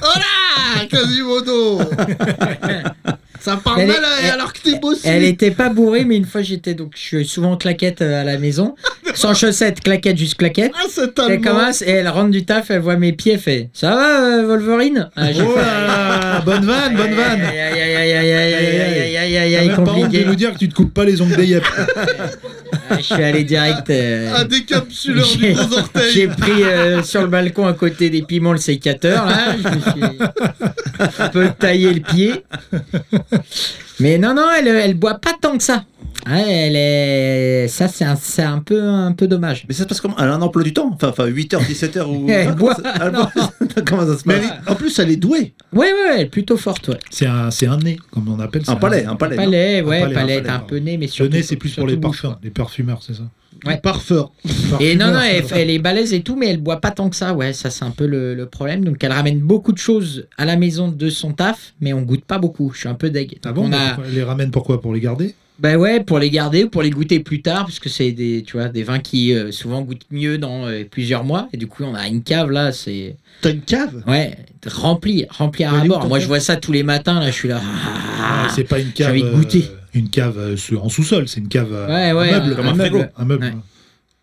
[SPEAKER 3] Hola Quasimodo Ça parle
[SPEAKER 5] Elle est-
[SPEAKER 3] mal à-
[SPEAKER 5] elle-
[SPEAKER 3] alors que t'es bossé
[SPEAKER 5] Elle était pas bourrée, mais une fois j'étais donc je suis souvent en claquette euh, à
[SPEAKER 4] [laughs]
[SPEAKER 5] la maison, sans chaussettes, claquette juste claquette.
[SPEAKER 3] Ah, cet
[SPEAKER 5] Elle
[SPEAKER 3] allemand
[SPEAKER 5] commence et elle rentre du taf, elle voit mes pieds, elle fait ça va euh, Wolverine. Ah, j'ai
[SPEAKER 4] Oh
[SPEAKER 5] fait,
[SPEAKER 4] là là, bonne vanne, bonne vanne.
[SPEAKER 5] Aïe, aïe, aïe, aïe, aïe, aïe, aïe, aïe, aïe, aïe,
[SPEAKER 4] T'as
[SPEAKER 5] aïe,
[SPEAKER 4] même pas honte de
[SPEAKER 5] compliqué.
[SPEAKER 4] nous dire que tu te coupes pas les ongles des yeux.
[SPEAKER 5] Ah, Je suis allé direct.
[SPEAKER 4] Ah,
[SPEAKER 5] euh,
[SPEAKER 3] Un décapsuleur
[SPEAKER 5] [laughs]
[SPEAKER 3] du
[SPEAKER 5] J'ai-
[SPEAKER 3] gros orteil
[SPEAKER 5] J'ai pris euh, sur le balcon à côté des piments le sécateur. Là. Je me suis un peu taillé le pied. Mais non, non, elle, elle boit pas tant que ça. Ouais, elle est... Ça, c'est un, c'est un, peu, un peu dommage.
[SPEAKER 6] Mais ça se passe comment Elle a un emploi du temps Enfin, enfin 8h, 17h ou. Ah,
[SPEAKER 5] Elle boit.
[SPEAKER 6] Elle boit. Ah, comment ça se
[SPEAKER 3] Mais
[SPEAKER 6] passe
[SPEAKER 3] elle est- en plus, elle est douée
[SPEAKER 5] Ouais, ouais, ouais, plutôt forte. Ouais.
[SPEAKER 4] C'est un, c'est un nez, comme on appelle ça.
[SPEAKER 6] Un palais, un palais. non
[SPEAKER 5] Palais, ouais,
[SPEAKER 4] palais, un
[SPEAKER 5] palais,
[SPEAKER 4] palais,
[SPEAKER 5] t'es un
[SPEAKER 4] pardon.
[SPEAKER 5] peu nez, mais
[SPEAKER 4] Le
[SPEAKER 5] surtout.
[SPEAKER 4] nez, c'est plus pour les
[SPEAKER 5] surtout bouche,
[SPEAKER 4] parfums, les parfumeurs, c'est ça.
[SPEAKER 5] Ouais.
[SPEAKER 3] Parfeur
[SPEAKER 5] quoi. Et non, non, elle, elle est balèze et tout, mais elle boit pas tant que ça. Ouais, ça, c'est un peu le, le problème. Donc, elle ramène beaucoup de choses à la maison de son taf, mais on goûte pas beaucoup. Je suis un peu deg.
[SPEAKER 4] Ah
[SPEAKER 5] Donc,
[SPEAKER 4] bon
[SPEAKER 5] on
[SPEAKER 4] mais
[SPEAKER 5] a-
[SPEAKER 4] pourquoi- Elle les ramène pourquoi Pour les garder
[SPEAKER 5] Ben ouais, pour les garder ou pour les goûter plus tard, parce que c'est des, tu vois, des vins qui euh, souvent goûtent mieux dans euh, plusieurs mois. Et du coup, on a une cave là, c'est
[SPEAKER 3] T'as une cave
[SPEAKER 5] ouais, remplie, remplie
[SPEAKER 3] Elle est
[SPEAKER 5] à
[SPEAKER 3] où,
[SPEAKER 5] bord.
[SPEAKER 3] ta
[SPEAKER 5] Moi, je
[SPEAKER 3] cave
[SPEAKER 5] vois ça tous les matins. Là, je suis là.
[SPEAKER 4] Ah, C'est pas une cave.
[SPEAKER 5] j'ai envie de goûter.
[SPEAKER 4] euh, une cave euh, sous- en sous-sol, c'est une cave. euh,
[SPEAKER 5] Ouais, ouais,
[SPEAKER 4] un meuble.
[SPEAKER 6] comme un
[SPEAKER 4] meuble.
[SPEAKER 6] frigo.
[SPEAKER 4] Un meuble.
[SPEAKER 5] Ouais.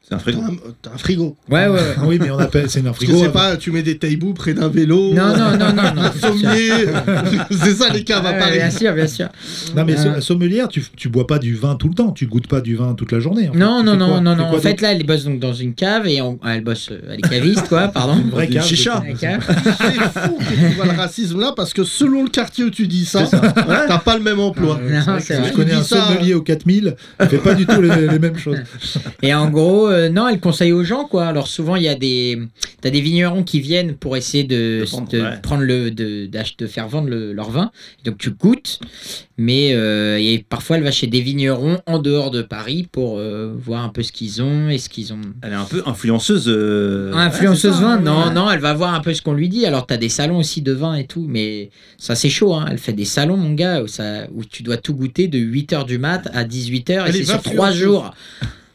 [SPEAKER 6] C'est un
[SPEAKER 3] T'as
[SPEAKER 6] frigo.
[SPEAKER 3] un, t'as un frigo
[SPEAKER 5] Ouais, ouais. ouais.
[SPEAKER 4] Ah Oui, mais on appelle. C'est un
[SPEAKER 3] Parce que
[SPEAKER 4] frigo. euh,
[SPEAKER 3] c'est pas, tu mets des taibous près d'un vélo
[SPEAKER 5] [laughs] Non, non, non, non, non.
[SPEAKER 3] Un
[SPEAKER 5] [laughs]
[SPEAKER 3] sommier C'est ça les caves à
[SPEAKER 5] Ouais, ouais, bien
[SPEAKER 3] Paris
[SPEAKER 5] sûr, bien sûr.
[SPEAKER 4] Non, mais
[SPEAKER 5] Euh.
[SPEAKER 4] la sommelière, tu, tu bois pas du vin tout le temps. Tu goûtes pas du vin toute la journée. en fait.
[SPEAKER 5] Non,
[SPEAKER 4] Tu
[SPEAKER 5] non,
[SPEAKER 4] fais
[SPEAKER 5] non,
[SPEAKER 4] quoi
[SPEAKER 5] non,
[SPEAKER 4] Tu
[SPEAKER 5] non.
[SPEAKER 4] fais quoi
[SPEAKER 5] En fait, là, elle bosse donc dans une cave et on- elle bosse, euh, elle est caviste, quoi. Pardon.
[SPEAKER 4] [laughs] Une vraie
[SPEAKER 6] Une
[SPEAKER 4] cave, de-
[SPEAKER 6] chicha.
[SPEAKER 5] La cave.
[SPEAKER 3] C'est fou que tu vois le racisme là parce que selon le quartier où tu dis ça, t'as pas le même emploi.
[SPEAKER 5] Non, c'est
[SPEAKER 3] Ouais.
[SPEAKER 5] vrai.
[SPEAKER 4] Je connais
[SPEAKER 3] Tu dis
[SPEAKER 4] un
[SPEAKER 3] ça,
[SPEAKER 4] sommelier au 4000, il fait pas du tout les, les mêmes choses.
[SPEAKER 5] Et en gros, euh, non, elle conseille aux gens, quoi. Alors souvent, il y a des, t'as des vignerons qui viennent pour essayer de,
[SPEAKER 6] De prendre,
[SPEAKER 5] de
[SPEAKER 6] ouais.
[SPEAKER 5] prendre le, de, d'ach- de faire vendre le- leur vin. Donc tu goûtes, mais euh, et parfois elle va chez des vignerons en dehors de Paris pour euh, voir un peu ce qu'ils ont et ce qu'ils ont.
[SPEAKER 6] Elle est un peu influenceuse. euh,
[SPEAKER 5] Ah, Influenceuse
[SPEAKER 6] ouais, c'est ça,
[SPEAKER 5] vin,
[SPEAKER 6] ouais.
[SPEAKER 5] non, non, elle va voir un peu ce qu'on lui dit. Alors t'as des salons aussi de vin et tout, mais ça c'est chaud. Hein. Elle fait des salons, mon gars, où ça, où tu dois tout goûter de 8h du mat à 18h et
[SPEAKER 3] Elle
[SPEAKER 5] c'est
[SPEAKER 3] est
[SPEAKER 5] sur 3
[SPEAKER 3] influenceuse.
[SPEAKER 5] jours.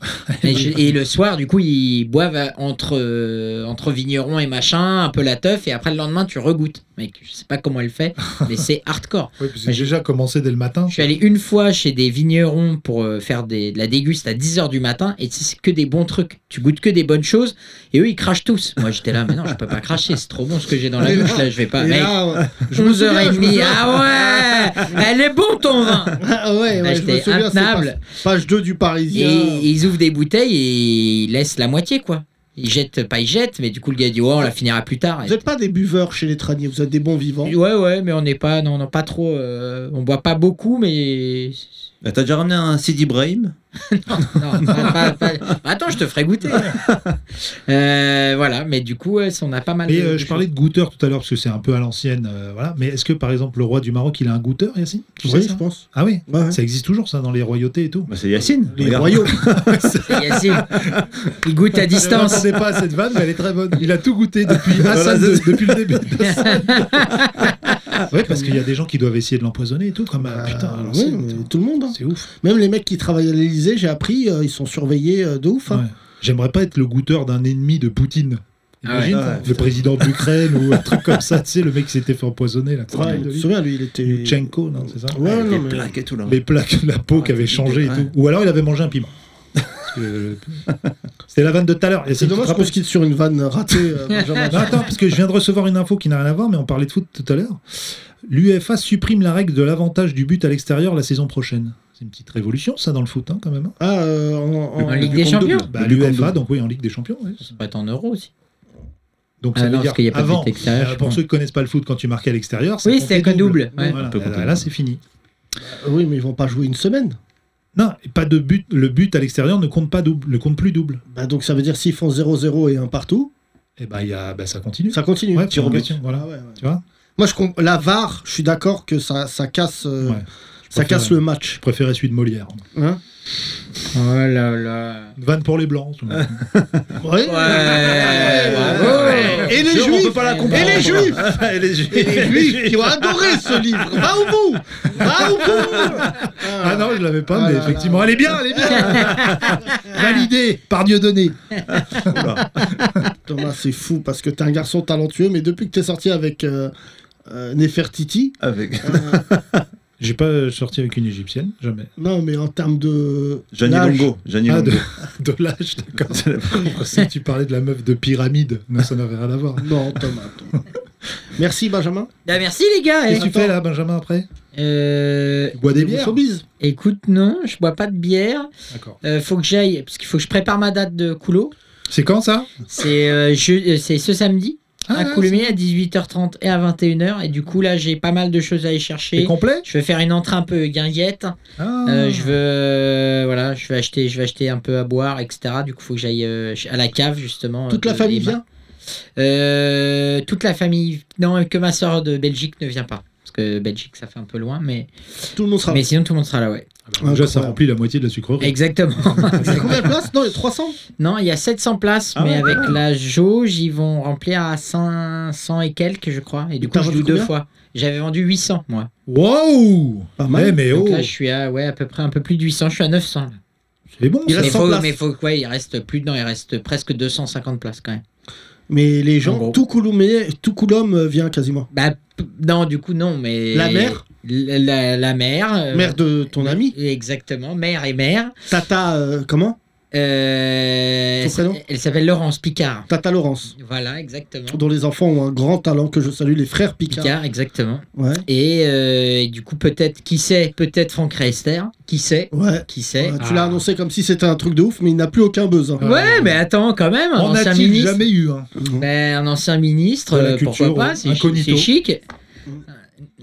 [SPEAKER 6] [laughs]
[SPEAKER 5] Et, je- et le soir, du coup, ils boivent euh, entre, euh, entre vignerons et machin, un peu la teuf, et après le lendemain, tu regoutes. Mec, je sais pas comment elle fait, mais c'est hardcore.
[SPEAKER 4] Oui, parce que j'ai déjà commencé dès le matin.
[SPEAKER 5] Je suis allé une fois chez des vignerons pour euh, faire des- de la déguste à 10h du matin, et tu sais, c'est que des bons trucs. Tu goûtes que des bonnes choses, et eux, ils crachent tous. Moi, j'étais là, mais non, je peux pas cracher, c'est trop bon ce que j'ai dans la
[SPEAKER 3] Et
[SPEAKER 5] bouche,
[SPEAKER 3] là-
[SPEAKER 5] là, je vais pas.
[SPEAKER 3] Et
[SPEAKER 5] Mec,
[SPEAKER 3] là, ouais. je me souviens, je me
[SPEAKER 5] 11h30,
[SPEAKER 3] souviens.
[SPEAKER 5] ah ouais Elle est bon ton vin
[SPEAKER 3] Ah ouais, ouais, je me
[SPEAKER 5] J'étais
[SPEAKER 3] souviens, c'est
[SPEAKER 5] intenable.
[SPEAKER 3] pas- page 2 du Parisien.
[SPEAKER 5] Et ils ouvrent des bouteilles et ils laissent la moitié, quoi. Ils jettent, pas ils jettent, mais du coup le gars dit Oh, on la finira plus tard.
[SPEAKER 3] Vous n'êtes pas des buveurs chez les traniers, vous êtes des bons vivants.
[SPEAKER 5] Ouais, ouais, mais on n'est pas, non, non, pas trop. euh, on boit pas beaucoup, mais
[SPEAKER 6] Bah, T'as déjà ramené un Sid Ibrahim
[SPEAKER 5] Non, pas- pas- pas- Attends, je te ferai
[SPEAKER 4] [laughs]
[SPEAKER 5] goûter. Euh, voilà, mais du coup, ouais, on a pas mal
[SPEAKER 4] Mais
[SPEAKER 5] de-
[SPEAKER 4] euh,
[SPEAKER 5] de
[SPEAKER 4] je parlais de goûteur tout à l'heure parce que c'est un peu à l'ancienne. euh, voilà. Mais est-ce que par exemple le roi du Maroc il a un goûteur, Yacine Tu sais
[SPEAKER 3] Oui,
[SPEAKER 4] ça
[SPEAKER 3] je pense.
[SPEAKER 4] Ah oui
[SPEAKER 3] Ouais, ouais.
[SPEAKER 4] Ça existe toujours ça dans les royautés et tout.
[SPEAKER 6] bah, C'est Yacine.
[SPEAKER 3] Les
[SPEAKER 4] [laughs]
[SPEAKER 6] regarde. [laughs]
[SPEAKER 3] royaux.
[SPEAKER 5] choses. Yacine, il goûte à
[SPEAKER 4] Je
[SPEAKER 5] distance.
[SPEAKER 4] m'attendais pas à cette vanne, mais elle est très bonne. Il a tout goûté depuis,
[SPEAKER 6] Voilà,
[SPEAKER 4] Hassan
[SPEAKER 6] c'est-
[SPEAKER 4] de- depuis le début. oui, parce qu'il y a des gens qui doivent essayer de l'empoisonner et tout. Comme, ah, putain, à
[SPEAKER 3] Euh,
[SPEAKER 4] l'ancienne,
[SPEAKER 3] oui, mais
[SPEAKER 4] putain.
[SPEAKER 3] tout le monde. hein.
[SPEAKER 4] c'est ouf.
[SPEAKER 3] Même les mecs qui travaillent à l'Elysée, j'ai appris, euh, ils sont surveillés euh, de ouf. hein.
[SPEAKER 4] Ouais. J'aimerais pas être le goûteur d'un ennemi de Poutine.
[SPEAKER 5] Ah ouais.
[SPEAKER 4] Imagine,
[SPEAKER 6] Ah ouais,
[SPEAKER 4] le président de l'Ukraine ou un truc comme ça, tu sais, le mec qui s'était fait empoisonner. Là,
[SPEAKER 3] Ouais, je me souviens, lui, il était.
[SPEAKER 4] Tchenko, non, c'est ça
[SPEAKER 3] Ouais, non,
[SPEAKER 6] Les
[SPEAKER 3] mais-
[SPEAKER 6] plaques et tout là.
[SPEAKER 4] Les plaques, la peau qui avait changé et tout. Ou alors il avait mangé un piment. Parce que- euh, C'était la vanne de tout à l'heure. Et
[SPEAKER 3] C'est dommage qu'on se quitte sur une vanne ratée. euh,
[SPEAKER 4] [laughs]
[SPEAKER 3] Benjamin.
[SPEAKER 4] Non, attends, parce que je viens de recevoir une info qui n'a rien à voir, mais on parlait de foot tout à l'heure. L'UEFA supprime la règle de l'avantage du but à l'extérieur la saison prochaine. C'est une petite révolution, ça, dans le foot, hein, quand même. hein.
[SPEAKER 3] Ah, euh, en,
[SPEAKER 5] En Ligue des Champions
[SPEAKER 4] Bah, L'UEFA, donc oui, en Ligue des Champions. oui.
[SPEAKER 5] Ça peut être en euros aussi.
[SPEAKER 4] Donc
[SPEAKER 5] Ah
[SPEAKER 4] ça
[SPEAKER 5] non,
[SPEAKER 4] veut
[SPEAKER 5] parce
[SPEAKER 4] dire
[SPEAKER 5] qu'il y a pas de
[SPEAKER 4] avant, euh,
[SPEAKER 5] but extérieur, je
[SPEAKER 4] pour
[SPEAKER 5] crois.
[SPEAKER 4] ceux qui connaissent pas le foot, quand tu marques à l'extérieur, ça
[SPEAKER 5] Oui,
[SPEAKER 4] comptait
[SPEAKER 5] c'était que double, ouais.
[SPEAKER 4] Voilà,
[SPEAKER 6] Un peu compté
[SPEAKER 4] là, là,
[SPEAKER 6] double.
[SPEAKER 4] c'est fini.
[SPEAKER 3] Oui, mais ils vont pas jouer une semaine.
[SPEAKER 4] Non, et pas de but. Le but à l'extérieur ne compte pas double, ne compte plus double.
[SPEAKER 3] Bah, donc ça veut dire s'ils font 0-0 et 1 partout,
[SPEAKER 4] Et bah, il y a, bah, ça continue.
[SPEAKER 3] ça continue.
[SPEAKER 4] Ouais, tir au but.
[SPEAKER 3] Ah
[SPEAKER 4] Voilà.
[SPEAKER 3] ouais, ouais.
[SPEAKER 4] Tu vois
[SPEAKER 3] Moi, je comp- la VAR, je suis d'accord que ça, ça casse, euh,
[SPEAKER 4] Ouais.
[SPEAKER 3] ça
[SPEAKER 4] préfère-
[SPEAKER 3] casse le match.
[SPEAKER 4] Je préférais celui de Molière.
[SPEAKER 3] Hein
[SPEAKER 5] Oh là là.
[SPEAKER 4] Vanne pour les blancs. tout le
[SPEAKER 5] [laughs]
[SPEAKER 4] monde.
[SPEAKER 3] Ouais.
[SPEAKER 5] Ouais, bravo.
[SPEAKER 3] Et les
[SPEAKER 6] Jure, on
[SPEAKER 3] juifs
[SPEAKER 6] peut pas la
[SPEAKER 3] Et
[SPEAKER 6] comprendre.
[SPEAKER 3] les juifs
[SPEAKER 6] Et les juifs.
[SPEAKER 3] Et les juifs qui ont adoré ce livre Va au bout Va au bout
[SPEAKER 4] Ah non, je l'avais pas,
[SPEAKER 3] Ah
[SPEAKER 4] mais
[SPEAKER 3] là là.
[SPEAKER 4] effectivement, elle est bien, elle est bien.
[SPEAKER 5] [laughs]
[SPEAKER 4] Validée par Dieu donné.
[SPEAKER 3] Thomas, c'est fou parce que t'es un garçon talentueux, mais depuis que t'es sorti avec euh, euh, Nefertiti,
[SPEAKER 6] Avec
[SPEAKER 3] euh,
[SPEAKER 4] [laughs] J'ai pas sorti avec une égyptienne, jamais.
[SPEAKER 3] non, mais en termes de.
[SPEAKER 6] Gianni
[SPEAKER 3] l'âge,
[SPEAKER 6] Longo. Gianni
[SPEAKER 4] Ah, de,
[SPEAKER 6] Longo.
[SPEAKER 4] de l'âge, d'accord. Je pensais que tu parlais de la meuf de pyramide, mais ça n'avait rien à voir.
[SPEAKER 3] Non, Thomas. Thomas. Merci, Benjamin.
[SPEAKER 5] Bah, merci les gars.
[SPEAKER 4] Qu'est-ce
[SPEAKER 5] eh.
[SPEAKER 4] que tu fais là, Benjamin, après
[SPEAKER 5] Euh,
[SPEAKER 4] Tu bois des bières
[SPEAKER 3] Showbiz.
[SPEAKER 5] écoute, non, je bois pas de bière.
[SPEAKER 4] D'accord.
[SPEAKER 5] Euh, faut que j'aille, parce qu'il faut que je prépare ma date de coulo.
[SPEAKER 4] C'est quand ça
[SPEAKER 5] C'est euh, je- euh, c'est ce samedi
[SPEAKER 4] Ah,
[SPEAKER 5] à Coulommiers à 18h30 et à 21h. Et du coup, là, j'ai pas mal de choses à aller
[SPEAKER 4] C'est
[SPEAKER 5] chercher.
[SPEAKER 4] complet
[SPEAKER 5] Je vais faire une entrée un peu guinguette.
[SPEAKER 4] Ah.
[SPEAKER 3] Hmm.
[SPEAKER 5] Euh, je veux, euh, voilà, je vais acheter, je vais acheter un peu à boire, etc. Du coup, faut que j'aille euh, à la cave justement.
[SPEAKER 3] Toute
[SPEAKER 5] euh,
[SPEAKER 3] la
[SPEAKER 5] de-
[SPEAKER 3] famille
[SPEAKER 5] des-
[SPEAKER 3] vient.
[SPEAKER 5] Euh, Toute la famille. Non, que ma soeur de Belgique ne vient pas, parce que Belgique, ça fait un peu loin, mais
[SPEAKER 3] Tout le monde sera.
[SPEAKER 5] mais sinon tout le monde sera là, ouais.
[SPEAKER 4] Alors, Ah, déjà, ça remplit la moitié de la sucrerie.
[SPEAKER 3] [laughs]
[SPEAKER 5] Exactement.
[SPEAKER 3] C'est combien de places Non, il y a 300.
[SPEAKER 5] [laughs] non, il y a 700 places,
[SPEAKER 6] Ah
[SPEAKER 5] mais
[SPEAKER 6] ouais,
[SPEAKER 5] avec la jauge, ils vont remplir à 500 et quelques, je crois. Et du coup,
[SPEAKER 3] T'as
[SPEAKER 5] je
[SPEAKER 3] vendu
[SPEAKER 5] joue deux
[SPEAKER 3] combien
[SPEAKER 5] fois. J'avais vendu 800 moi.
[SPEAKER 4] Wow
[SPEAKER 3] Pas mal.
[SPEAKER 4] Eh, mais oh
[SPEAKER 5] Donc là, je suis à ouais à peu près un peu plus de 800. Je suis à 900. là.
[SPEAKER 4] C'est bon,
[SPEAKER 3] Il
[SPEAKER 4] ça.
[SPEAKER 5] Mais
[SPEAKER 3] reste 100
[SPEAKER 5] faut,
[SPEAKER 3] places.
[SPEAKER 5] mais faut ouais, il reste plus dedans, il reste presque 250 places quand même.
[SPEAKER 3] Mais les
[SPEAKER 5] En
[SPEAKER 3] gens,
[SPEAKER 5] gros.
[SPEAKER 3] tout Coulommiers, tout Coulomb euh, vient quasiment.
[SPEAKER 5] Bah p- non, du coup non, mais
[SPEAKER 3] La mère
[SPEAKER 5] la, la- la mère, euh,
[SPEAKER 3] Mère de ton ami,
[SPEAKER 5] exactement, mère et mère.
[SPEAKER 3] Tata, euh, comment Son
[SPEAKER 5] Euh,
[SPEAKER 3] prénom
[SPEAKER 5] elle s'appelle- elle s'appelle Laurence Picard.
[SPEAKER 3] Tata Laurence,
[SPEAKER 5] Voilà, exactement.
[SPEAKER 3] dont les enfants ont un grand talent que je salue, les frères Picard.
[SPEAKER 5] Picard, exactement.
[SPEAKER 3] Ouais,
[SPEAKER 5] Et, euh, et du coup peut-être, qui sait, peut-être Franck Reister, qui sait,
[SPEAKER 3] ouais.
[SPEAKER 5] qui sait.
[SPEAKER 3] Ouais, tu
[SPEAKER 4] Ah.
[SPEAKER 3] l'as annoncé comme si c'était un truc de ouf, mais il n'a plus aucun buzz. hein.
[SPEAKER 4] Ah.
[SPEAKER 5] Ouais, mais attends quand même, un
[SPEAKER 4] On
[SPEAKER 5] ancien
[SPEAKER 4] a-t-il
[SPEAKER 5] ministre.
[SPEAKER 4] jamais eu hein un
[SPEAKER 5] Ben, un ancien ministre,
[SPEAKER 4] De la
[SPEAKER 5] euh,
[SPEAKER 4] culture,
[SPEAKER 5] pourquoi pas,
[SPEAKER 4] ouais.
[SPEAKER 5] c'est chi-
[SPEAKER 4] Incognito.
[SPEAKER 5] c'est chic.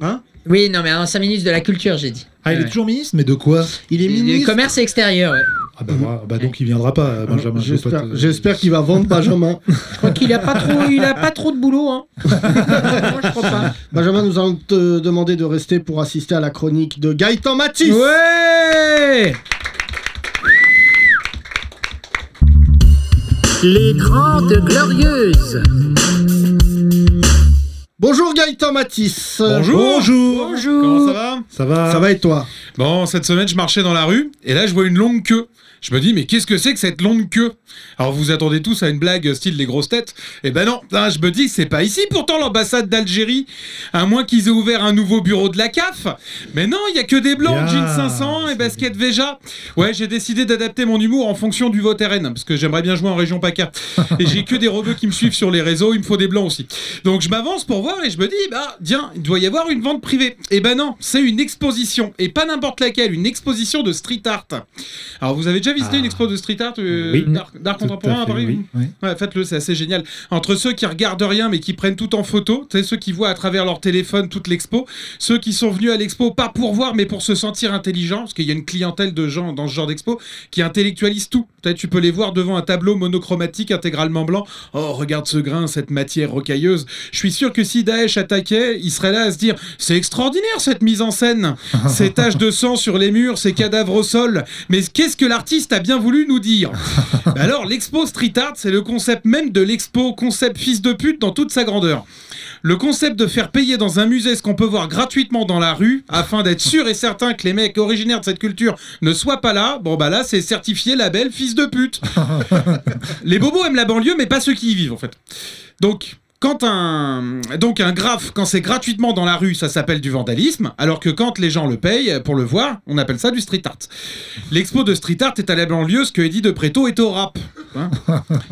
[SPEAKER 3] Hein
[SPEAKER 5] Oui, non, mais un ancien ministre de la culture, j'ai dit.
[SPEAKER 4] Ah, il est
[SPEAKER 5] Ouais.
[SPEAKER 4] toujours ministre, mais de quoi
[SPEAKER 3] Il est
[SPEAKER 5] Du- du
[SPEAKER 3] ministre. Ah,
[SPEAKER 5] commerce extérieur. ouais.
[SPEAKER 4] Ah bah, voilà, bah donc il viendra pas, euh, Benjamin. je vais pas
[SPEAKER 3] J'espère
[SPEAKER 4] te-
[SPEAKER 3] j'espère qu'il va vendre [laughs] Benjamin.
[SPEAKER 5] Je crois qu'il a pas trop, il a pas trop de boulot. Hein. Moi, je crois pas.
[SPEAKER 3] [laughs] Benjamin, nous allons te demander de rester pour assister à la chronique de Gaëtan Matisse.
[SPEAKER 5] Ouais.
[SPEAKER 1] Les Grandes Glorieuses.
[SPEAKER 3] Bonjour Gaëtan Matisse.
[SPEAKER 7] Bonjour.
[SPEAKER 4] Bonjour.
[SPEAKER 5] Bonjour.
[SPEAKER 7] Comment ça va
[SPEAKER 4] Ça va
[SPEAKER 3] Ça va et toi
[SPEAKER 7] Bon, cette semaine, je marchais dans la rue et là, je vois une longue queue. Je me dis, mais qu'est-ce que c'est que cette longue queue Alors, vous attendez tous à une blague euh, style les grosses têtes Eh ben non, hein, je me dis, c'est pas ici pourtant l'ambassade d'Algérie, à moins qu'ils aient ouvert un nouveau bureau de la CAF. Mais non, il y a que des blancs,
[SPEAKER 4] Bien,
[SPEAKER 7] jeans 500 et
[SPEAKER 4] c'est
[SPEAKER 7] basket Veja. Ouais, j'ai décidé d'adapter mon humour en fonction du vote RN, parce que j'aimerais bien jouer en région PACA. Et j'ai que des rebeux qui me suivent sur les réseaux, il me faut des blancs aussi. Donc je Eh m'avance pour voir et je me dis, bah tiens, il doit y avoir une vente privée. Et ben non, c'est une exposition, et pas n'importe n'importe laquelle, une exposition de street art. Alors, vous avez déjà visité
[SPEAKER 4] Ah.
[SPEAKER 7] une expo de street art euh,
[SPEAKER 4] Oui.
[SPEAKER 7] d'art d'art
[SPEAKER 4] Tout à
[SPEAKER 7] contemporain à
[SPEAKER 4] fait,
[SPEAKER 7] Paris
[SPEAKER 4] oui, oui.
[SPEAKER 7] Ouais, faites-le, c'est assez génial. Entre ceux qui regardent rien mais qui prennent tout en photo, c'est ceux qui voient à travers leur téléphone toute l'expo, ceux qui sont venus à l'expo pas pour voir mais pour se sentir intelligent, parce qu'il y a une clientèle de gens dans ce genre d'expo qui intellectualise tout. Peut-être tu peux les voir devant un tableau monochromatique intégralement blanc. Oh, regarde ce grain, cette matière rocailleuse. Je suis sûr que si Daesh attaquait, il serait là à se dire c'est extraordinaire cette mise en scène, ces taches de sang sur les murs, ces cadavres au sol. Mais qu'est-ce que l'artiste a bien voulu nous dire [laughs] bah Alors, l'expo street art, c'est le concept même de l'expo concept fils de pute dans toute sa grandeur. Le concept de faire payer dans un musée ce qu'on peut voir gratuitement dans la rue, afin d'être sûr et certain que les mecs originaires de cette culture ne soient pas là, bon bah là c'est certifié label fils de pute. les bobos aiment la banlieue, mais pas ceux qui y vivent en fait. Donc. Quand un, donc un graphe, quand c'est gratuitement dans la rue, ça s'appelle du vandalisme, alors que quand les gens le payent pour le voir, on appelle ça du street art. L'expo de street art est à la banlieue ce que Eddie de Préto est au rap. hein.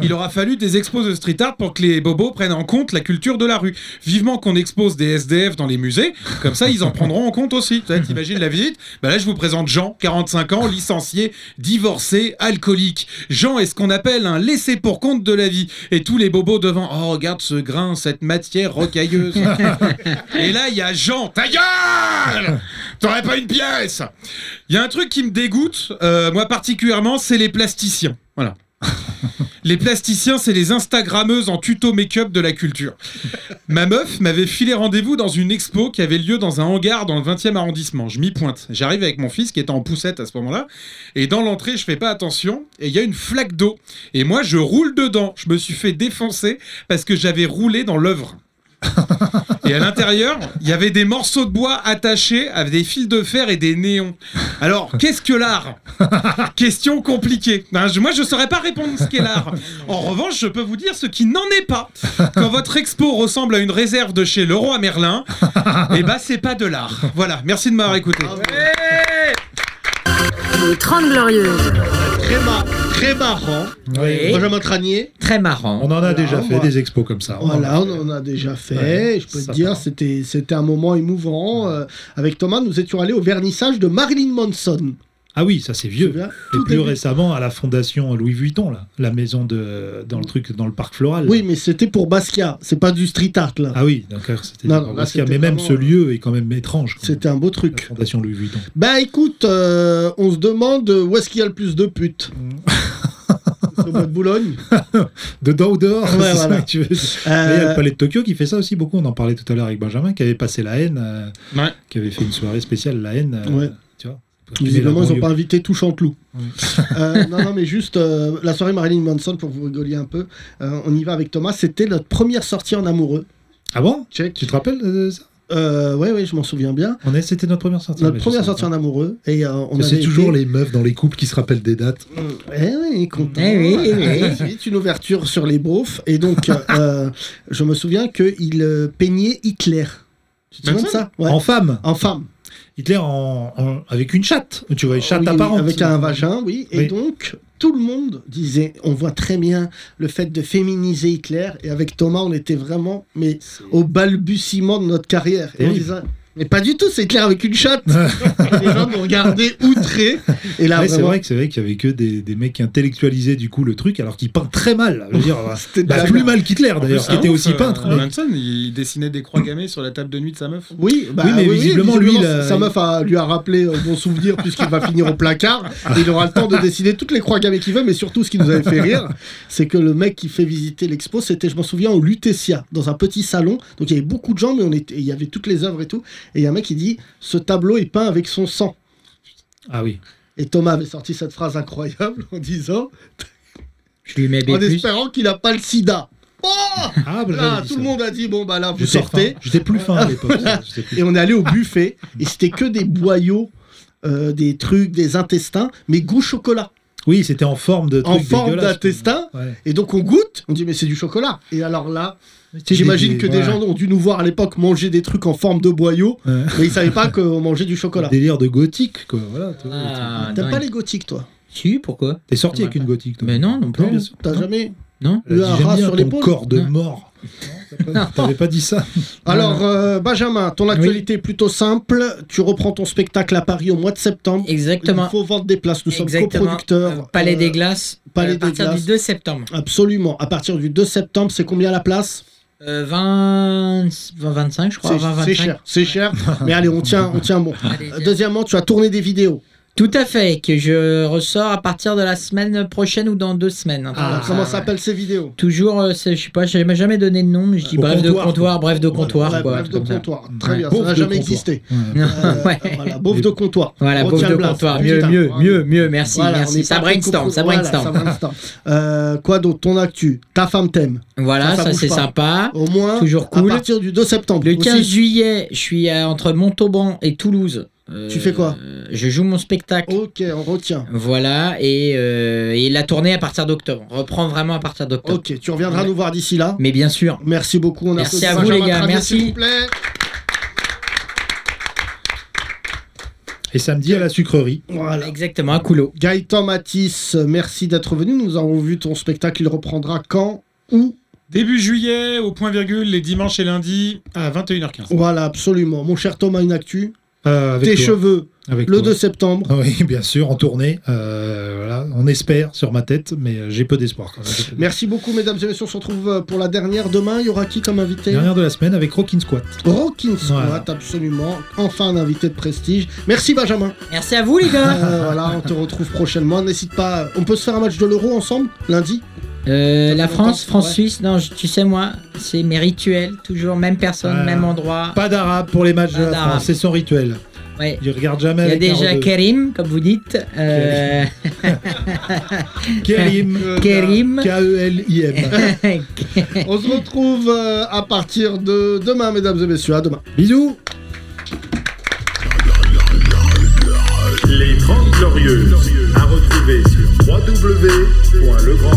[SPEAKER 7] Il aura fallu des expos de street art pour que les bobos prennent en compte la culture de la rue. Vivement qu'on expose des SDF dans les musées, comme ça ils en prendront en compte aussi. Tu vois, T'imagines la visite bah Là je vous présente Jean, 45 ans, licencié, divorcé, alcoolique. Jean est ce qu'on appelle un laissé pour compte de la vie. Et tous les bobos devant, oh regarde ce grain, cette matière rocailleuse. Et là il y a Jean, ta gueule T'aurais pas une pièce il y a un truc qui me dégoûte, euh, moi particulièrement, c'est les plasticiens. Voilà. Les plasticiens, c'est les Instagrammeuses en tuto make-up de la culture. Ma meuf m'avait filé rendez-vous dans une expo qui avait lieu dans un hangar dans le 20e arrondissement. Je m'y pointe. J'arrive avec mon fils qui était en poussette à ce moment-là. Et dans l'entrée, je fais pas attention. Et il y a une flaque d'eau. Et moi, je roule dedans. Je me suis fait défoncer parce que j'avais roulé dans l'œuvre. Et à l'intérieur, il y avait des morceaux de bois attachés avec des fils de fer et des néons. Alors, qu'est-ce que [laughs] l'art Question compliquée. Hein, je- moi, je ne saurais pas répondre ce qu'est [laughs] l'art. En revanche, je peux vous dire ce qui n'en est pas. Quand votre expo ressemble à une réserve de chez Leroy Merlin, eh ben, c'est pas de l'art. Voilà, merci de m'avoir écouté.
[SPEAKER 2] Les 30 Glorieuses.
[SPEAKER 3] Très, mar- très marrant.
[SPEAKER 5] Oui.
[SPEAKER 3] Benjamin Tranier.
[SPEAKER 5] Très marrant.
[SPEAKER 4] On en a déjà
[SPEAKER 3] on
[SPEAKER 4] fait
[SPEAKER 3] va-
[SPEAKER 4] des expos comme ça.
[SPEAKER 3] Oh, Voilà, on en a déjà fait.
[SPEAKER 4] Oh, Ouais,
[SPEAKER 3] je peux te
[SPEAKER 4] sympa.
[SPEAKER 3] dire, c'était c'était un moment émouvant. Euh, avec Thomas, nous étions allés au vernissage de Marilyn Manson.
[SPEAKER 4] Ah oui, ça c'est
[SPEAKER 3] Tu te
[SPEAKER 4] vieux.
[SPEAKER 3] souviens
[SPEAKER 4] Et
[SPEAKER 3] Tout
[SPEAKER 4] plus
[SPEAKER 3] début.
[SPEAKER 4] récemment à la fondation Louis Vuitton là, la maison de dans le truc dans le parc floral.
[SPEAKER 3] Euh, Oui, mais c'était pour Basquiat. C'est pas du street art là.
[SPEAKER 4] Ah oui, donc alors, c'était
[SPEAKER 3] Non, non, là,
[SPEAKER 4] parce qu'il y a-
[SPEAKER 3] c'était
[SPEAKER 4] mais même
[SPEAKER 3] vraiment,
[SPEAKER 4] ce lieu est quand même étrange. quand
[SPEAKER 3] C'était un beau truc.
[SPEAKER 4] La fondation Louis Vuitton.
[SPEAKER 3] Bah écoute, euh, on se demande où est-ce qu'il y a le plus de putes.
[SPEAKER 4] Mm.
[SPEAKER 3] [laughs] C'est Au bois de Boulogne.
[SPEAKER 4] Dedans ou dehors,
[SPEAKER 3] Ouais,
[SPEAKER 4] c'est ça
[SPEAKER 3] voilà.
[SPEAKER 4] que tu veux dire. Mais Il y a
[SPEAKER 3] Euh,
[SPEAKER 4] le Palais de Tokyo qui fait ça aussi beaucoup. On en parlait tout à l'heure avec Benjamin, qui avait passé la haine, euh,
[SPEAKER 7] Ouais.
[SPEAKER 4] qui avait fait une soirée spéciale la haine. euh,
[SPEAKER 3] Ouais.
[SPEAKER 4] Tu vois. pour qu'il ait la
[SPEAKER 3] Visiblement, ils n'ont
[SPEAKER 4] banlieue.
[SPEAKER 3] pas invité tout Chanteloup.
[SPEAKER 4] Ouais.
[SPEAKER 3] Euh, non, non, mais juste euh, la soirée Marilyn Manson, pour que vous rigoliez un peu, euh, on y va avec Thomas. C'était notre première sortie en amoureux.
[SPEAKER 4] Ah bon
[SPEAKER 3] Check.
[SPEAKER 4] Tu te rappelles de ça
[SPEAKER 3] Euh, ouais, ouais, je m'en souviens bien.
[SPEAKER 4] On est, c'était notre première sortie.
[SPEAKER 3] Notre
[SPEAKER 4] mais je
[SPEAKER 3] première
[SPEAKER 4] sais
[SPEAKER 3] sortie
[SPEAKER 4] pas.
[SPEAKER 3] en amoureux. Et euh, on
[SPEAKER 4] C'est
[SPEAKER 3] avait
[SPEAKER 4] toujours
[SPEAKER 3] été-
[SPEAKER 4] les meufs dans les couples qui se rappellent des dates.
[SPEAKER 3] Eh oui, content.
[SPEAKER 5] Eh oui, eh oui.
[SPEAKER 3] [laughs] Ensuite, une ouverture sur les beaufs. Et
[SPEAKER 5] [laughs]
[SPEAKER 3] donc, euh, je me souviens qu'il euh, peignait Hitler. Tu te souviens de
[SPEAKER 7] Manson
[SPEAKER 3] ça Ouais.
[SPEAKER 4] En femme,
[SPEAKER 3] En femme.
[SPEAKER 4] Hitler en, en- avec une chatte. Tu vois, une chatte
[SPEAKER 3] Oui,
[SPEAKER 4] Euh, apparente.
[SPEAKER 3] Avec un vagin, oui. Et
[SPEAKER 4] Oui.
[SPEAKER 3] donc, tout le monde disait, on voit très bien le fait de féminiser Hitler. Et avec Thomas, on était vraiment mais au balbutiement de notre carrière. Et on
[SPEAKER 4] Terrible.
[SPEAKER 3] disait, mais pas du tout, c'est Hitler avec
[SPEAKER 4] [laughs]
[SPEAKER 3] une chatte. Et les gens nous regardaient outrés. Et là,
[SPEAKER 4] Ouais, c'est
[SPEAKER 3] vraiment,
[SPEAKER 4] vrai que c'est vrai qu'il y avait que des, des mecs qui intellectualisaient du coup le truc alors qu'ils peignent très mal. Je veux
[SPEAKER 3] [laughs]
[SPEAKER 4] dire,
[SPEAKER 3] c'était de
[SPEAKER 4] bah,
[SPEAKER 3] la
[SPEAKER 4] plus
[SPEAKER 3] merde.
[SPEAKER 4] mal qu'Hitler d'ailleurs, qui était
[SPEAKER 7] hein, euh,
[SPEAKER 4] aussi peintre. mais-
[SPEAKER 7] Manson, il dessinait des croix gammées sur la table de nuit de sa meuf.
[SPEAKER 3] Oui, bah,
[SPEAKER 4] Oui, mais visiblement, lui, il a-
[SPEAKER 3] sa meuf a- lui a rappelé euh, bon souvenir puisqu'il va finir au placard. Et il aura le temps de décider toutes les croix gammées qu'il veut, mais surtout ce qui nous avait fait rire, c'est que le mec qui fait visiter l'expo, c'était, je m'en souviens, au Lutetia, dans un petit salon. Donc il y avait beaucoup de gens, mais on était, il y avait toutes les œuvres et tout. Et il y a un mec qui dit ce tableau est peint avec son sang.
[SPEAKER 4] Ah oui.
[SPEAKER 3] Et Thomas avait sorti cette phrase incroyable en disant,
[SPEAKER 5] Je lui mets B+.
[SPEAKER 3] en espérant qu'il n'a pas le sida. Oh
[SPEAKER 4] Ah, bah,
[SPEAKER 3] Là,
[SPEAKER 4] j'avais dit
[SPEAKER 3] tout
[SPEAKER 4] ça.
[SPEAKER 3] le monde a dit bon bah là vous
[SPEAKER 4] J'étais
[SPEAKER 3] sortez.
[SPEAKER 4] fin. J'étais plus fin à l'époque. J'étais plus-
[SPEAKER 3] et on est allé au buffet et c'était que des boyaux euh, des trucs des intestins mais goût chocolat
[SPEAKER 4] Oui, c'était en forme de.
[SPEAKER 3] en
[SPEAKER 4] truc
[SPEAKER 3] forme
[SPEAKER 4] dégueulasse.
[SPEAKER 3] d'intestin
[SPEAKER 4] Ouais.
[SPEAKER 3] et donc on goûte on dit mais c'est du chocolat et alors là
[SPEAKER 4] C'était
[SPEAKER 3] j'imagine que des
[SPEAKER 4] voilà,
[SPEAKER 3] gens ont dû nous voir à l'époque manger des trucs en forme de boyaux
[SPEAKER 4] Ouais.
[SPEAKER 3] mais ils savaient pas qu'on mangeait du chocolat
[SPEAKER 4] Délire de gothique, quoi. Voilà. tu vois, le truc.
[SPEAKER 5] Ah,
[SPEAKER 3] T'aimes
[SPEAKER 5] dingue.
[SPEAKER 3] pas les gothiques, toi
[SPEAKER 5] Si, pourquoi
[SPEAKER 4] T'es sorti
[SPEAKER 5] Ça
[SPEAKER 4] avec une
[SPEAKER 5] m'a-
[SPEAKER 4] gothique, toi
[SPEAKER 5] Mais non, non plus.
[SPEAKER 4] bien sûr.
[SPEAKER 3] T'as
[SPEAKER 4] Non.
[SPEAKER 3] jamais
[SPEAKER 5] Non
[SPEAKER 4] Elle a
[SPEAKER 3] eu
[SPEAKER 4] dit,
[SPEAKER 3] un
[SPEAKER 4] j'aime
[SPEAKER 3] rat
[SPEAKER 4] bien
[SPEAKER 3] sur
[SPEAKER 4] ton
[SPEAKER 3] l'épaule
[SPEAKER 4] [laughs] corps de
[SPEAKER 5] Non.
[SPEAKER 4] mort. T'as pas- T'avais pas dit ça
[SPEAKER 3] Alors, euh, Benjamin, ton actualité est plutôt simple. Tu reprends ton spectacle à Paris au mois de septembre.
[SPEAKER 5] Exactement.
[SPEAKER 3] Il faut vendre des places. Nous sommes
[SPEAKER 5] Exactement.
[SPEAKER 3] coproducteurs.
[SPEAKER 5] Euh, Palais des
[SPEAKER 3] Euh,
[SPEAKER 5] Glaces.
[SPEAKER 3] Palais
[SPEAKER 5] à
[SPEAKER 3] des
[SPEAKER 5] partir
[SPEAKER 3] Glaces.
[SPEAKER 5] du 2 septembre.
[SPEAKER 3] Absolument. À partir du 2 septembre, c'est combien la place
[SPEAKER 5] Euh, 20... 20, 25, je crois.
[SPEAKER 3] C'est
[SPEAKER 5] 20,
[SPEAKER 3] c'est
[SPEAKER 5] 25.
[SPEAKER 3] cher. C'est
[SPEAKER 5] [laughs]
[SPEAKER 3] cher. Mais allez, on tient, on tient bon.
[SPEAKER 5] Allez,
[SPEAKER 3] Euh, Deuxièmement, tu as tourné des vidéos.
[SPEAKER 5] Tout à fait, que je ressors à partir de la semaine prochaine ou dans deux semaines. un truc
[SPEAKER 3] Alors,
[SPEAKER 5] comme
[SPEAKER 3] Ah, comment
[SPEAKER 5] Ah, ça, ouais.
[SPEAKER 3] s'appellent ces vidéos
[SPEAKER 5] Toujours, euh, c'est- je sais pas, je n'ai jamais donné de nom, mais je dis
[SPEAKER 4] Au
[SPEAKER 5] bref de
[SPEAKER 4] comptoir,
[SPEAKER 5] comptoir, bref de comptoir.
[SPEAKER 3] Voilà,
[SPEAKER 5] quoi,
[SPEAKER 3] Bref
[SPEAKER 5] un
[SPEAKER 3] de
[SPEAKER 5] truc comme ça.
[SPEAKER 3] comptoir. Très
[SPEAKER 4] Ouais.
[SPEAKER 3] bien.
[SPEAKER 4] Beauf
[SPEAKER 3] ça n'a
[SPEAKER 4] de
[SPEAKER 3] jamais
[SPEAKER 4] comptoir.
[SPEAKER 3] existé.
[SPEAKER 4] Ouais.
[SPEAKER 3] Euh,
[SPEAKER 5] [laughs] Ouais.
[SPEAKER 3] Voilà, beauf de comptoir.
[SPEAKER 5] Voilà,
[SPEAKER 3] On
[SPEAKER 5] beauf
[SPEAKER 3] tient
[SPEAKER 5] de
[SPEAKER 3] le blast.
[SPEAKER 5] comptoir. Mieux,
[SPEAKER 3] Putain,
[SPEAKER 5] mieux,
[SPEAKER 3] bravo.
[SPEAKER 5] mieux, mieux, merci,
[SPEAKER 3] hein. Voilà, on
[SPEAKER 5] merci.
[SPEAKER 3] est
[SPEAKER 5] Ça
[SPEAKER 3] pas
[SPEAKER 5] brainstorm,
[SPEAKER 3] beaucoup-
[SPEAKER 5] ça
[SPEAKER 3] voilà,
[SPEAKER 5] brainstorm.
[SPEAKER 3] ça brainstorm. Euh, Quoi d'autre Ton actu Ta femme t'aime.
[SPEAKER 5] Voilà,
[SPEAKER 3] Ça, ça
[SPEAKER 5] ça,
[SPEAKER 3] bouge
[SPEAKER 5] c'est
[SPEAKER 3] pas.
[SPEAKER 5] sympa.
[SPEAKER 3] Au moins,
[SPEAKER 5] Toujours
[SPEAKER 3] à
[SPEAKER 5] cool.
[SPEAKER 3] partir du 2 septembre.
[SPEAKER 5] Le
[SPEAKER 3] aussi.
[SPEAKER 5] 15 juillet, je suis à- entre Montauban et Toulouse. Euh,
[SPEAKER 3] Tu fais quoi Oh.
[SPEAKER 5] euh, Je joue mon spectacle.
[SPEAKER 3] Ok, on retient.
[SPEAKER 5] Voilà, et, euh, et la tournée à partir d'octobre. On reprend vraiment à partir d'octobre.
[SPEAKER 3] Ok, tu reviendras
[SPEAKER 5] Ouais.
[SPEAKER 3] nous voir d'ici là.
[SPEAKER 5] Mais bien sûr.
[SPEAKER 3] Merci beaucoup. On
[SPEAKER 5] Merci
[SPEAKER 3] applaudit
[SPEAKER 5] à vous,
[SPEAKER 3] Benjamin
[SPEAKER 5] les gars,
[SPEAKER 3] Travier,
[SPEAKER 5] merci.
[SPEAKER 3] s'il vous plaît.
[SPEAKER 4] Et samedi à la sucrerie.
[SPEAKER 3] Voilà.
[SPEAKER 5] Exactement, à Coulot.
[SPEAKER 3] Gaëtan Matisse, merci d'être venu. Nous avons vu ton spectacle. Il reprendra quand Où
[SPEAKER 7] Début juillet, au point virgule, les dimanches et lundis à 21h15.
[SPEAKER 3] Voilà, absolument. Mon cher Thomas, une actu.
[SPEAKER 4] Euh, avec
[SPEAKER 3] Tes
[SPEAKER 4] toi.
[SPEAKER 3] cheveux,
[SPEAKER 4] Avec
[SPEAKER 3] le
[SPEAKER 4] toi.
[SPEAKER 3] 2 septembre.
[SPEAKER 4] Oui, bien sûr, en tournée. Euh, voilà, on espère sur ma tête, mais euh, j'ai peu d'espoir. quand même. J'ai peu d'espoir.
[SPEAKER 3] Merci beaucoup, mesdames et messieurs. On se retrouve euh, pour la dernière demain. Il y aura qui comme invité
[SPEAKER 4] Dernière de la semaine avec Rockin' Squat.
[SPEAKER 3] Rockin' Squat,
[SPEAKER 4] Voilà.
[SPEAKER 3] absolument. Enfin, un invité de prestige. Merci, Benjamin.
[SPEAKER 5] Merci à vous, les
[SPEAKER 4] Ah.
[SPEAKER 3] [laughs]
[SPEAKER 5] gars.
[SPEAKER 3] Euh, voilà, on te retrouve prochainement. N'hésite pas. On peut se faire un match de l'Euro ensemble lundi
[SPEAKER 5] Euh,
[SPEAKER 3] Ça
[SPEAKER 5] la
[SPEAKER 3] fait
[SPEAKER 5] France,
[SPEAKER 3] longtemps, ouais.
[SPEAKER 5] France-Suisse, non, je- tu sais, moi, c'est mes rituels. Toujours même personne,
[SPEAKER 4] Ouais.
[SPEAKER 5] même endroit.
[SPEAKER 4] Pas d'arabe pour les matchs
[SPEAKER 5] Pas
[SPEAKER 4] de la
[SPEAKER 5] d'arabe.
[SPEAKER 4] France, c'est son rituel.
[SPEAKER 5] Ouais.
[SPEAKER 4] Il regarde jamais
[SPEAKER 5] Il y a
[SPEAKER 4] avec un
[SPEAKER 5] déjà
[SPEAKER 4] rebeu.
[SPEAKER 5] Kerim, comme vous dites. Euh,
[SPEAKER 4] Kerim.
[SPEAKER 5] [laughs] Kerim.
[SPEAKER 4] E K-E-L-I-M.
[SPEAKER 3] On se retrouve euh, à partir de demain, mesdames et messieurs. À demain.
[SPEAKER 4] Bisous
[SPEAKER 8] Les 30 Glorieuses, à retrouver sur www.legrand